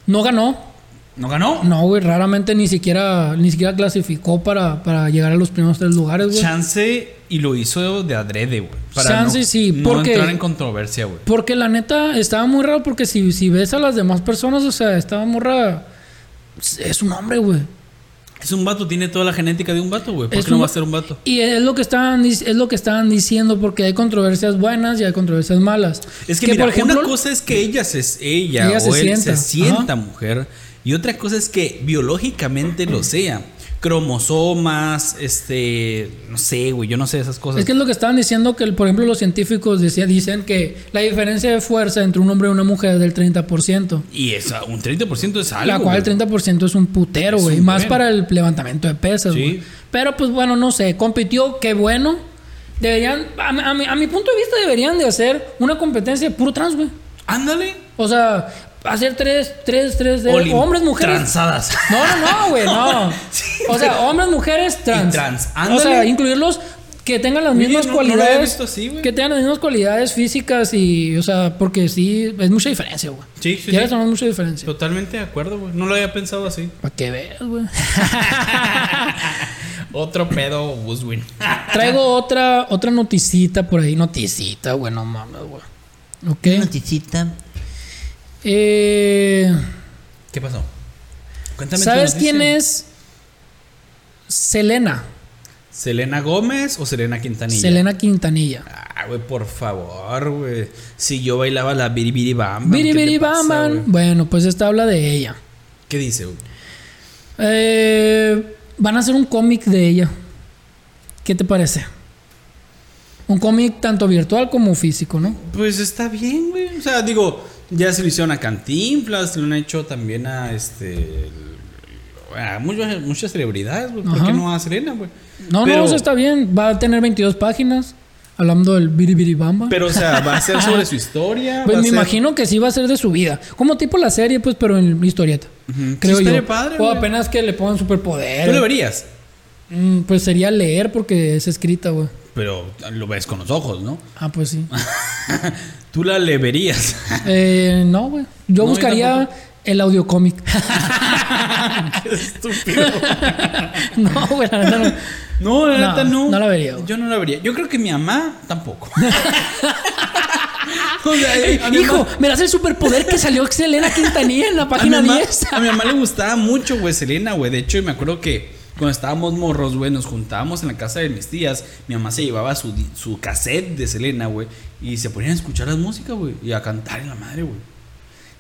[SPEAKER 1] no ganó.
[SPEAKER 2] ¿No ganó?
[SPEAKER 1] No, güey, raramente ni siquiera, ni siquiera clasificó para, para llegar a los primeros tres lugares, güey.
[SPEAKER 2] Chance y lo hizo de adrede, güey. Para
[SPEAKER 1] Chance,
[SPEAKER 2] no,
[SPEAKER 1] sí,
[SPEAKER 2] no
[SPEAKER 1] porque-
[SPEAKER 2] entrar en controversia, güey.
[SPEAKER 1] Porque la neta estaba muy raro porque si, si ves a las demás personas, o sea, estaba morra es un hombre, güey.
[SPEAKER 2] Es un vato, tiene toda la genética de un vato, güey. ¿Por
[SPEAKER 1] Es
[SPEAKER 2] qué no
[SPEAKER 1] un-
[SPEAKER 2] va a ser un vato?
[SPEAKER 1] Y es lo que estaban dic- es lo que estaban diciendo porque hay controversias buenas y hay controversias malas.
[SPEAKER 2] Es que, mira, una cosa es que ella se, ella
[SPEAKER 1] Ella
[SPEAKER 2] o
[SPEAKER 1] se
[SPEAKER 2] él
[SPEAKER 1] sienta.
[SPEAKER 2] se sienta
[SPEAKER 1] Ajá.
[SPEAKER 2] mujer y otra cosa es que biológicamente lo sea. Cromosomas, este, no sé, güey, yo no sé esas cosas.
[SPEAKER 1] es que es lo que estaban diciendo que, por ejemplo, los científicos decía- dicen que la diferencia de fuerza entre un hombre y una mujer es del 30%.
[SPEAKER 2] Y esa, un 30% es algo.
[SPEAKER 1] La cual el
[SPEAKER 2] güey.
[SPEAKER 1] 30% es un putero,
[SPEAKER 2] Es
[SPEAKER 1] güey.
[SPEAKER 2] un
[SPEAKER 1] Más
[SPEAKER 2] buen.
[SPEAKER 1] para el levantamiento de pesas,
[SPEAKER 2] Sí.
[SPEAKER 1] güey. Pero pues bueno, no sé. Compitió, qué bueno. Deberían, a, mi- a mi, a mi punto de vista, deberían de hacer una competencia de puro trans, güey.
[SPEAKER 2] Ándale.
[SPEAKER 1] O sea, hacer tres, tres, tres de
[SPEAKER 2] Olim-
[SPEAKER 1] hombres, mujeres.
[SPEAKER 2] Transadas.
[SPEAKER 1] No, no, no, güey, no.
[SPEAKER 2] Sí,
[SPEAKER 1] o sea, hombres, mujeres, trans.
[SPEAKER 2] Y trans,
[SPEAKER 1] O sea,
[SPEAKER 2] ándale.
[SPEAKER 1] incluirlos que tengan las
[SPEAKER 2] Oye,
[SPEAKER 1] mismas
[SPEAKER 2] no- no lo había
[SPEAKER 1] cualidades.
[SPEAKER 2] visto así, güey.
[SPEAKER 1] que tengan las mismas cualidades físicas y, o sea, porque sí, es mucha diferencia, güey.
[SPEAKER 2] Sí, sí,
[SPEAKER 1] Quieras
[SPEAKER 2] sí.
[SPEAKER 1] o no, es mucha diferencia.
[SPEAKER 2] Totalmente de acuerdo, güey. No lo había pensado así.
[SPEAKER 1] Para que veas, güey.
[SPEAKER 2] Otro pedo, Buswin.
[SPEAKER 1] Traigo otra, otra noticita por ahí. Noticita, güey, no mames, güey. Ok.
[SPEAKER 3] Noticita.
[SPEAKER 1] Eh,
[SPEAKER 2] ¿Qué pasó? Cuéntame. tu
[SPEAKER 1] ¿Sabes
[SPEAKER 2] noticia.
[SPEAKER 1] quién es? Selena.
[SPEAKER 2] ¿Selena Gómez o Selena Quintanilla?
[SPEAKER 1] Selena Quintanilla.
[SPEAKER 2] Ah, güey, por favor, güey. Si yo bailaba la biribiri bam.
[SPEAKER 1] Biri biri bam, bam. Bueno, pues esta habla de ella.
[SPEAKER 2] ¿Qué dice, güey?
[SPEAKER 1] Eh, van a hacer un cómic de ella. ¿Qué te parece? Un cómic tanto virtual como físico, ¿no?
[SPEAKER 2] Pues está bien, güey. O sea, digo, ya se lo hicieron a Cantinflas, lo han hecho también a este. A muchas, muchas celebridades, güey. ¿Por
[SPEAKER 1] Ajá.
[SPEAKER 2] qué no a Selena, güey?
[SPEAKER 1] No,
[SPEAKER 2] Pero-
[SPEAKER 1] no, eso está bien. Va a tener 22 páginas hablando del biribiribamba.
[SPEAKER 2] Pero, o sea, va a ser sobre su historia.
[SPEAKER 1] Pues
[SPEAKER 2] va a
[SPEAKER 1] me
[SPEAKER 2] ser-
[SPEAKER 1] imagino que sí va a ser de su vida. Como tipo la serie, pues, pero en historieta. Creo
[SPEAKER 2] Sí,
[SPEAKER 1] yo.
[SPEAKER 2] estaría padre,
[SPEAKER 1] o
[SPEAKER 2] güey.
[SPEAKER 1] apenas que le pongan
[SPEAKER 2] Tú lo
[SPEAKER 1] superpoder.
[SPEAKER 2] verías.
[SPEAKER 1] Mm, pues sería leer porque es escrita, güey.
[SPEAKER 2] Pero lo ves con los ojos, ¿no?
[SPEAKER 1] Ah, pues sí.
[SPEAKER 2] Tú la le verías.
[SPEAKER 1] Eh, no, güey. Yo
[SPEAKER 2] No, yo
[SPEAKER 1] buscaría el audiocómic.
[SPEAKER 2] Qué estúpido.
[SPEAKER 1] no, güey, la neta no.
[SPEAKER 2] No, la
[SPEAKER 1] No,
[SPEAKER 2] neta no.
[SPEAKER 1] no la vería, güey.
[SPEAKER 2] Yo no la vería. Yo creo que mi mamá tampoco. O sea, eh, a mi
[SPEAKER 1] Hijo,
[SPEAKER 2] mamá-
[SPEAKER 1] me das el superpoder que salió Selena Quintanilla en la
[SPEAKER 2] a mi
[SPEAKER 1] página
[SPEAKER 2] mamá-
[SPEAKER 1] 10.
[SPEAKER 2] A mi mamá le gustaba mucho, güey, Selena, güey. De hecho, me acuerdo que Cuando estábamos morros, güey, nos juntábamos en la casa de mis tías. Mi mamá se llevaba su, di- su cassette de Selena, güey. Y se ponían a escuchar la música, güey. Y a cantar en la madre, güey.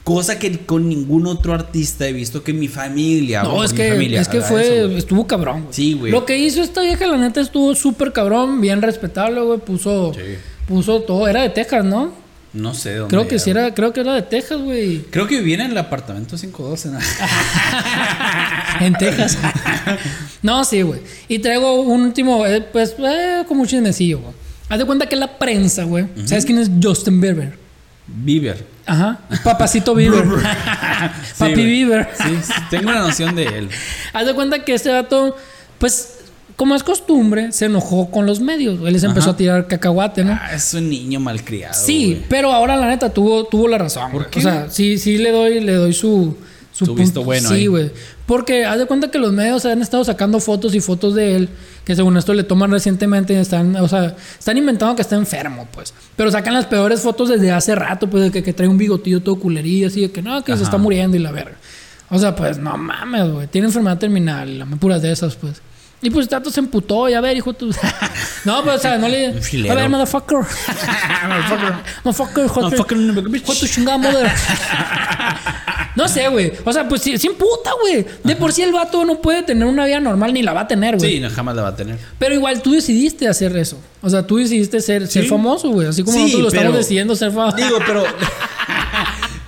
[SPEAKER 2] Cosa que con ningún otro artista he visto que mi familia.
[SPEAKER 1] No,
[SPEAKER 2] güey,
[SPEAKER 1] es
[SPEAKER 2] mi
[SPEAKER 1] que,
[SPEAKER 2] familia
[SPEAKER 1] es que
[SPEAKER 2] haga
[SPEAKER 1] fue,
[SPEAKER 2] eso, güey.
[SPEAKER 1] estuvo cabrón, güey.
[SPEAKER 2] Sí, güey.
[SPEAKER 1] Lo que hizo esta vieja, la neta, estuvo súper cabrón, bien respetable, güey. Puso,
[SPEAKER 2] Sí.
[SPEAKER 1] puso todo. Era de Texas, ¿no?
[SPEAKER 2] No sé dónde.
[SPEAKER 1] Creo que sí
[SPEAKER 2] güey.
[SPEAKER 1] era, creo que era de Texas, güey.
[SPEAKER 2] Creo que vivía en el apartamento 512. ¿no?
[SPEAKER 1] En Texas. no, sí, güey. Y traigo un último, eh, pues, eh, como un chismecillo, güey. Haz de cuenta que la prensa, güey. ¿Sabes quién es Justin Bieber?
[SPEAKER 2] Bieber.
[SPEAKER 1] Ajá. Papacito Bieber.
[SPEAKER 2] Sí,
[SPEAKER 1] Papi
[SPEAKER 2] güey.
[SPEAKER 1] Bieber.
[SPEAKER 2] Sí, sí, tengo una noción de él.
[SPEAKER 1] Haz de cuenta que este vato, pues, como es costumbre, se enojó con los medios. güey. Él les empezó
[SPEAKER 2] Ajá.
[SPEAKER 1] a tirar cacahuate, ¿no?
[SPEAKER 2] Ah, es un niño malcriado.
[SPEAKER 1] sí,
[SPEAKER 2] güey.
[SPEAKER 1] pero ahora la neta tuvo, tuvo la razón. güey.
[SPEAKER 2] qué?
[SPEAKER 1] O sea, sí, sí le doy, le doy su. Su
[SPEAKER 2] Su visto bueno ahí.
[SPEAKER 1] Sí, güey. Porque haz de cuenta que los medios han estado sacando fotos y fotos de él, que según esto le toman recientemente y están, o sea, están inventando que está enfermo, pues. Pero sacan las peores fotos desde hace rato, pues, de que, que trae un bigotillo todo culería, así de que no, que se
[SPEAKER 2] Ajá.
[SPEAKER 1] está muriendo y la verga. O sea, pues no mames, güey. Tiene enfermedad terminal, y la puras de esas, pues. Y pues Tato se emputó y a ver, hijo tú. no, pues, o sea, no le.
[SPEAKER 2] Un filero.
[SPEAKER 1] A ver, motherfucker. motherfucker, hijo de- hijo de tu chingada madre. No sé, güey. O sea, pues sí, sin puta, güey. De por sí el vato no puede tener una vida normal ni la va a tener, güey.
[SPEAKER 2] Sí, no, jamás la va a tener.
[SPEAKER 1] Pero igual tú decidiste hacer eso. O sea, tú decidiste ser, ser
[SPEAKER 2] Sí.
[SPEAKER 1] famoso, güey. Así como
[SPEAKER 2] Sí,
[SPEAKER 1] nosotros lo
[SPEAKER 2] pero-
[SPEAKER 1] estamos decidiendo ser famoso.
[SPEAKER 2] Digo, pero.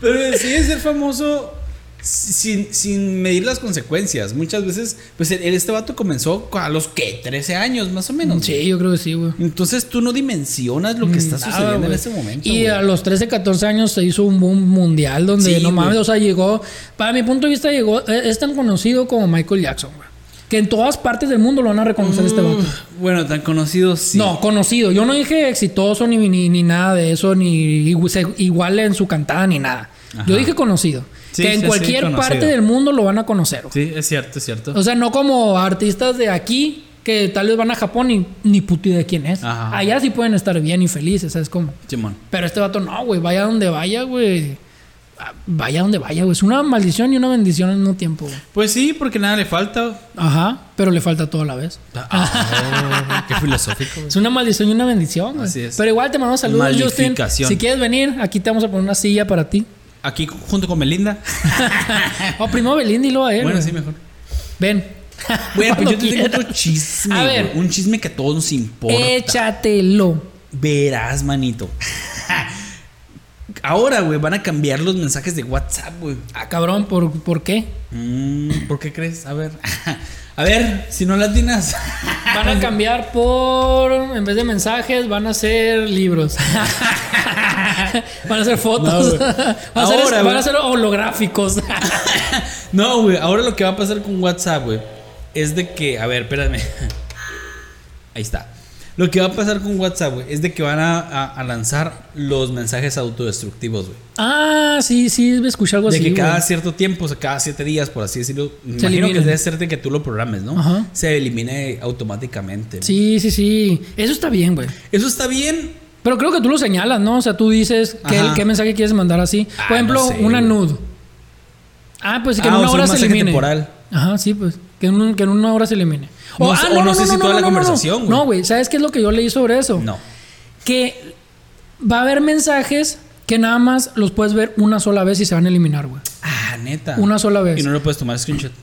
[SPEAKER 2] pero si es ser famoso sin, sin medir las consecuencias. Muchas veces, pues el- este vato comenzó a los que 13 años, más o menos.
[SPEAKER 1] Sí, yo creo que sí, güey.
[SPEAKER 2] Entonces tú no dimensionas lo que está
[SPEAKER 1] Nada,
[SPEAKER 2] sucediendo en
[SPEAKER 1] güey.
[SPEAKER 2] ese momento.
[SPEAKER 1] Y
[SPEAKER 2] güey.
[SPEAKER 1] a los 13, 14 años se hizo un boom mundial donde
[SPEAKER 2] Sí,
[SPEAKER 1] no mames,
[SPEAKER 2] güey.
[SPEAKER 1] o sea, llegó. Para mi punto de vista, llegó. eh, Es tan conocido como Michael Jackson, güey. Que en todas partes del mundo lo van a reconocer este
[SPEAKER 2] Mm.
[SPEAKER 1] vato.
[SPEAKER 2] Bueno, tan conocidos sí.
[SPEAKER 1] No, conocido. Yo no dije exitoso ni, ni, ni nada de eso, ni igu- se- igual en su cantada, ni nada. Yo dije conocido.
[SPEAKER 2] Sí,
[SPEAKER 1] que en
[SPEAKER 2] sí, sí,
[SPEAKER 1] cualquier
[SPEAKER 2] conocido.
[SPEAKER 1] parte del mundo lo van a conocer. güey.
[SPEAKER 2] Sí, es cierto, es cierto.
[SPEAKER 1] O sea, no como artistas de aquí que tal vez van a Japón y ni puta idea de quién es.
[SPEAKER 2] Ajá.
[SPEAKER 1] Allá sí pueden estar bien y felices, ¿sabes cómo?
[SPEAKER 2] Simón.
[SPEAKER 1] Pero este vato no, güey. Vaya donde vaya, güey. Ah, Vaya donde vaya, güey. Es una maldición y una bendición al mismo tiempo, güey.
[SPEAKER 2] Pues sí, porque nada le falta.
[SPEAKER 1] Ajá, pero le falta todo a la vez.
[SPEAKER 2] Ah, qué filosófico.
[SPEAKER 1] Es una maldición y una bendición. güey.
[SPEAKER 2] Así es.
[SPEAKER 1] Pero igual te mandamos saludos, Justin.
[SPEAKER 2] Malificación.
[SPEAKER 1] Si quieres venir, aquí te vamos a poner una silla para ti.
[SPEAKER 2] Aquí junto con Belinda.
[SPEAKER 1] O primo Belinda y luego a él.
[SPEAKER 2] Bueno,
[SPEAKER 1] güey.
[SPEAKER 2] sí, mejor.
[SPEAKER 1] Ven.
[SPEAKER 2] Bueno, pues yo te tengo
[SPEAKER 1] Cuando
[SPEAKER 2] otro
[SPEAKER 1] quieras.
[SPEAKER 2] chisme.
[SPEAKER 1] A ver.
[SPEAKER 2] güey. Un chisme que a todos nos importa.
[SPEAKER 1] Échatelo.
[SPEAKER 2] Verás, manito. Ahora, güey, van a cambiar los mensajes de WhatsApp, güey.
[SPEAKER 1] Ah, cabrón, ¿por, ¿por qué?
[SPEAKER 2] Mm, ¿Por qué crees? A ver. A ver, si no latinas.
[SPEAKER 1] Van a cambiar por. En vez de mensajes, van a ser libros. van a ser
[SPEAKER 2] No,
[SPEAKER 1] fotos.
[SPEAKER 2] güey.
[SPEAKER 1] van, a ser,
[SPEAKER 2] Ahora,
[SPEAKER 1] van
[SPEAKER 2] güey.
[SPEAKER 1] a ser holográficos.
[SPEAKER 2] No, güey, ahora lo que va a pasar con WhatsApp, güey, es de que, a ver, espérame. Ahí está. Lo que va a pasar con WhatsApp, güey, es de que van a, a- a lanzar los mensajes autodestructivos, güey.
[SPEAKER 1] ah, sí, Pues sí, escuché algo
[SPEAKER 2] de
[SPEAKER 1] así.
[SPEAKER 2] que cada
[SPEAKER 1] güey.
[SPEAKER 2] cierto tiempo, o sea, cada siete días, por así decirlo, me imagino que
[SPEAKER 1] eliminan.
[SPEAKER 2] debe ser de que tú lo programes, ¿no?
[SPEAKER 1] Ajá.
[SPEAKER 2] Se elimine automáticamente.
[SPEAKER 1] Sí, sí, sí. Eso está bien, güey.
[SPEAKER 2] Eso está bien.
[SPEAKER 1] Pero creo que tú lo señalas, ¿no? O sea, tú dices qué,
[SPEAKER 2] Ajá.
[SPEAKER 1] qué mensaje quieres mandar así.
[SPEAKER 2] Ah,
[SPEAKER 1] Por ejemplo,
[SPEAKER 2] no sé,
[SPEAKER 1] una
[SPEAKER 2] güey.
[SPEAKER 1] nude. Ah, pues que en
[SPEAKER 2] Ah, o
[SPEAKER 1] una
[SPEAKER 2] sea, un
[SPEAKER 1] hora se
[SPEAKER 2] mensaje
[SPEAKER 1] elimine.
[SPEAKER 2] temporal.
[SPEAKER 1] Ajá, sí, pues. Que en, un- que en una hora se elimine. ah,
[SPEAKER 2] No sé- o no sé si toda la conversación, güey.
[SPEAKER 1] No, güey. ¿Sabes qué es lo que yo leí sobre eso?
[SPEAKER 2] No.
[SPEAKER 1] Que va a haber mensajes que nada más los puedes ver una sola vez y se van a eliminar, güey.
[SPEAKER 2] Ah, neta.
[SPEAKER 1] Una sola vez.
[SPEAKER 2] Y no lo puedes tomar screenshot.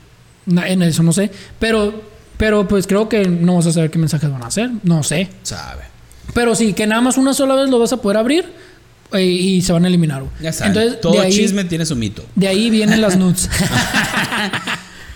[SPEAKER 1] Na- En eso no sé. Pero, pero pues creo que no vas a saber qué mensajes van a hacer. No sé.
[SPEAKER 2] Sabe.
[SPEAKER 1] Pero sí, que nada más una sola vez lo vas a poder abrir eh, y se van a eliminar. güey.
[SPEAKER 2] Ya sabes. todo
[SPEAKER 1] de ahí,
[SPEAKER 2] chisme tiene su mito.
[SPEAKER 1] De ahí vienen las nudes.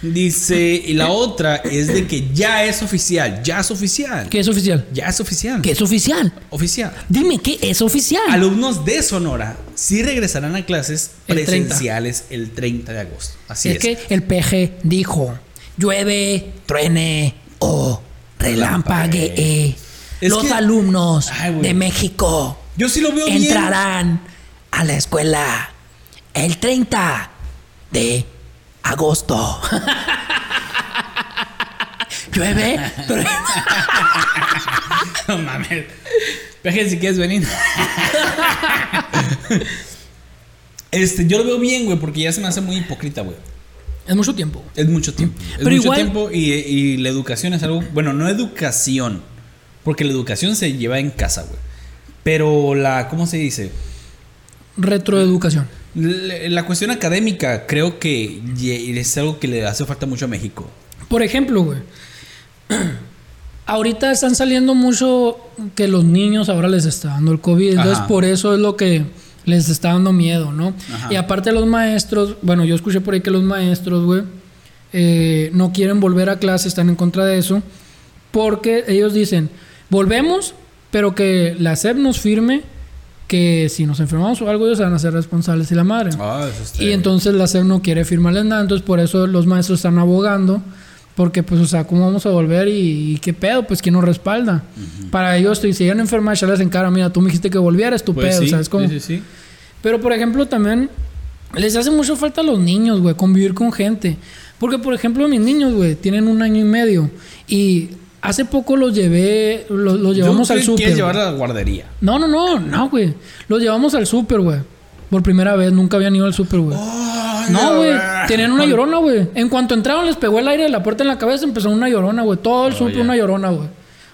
[SPEAKER 2] Dice, y la otra es de que ya es oficial, ya es oficial.
[SPEAKER 1] ¿Qué es oficial?
[SPEAKER 2] Ya es oficial.
[SPEAKER 1] ¿Qué Ah. es oficial?
[SPEAKER 2] Oficial.
[SPEAKER 1] Dime, ¿qué es oficial?
[SPEAKER 2] Alumnos de Sonora sí regresarán a clases
[SPEAKER 1] El 30.
[SPEAKER 2] presenciales el 30 de agosto. Así
[SPEAKER 1] es,
[SPEAKER 2] es.
[SPEAKER 1] que el PG dijo: llueve, truene o relámpague. eh.
[SPEAKER 2] Es
[SPEAKER 1] Los
[SPEAKER 2] que-
[SPEAKER 1] alumnos
[SPEAKER 2] Ay, güey.
[SPEAKER 1] de México
[SPEAKER 2] Yo sí lo veo bien.
[SPEAKER 1] entrarán a la escuela el 30 de agosto. Llueve, truena.
[SPEAKER 2] No mames. Peje, si quieres venir. Este, yo lo veo bien, güey, porque ya se me hace muy hipócrita, güey.
[SPEAKER 1] Es mucho tiempo.
[SPEAKER 2] Es mucho tiempo. Es
[SPEAKER 1] Pero
[SPEAKER 2] mucho
[SPEAKER 1] igual-
[SPEAKER 2] tiempo y, y la educación es algo. Bueno, no educación. Porque la educación se lleva en casa, güey. Pero la. ¿Cómo se dice?
[SPEAKER 1] Retroeducación.
[SPEAKER 2] La, la cuestión académica creo que ye- es algo que le hace falta mucho a México.
[SPEAKER 1] Por ejemplo, güey. Ahorita están saliendo mucho que los niños ahora les está dando el COVID. Entonces,
[SPEAKER 2] Ajá.
[SPEAKER 1] por eso es lo que les está dando miedo, ¿no?
[SPEAKER 2] Ajá.
[SPEAKER 1] Y aparte los maestros, bueno, yo escuché por ahí que los maestros, güey, eh, no quieren volver a clase, están en contra de eso, porque ellos dicen, volvemos, pero que la SEP nos firme que si nos enfermamos o algo, ellos se van a ser responsables y la madre.
[SPEAKER 2] Ah, eso está-
[SPEAKER 1] Y entonces la SEP no quiere firmarles nada, entonces por eso los maestros están abogando, porque pues, o sea, ¿cómo vamos a volver y, y qué pedo? Pues ¿quién nos respalda? Para ellos, si llegan a enfermar, ya les encara, mira, tú me dijiste que volvieras, tu
[SPEAKER 2] Pues
[SPEAKER 1] pedo,
[SPEAKER 2] sí,
[SPEAKER 1] ¿sabes cómo?
[SPEAKER 2] sí, sí, sí.
[SPEAKER 1] Pero por ejemplo, también les hace mucho falta a los niños, güey, convivir con gente. Porque por ejemplo, mis niños, güey, tienen un año y medio y hace poco los llevé, los, los
[SPEAKER 2] Yo
[SPEAKER 1] llevamos
[SPEAKER 2] creo
[SPEAKER 1] al
[SPEAKER 2] que
[SPEAKER 1] súper.
[SPEAKER 2] Quieres llevar
[SPEAKER 1] güey.
[SPEAKER 2] a la guardería.
[SPEAKER 1] No, no, no, no, güey. Los llevamos al súper, güey. Por primera vez, nunca habían ido al súper, güey.
[SPEAKER 2] Oh,
[SPEAKER 1] No, güey. Tenían una llorona, güey. En cuanto entraron, les pegó el aire de la puerta en la cabeza, empezó una llorona, güey. Todo el súper,
[SPEAKER 2] ya.
[SPEAKER 1] una llorona, güey.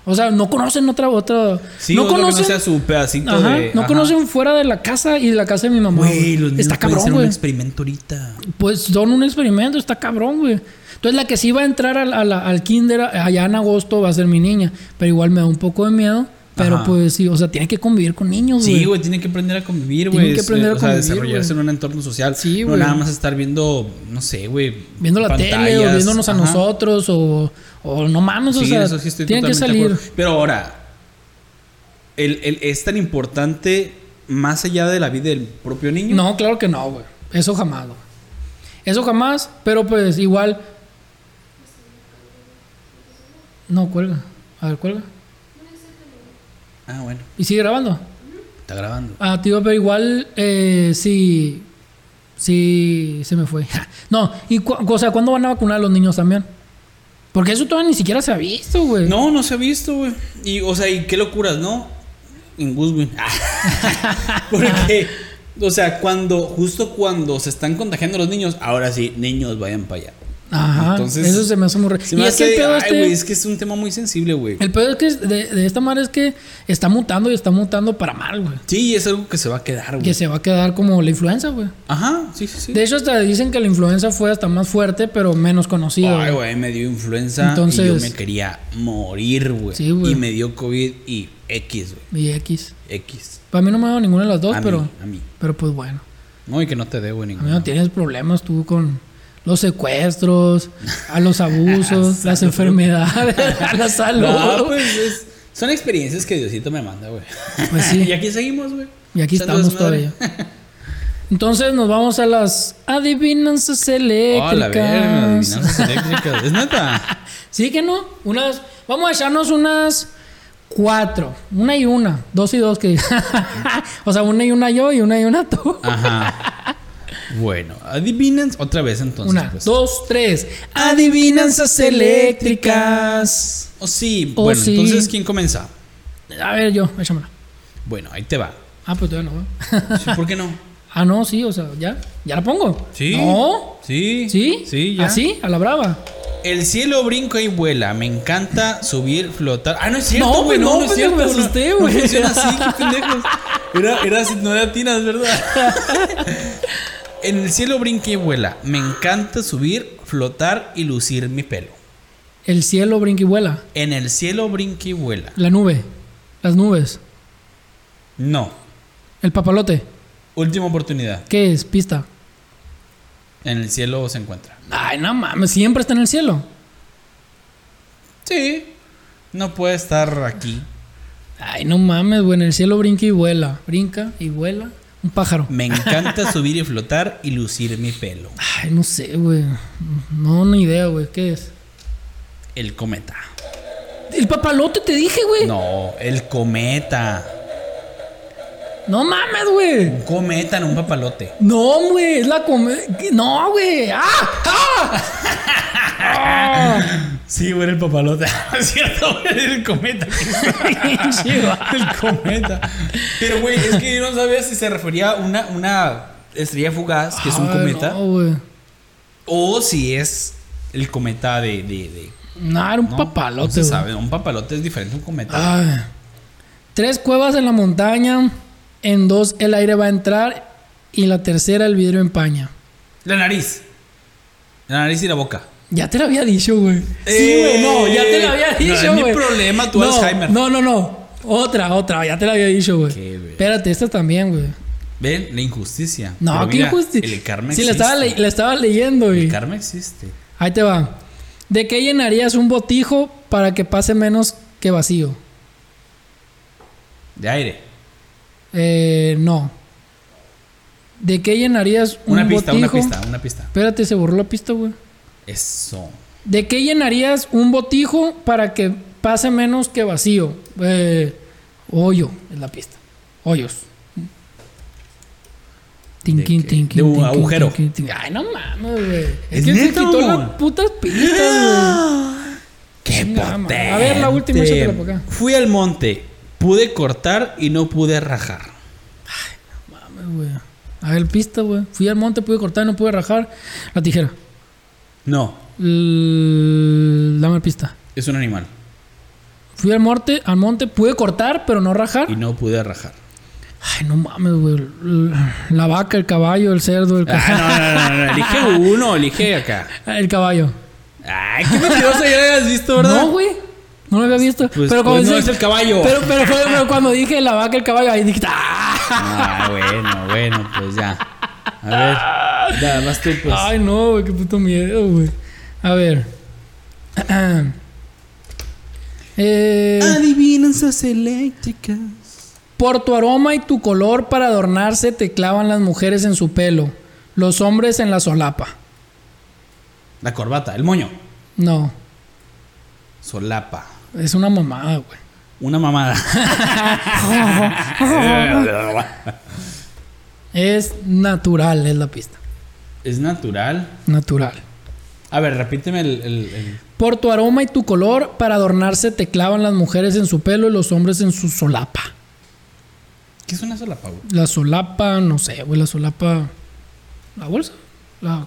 [SPEAKER 1] O sea, no conocen otra, otra.
[SPEAKER 2] Sí,
[SPEAKER 1] no
[SPEAKER 2] otro que
[SPEAKER 1] conocen.
[SPEAKER 2] No sea su pedacito
[SPEAKER 1] Ajá,
[SPEAKER 2] de.
[SPEAKER 1] no
[SPEAKER 2] ajá.
[SPEAKER 1] conocen fuera de la casa y de la casa de mi mamá.
[SPEAKER 2] Güey,
[SPEAKER 1] güey.
[SPEAKER 2] los niños
[SPEAKER 1] Está
[SPEAKER 2] pueden hacer
[SPEAKER 1] cabrón,
[SPEAKER 2] un
[SPEAKER 1] güey.
[SPEAKER 2] experimento ahorita.
[SPEAKER 1] Pues son un experimento, está cabrón, güey. Entonces la que sí va a entrar al, al- al kinder allá en agosto va a ser mi niña. Pero igual me da un poco de miedo. Pero
[SPEAKER 2] Ajá.
[SPEAKER 1] pues sí, o sea, tiene que convivir con niños, güey.
[SPEAKER 2] Sí, güey, tienen que aprender a convivir, güey.
[SPEAKER 1] Tienen que
[SPEAKER 2] Es,
[SPEAKER 1] aprender a
[SPEAKER 2] o sea,
[SPEAKER 1] convivir,
[SPEAKER 2] desarrollarse
[SPEAKER 1] güey.
[SPEAKER 2] en un entorno social.
[SPEAKER 1] Sí,
[SPEAKER 2] No
[SPEAKER 1] güey.
[SPEAKER 2] nada más estar viendo, no sé, güey.
[SPEAKER 1] Viendo la tele o
[SPEAKER 2] pantallas,
[SPEAKER 1] viéndonos a
[SPEAKER 2] ajá.
[SPEAKER 1] nosotros o, o no mames, o
[SPEAKER 2] Sí,
[SPEAKER 1] sea,
[SPEAKER 2] eso sí estoy
[SPEAKER 1] tienen que
[SPEAKER 2] totalmente de
[SPEAKER 1] salir.
[SPEAKER 2] acuerdo. Pero ahora, el, el- es tan importante más allá de la vida del propio niño.
[SPEAKER 1] No, claro que no, güey. Eso jamás, güey. Eso jamás, pero pues igual. No, cuelga. A ver, cuelga.
[SPEAKER 2] Ah, bueno,
[SPEAKER 1] ¿Y sigue grabando?
[SPEAKER 2] está grabando.
[SPEAKER 1] Ah, tío, pero igual, eh, sí. Sí, se me fue. no, y cu- o sea, ¿cuándo van a vacunar a los niños también? Porque eso todavía ni siquiera se ha visto, güey.
[SPEAKER 2] No, no se ha visto, güey. Y, o sea, y qué locuras, ¿no? En Goodwin. Porque, o sea, cuando, justo cuando se están contagiando los niños, ahora sí, niños, vayan para allá.
[SPEAKER 1] Ajá.
[SPEAKER 2] Entonces,
[SPEAKER 1] eso se me hace muy re-
[SPEAKER 2] Se
[SPEAKER 1] Y
[SPEAKER 2] me
[SPEAKER 1] es que
[SPEAKER 2] hace-
[SPEAKER 1] el pedo
[SPEAKER 2] ay,
[SPEAKER 1] este.
[SPEAKER 2] güey, es que es un tema muy sensible, güey.
[SPEAKER 1] El peor es que de, de esta madre es que está mutando y está mutando para mal, güey.
[SPEAKER 2] Sí, es algo que se va a quedar,
[SPEAKER 1] Que
[SPEAKER 2] güey.
[SPEAKER 1] se va a quedar como la influenza, güey.
[SPEAKER 2] Ajá, sí, sí, sí.
[SPEAKER 1] De hecho, hasta dicen que la influenza fue hasta más fuerte, pero menos conocida. güey.
[SPEAKER 2] Ay, güey, me dio influenza y yo
[SPEAKER 1] Entonces-
[SPEAKER 2] me quería morir, güey.
[SPEAKER 1] Sí, güey.
[SPEAKER 2] Y me dio COVID y X, güey.
[SPEAKER 1] Y X.
[SPEAKER 2] X.
[SPEAKER 1] Para mí no me ha dado ninguna de las dos,
[SPEAKER 2] a
[SPEAKER 1] pero,
[SPEAKER 2] mí, a mí.
[SPEAKER 1] pero pues bueno.
[SPEAKER 2] No, y que no te dé, güey,
[SPEAKER 1] A mí no
[SPEAKER 2] ninguna.
[SPEAKER 1] tienes problemas tú con los secuestros, a los abusos, las enfermedades, a la salud.
[SPEAKER 2] No, pues es- son experiencias que Diosito me manda, güey.
[SPEAKER 1] Pues sí.
[SPEAKER 2] y aquí seguimos, güey.
[SPEAKER 1] Y aquí
[SPEAKER 2] Echando
[SPEAKER 1] estamos
[SPEAKER 2] desmadre.
[SPEAKER 1] todavía. Entonces nos vamos a las adivinanzas
[SPEAKER 2] Oh, la verga,
[SPEAKER 1] eléctricas.
[SPEAKER 2] adivinanzas eléctricas. Es neta.
[SPEAKER 1] Sí que no, unas, vamos a echarnos unas cuatro, una y una, dos y dos que o sea, una y una yo y una y una tú.
[SPEAKER 2] Ajá. Bueno, adivinan otra vez entonces.
[SPEAKER 1] una,
[SPEAKER 2] pues.
[SPEAKER 1] dos, tres, adivinanzas eléctricas.
[SPEAKER 2] Oh, sí.
[SPEAKER 1] Oh,
[SPEAKER 2] bueno,
[SPEAKER 1] sí.
[SPEAKER 2] entonces, ¿quién comienza?
[SPEAKER 1] A ver yo, échamela.
[SPEAKER 2] Bueno, ahí te va.
[SPEAKER 1] Ah, pues todavía no. ¿eh?
[SPEAKER 2] Sí, ¿Por qué no?
[SPEAKER 1] ah, no, sí, o sea, ya, ya la pongo.
[SPEAKER 2] Sí.
[SPEAKER 1] No.
[SPEAKER 2] Sí.
[SPEAKER 1] ¿Sí?
[SPEAKER 2] Sí, ya.
[SPEAKER 1] ¿Así? A la brava.
[SPEAKER 2] El cielo brinca y vuela. Me encanta subir, flotar. Ah, no es cierto,
[SPEAKER 1] No,
[SPEAKER 2] güey.
[SPEAKER 1] güey,
[SPEAKER 2] No,
[SPEAKER 1] no,
[SPEAKER 2] no, es
[SPEAKER 1] pendejo,
[SPEAKER 2] cierto.
[SPEAKER 1] me
[SPEAKER 2] no-
[SPEAKER 1] asusté,
[SPEAKER 2] no
[SPEAKER 1] güey.
[SPEAKER 2] funciona así, qué pendejos. Era, era así, no era tinas, ¿verdad? En el cielo brinca y vuela. Me encanta subir, flotar y lucir mi pelo.
[SPEAKER 1] El cielo brinca y vuela.
[SPEAKER 2] En el cielo brinca y vuela.
[SPEAKER 1] La nube. Las nubes.
[SPEAKER 2] No.
[SPEAKER 1] El papalote.
[SPEAKER 2] Última oportunidad.
[SPEAKER 1] ¿Qué es? Pista.
[SPEAKER 2] En el cielo se encuentra.
[SPEAKER 1] Ay, no mames, siempre está en el cielo.
[SPEAKER 2] Sí. No puede estar aquí.
[SPEAKER 1] Ay, no mames, güey. En el cielo brinca y vuela. Brinca y vuela. Un pájaro.
[SPEAKER 2] Me encanta subir y flotar y lucir mi pelo.
[SPEAKER 1] Ay, no sé, güey. No, ni idea, güey. ¿Qué es?
[SPEAKER 2] El cometa.
[SPEAKER 1] El papalote te dije, güey. No,
[SPEAKER 2] No, el cometa.
[SPEAKER 1] mames, güey.
[SPEAKER 2] Un cometa en un papalote.
[SPEAKER 1] No, güey. Es la come... ¿Qué? No, güey. ¡Ah! ¡Ah!
[SPEAKER 2] Sí, güey, el papalote. Ah, Es cierto, güey, era el cometa.
[SPEAKER 1] Pinche va-
[SPEAKER 2] El cometa. Pero, güey, es que
[SPEAKER 1] Ah,
[SPEAKER 2] yo no sabía si se refería a una, una estrella fugaz, que es un
[SPEAKER 1] Ay,
[SPEAKER 2] cometa.
[SPEAKER 1] No, güey.
[SPEAKER 2] O si es el cometa de. de, de-
[SPEAKER 1] No, era un
[SPEAKER 2] no,
[SPEAKER 1] papalote,
[SPEAKER 2] No se
[SPEAKER 1] güey.
[SPEAKER 2] sabe. Un papalote es diferente a un cometa.
[SPEAKER 1] Ay. Tres cuevas en la montaña. En dos el aire va a entrar. Y la tercera el vidrio empaña.
[SPEAKER 2] La nariz. La nariz y la boca.
[SPEAKER 1] Ya te lo había dicho, güey. Sí,
[SPEAKER 2] Eh,
[SPEAKER 1] güey, no, ya te lo había
[SPEAKER 2] no,
[SPEAKER 1] dicho,
[SPEAKER 2] es mi
[SPEAKER 1] güey.
[SPEAKER 2] problema, tu
[SPEAKER 1] no,
[SPEAKER 2] Alzheimer.
[SPEAKER 1] No, no, no. Otra, otra, ya te la había dicho, güey.
[SPEAKER 2] Qué ver-
[SPEAKER 1] Espérate, esta también, güey.
[SPEAKER 2] Ven, la injusticia.
[SPEAKER 1] No,
[SPEAKER 2] Pero
[SPEAKER 1] qué
[SPEAKER 2] mira,
[SPEAKER 1] injusticia.
[SPEAKER 2] El karma
[SPEAKER 1] Sí, la
[SPEAKER 2] existe.
[SPEAKER 1] estaba, le- la estaba leyendo,
[SPEAKER 2] El
[SPEAKER 1] güey.
[SPEAKER 2] karma existe.
[SPEAKER 1] Ahí te va. ¿De qué llenarías un botijo para que pase menos que vacío?
[SPEAKER 2] De aire.
[SPEAKER 1] Eh, no. ¿De qué llenarías un
[SPEAKER 2] Una pista,
[SPEAKER 1] botijo?
[SPEAKER 2] una pista, una pista.
[SPEAKER 1] Espérate, se borró la pista, güey.
[SPEAKER 2] Eso.
[SPEAKER 1] ¿De qué llenarías un botijo para que pase menos que vacío? Eh, hoyo es la pista. Hoyos. Tinquín,
[SPEAKER 2] qué?
[SPEAKER 1] tinquín,
[SPEAKER 2] De un
[SPEAKER 1] tinquín,
[SPEAKER 2] agujero.
[SPEAKER 1] tinquín, tinquín. Ay, no mames, güey. Es,
[SPEAKER 2] ¿Es
[SPEAKER 1] que se
[SPEAKER 2] neta, ¡Ah!
[SPEAKER 1] quitó
[SPEAKER 2] mamón?
[SPEAKER 1] las putas pistas,
[SPEAKER 2] ¡Qué
[SPEAKER 1] No, mamá.
[SPEAKER 2] potente!
[SPEAKER 1] A ver, la última, échatela por acá.
[SPEAKER 2] Fui al monte, pude cortar y no pude rajar.
[SPEAKER 1] güey. Mames, güey. A ver, pista, güey. Fui al monte, pude cortar, no pude rajar. La tijera.
[SPEAKER 2] No,
[SPEAKER 1] L- Dame la pista.
[SPEAKER 2] es un animal.
[SPEAKER 1] Fui al monte, al monte, pude cortar, pero no rajar.
[SPEAKER 2] Y no pude rajar.
[SPEAKER 1] Ay, no mames, güey. L- La vaca, el caballo, el cerdo, el
[SPEAKER 2] Ah,
[SPEAKER 1] cajón.
[SPEAKER 2] no, no, no, no, no. Elige uno, elige acá.
[SPEAKER 1] El caballo.
[SPEAKER 2] Ay, qué mentiroso ya lo habías visto, ¿verdad?
[SPEAKER 1] No, güey. No lo había visto.
[SPEAKER 2] Pues,
[SPEAKER 1] pero cuando
[SPEAKER 2] pues, no
[SPEAKER 1] dice-
[SPEAKER 2] es el caballo.
[SPEAKER 1] Pero, pero fue- pero cuando dije la vaca, el caballo, ahí dije. ¡Ah!
[SPEAKER 2] Ah, bueno, bueno, pues ya. A ver, ya, vas tú, pues.
[SPEAKER 1] Ay, no, güey, qué puto miedo, güey. A ver. Eh,
[SPEAKER 3] Adivinanzas eléctricas.
[SPEAKER 1] por tu aroma y tu color para adornarse te clavan las mujeres en su pelo, los hombres en la solapa.
[SPEAKER 2] La corbata, el moño.
[SPEAKER 1] No,
[SPEAKER 2] Solapa.
[SPEAKER 1] es una mamada, güey.
[SPEAKER 2] Una mamada.
[SPEAKER 1] Es natural, es la pista.
[SPEAKER 2] es natural.
[SPEAKER 1] Natural.
[SPEAKER 2] A ver, repíteme el- el- el...
[SPEAKER 1] Por tu aroma y tu color, para adornarse te clavan las mujeres en su pelo y los hombres en su solapa.
[SPEAKER 2] ¿Qué es una solapa, güey?
[SPEAKER 1] La solapa, no sé, güey, la solapa. ¿La bolsa? ¿La.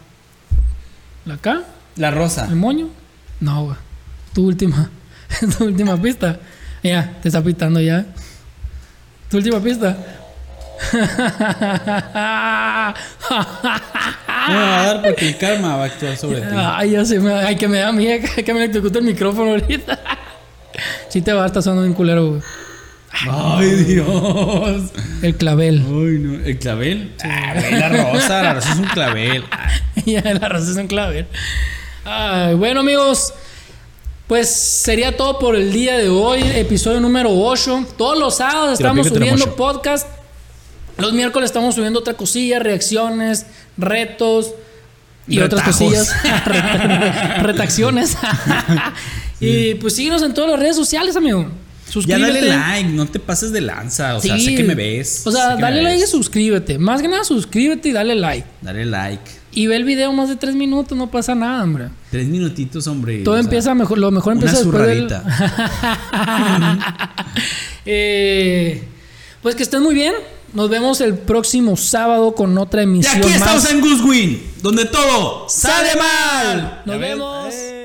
[SPEAKER 1] ¿La acá?
[SPEAKER 2] La rosa.
[SPEAKER 1] ¿El moño? No, güey. Tu última. tu última pista. Ya, te está pitando ya. Tu última pista.
[SPEAKER 2] No me va a dar porque el karma va a actuar sobre ti.
[SPEAKER 1] Ay, ya se me. Ay, que me da miedo que me electrocute el micrófono ahorita. Sí te va a estar sonando bien culero, güey.
[SPEAKER 2] Ay, Dios.
[SPEAKER 1] El clavel.
[SPEAKER 2] Ay, no. ¿El clavel? Ah, güey, la rosa. La rosa es un clavel. Ah,
[SPEAKER 1] Ya, la raza es un clavel. Ay, bueno, amigos. Pues sería todo por el día de hoy. Episodio número 8. Todos los sábados
[SPEAKER 2] Tira
[SPEAKER 1] estamos
[SPEAKER 2] pico, tira
[SPEAKER 1] subiendo
[SPEAKER 2] mocho.
[SPEAKER 1] podcast. Los miércoles estamos subiendo otra cosilla, reacciones, retos y otras
[SPEAKER 2] Retajos.
[SPEAKER 1] cosillas. Reta- Retacciones. y pues síguenos en todas las redes sociales, amigo.
[SPEAKER 2] Ya
[SPEAKER 1] Suscríbete.
[SPEAKER 2] dale like, no te pases de lanza. O sea,
[SPEAKER 1] Sí.
[SPEAKER 2] sé que me ves.
[SPEAKER 1] O
[SPEAKER 2] sé
[SPEAKER 1] sea,
[SPEAKER 2] que
[SPEAKER 1] dale
[SPEAKER 2] me
[SPEAKER 1] like y
[SPEAKER 2] ves.
[SPEAKER 1] suscríbete. Más que nada, suscríbete y dale like.
[SPEAKER 2] Dale like.
[SPEAKER 1] Y ve el video más de tres minutos, no pasa nada, hombre.
[SPEAKER 2] Tres minutitos, hombre.
[SPEAKER 1] Todo
[SPEAKER 2] o sea,
[SPEAKER 1] empieza mejor, lo mejor
[SPEAKER 2] Una
[SPEAKER 1] empieza después del-
[SPEAKER 2] zurradita.
[SPEAKER 1] Eh, pues que estén muy bien. Nos vemos el próximo sábado con otra
[SPEAKER 2] Y
[SPEAKER 1] emisión
[SPEAKER 2] aquí
[SPEAKER 1] más.
[SPEAKER 2] estamos en Goosewin, donde todo sale mal.
[SPEAKER 1] Nos
[SPEAKER 2] Ya ves,
[SPEAKER 1] vemos.
[SPEAKER 2] eh.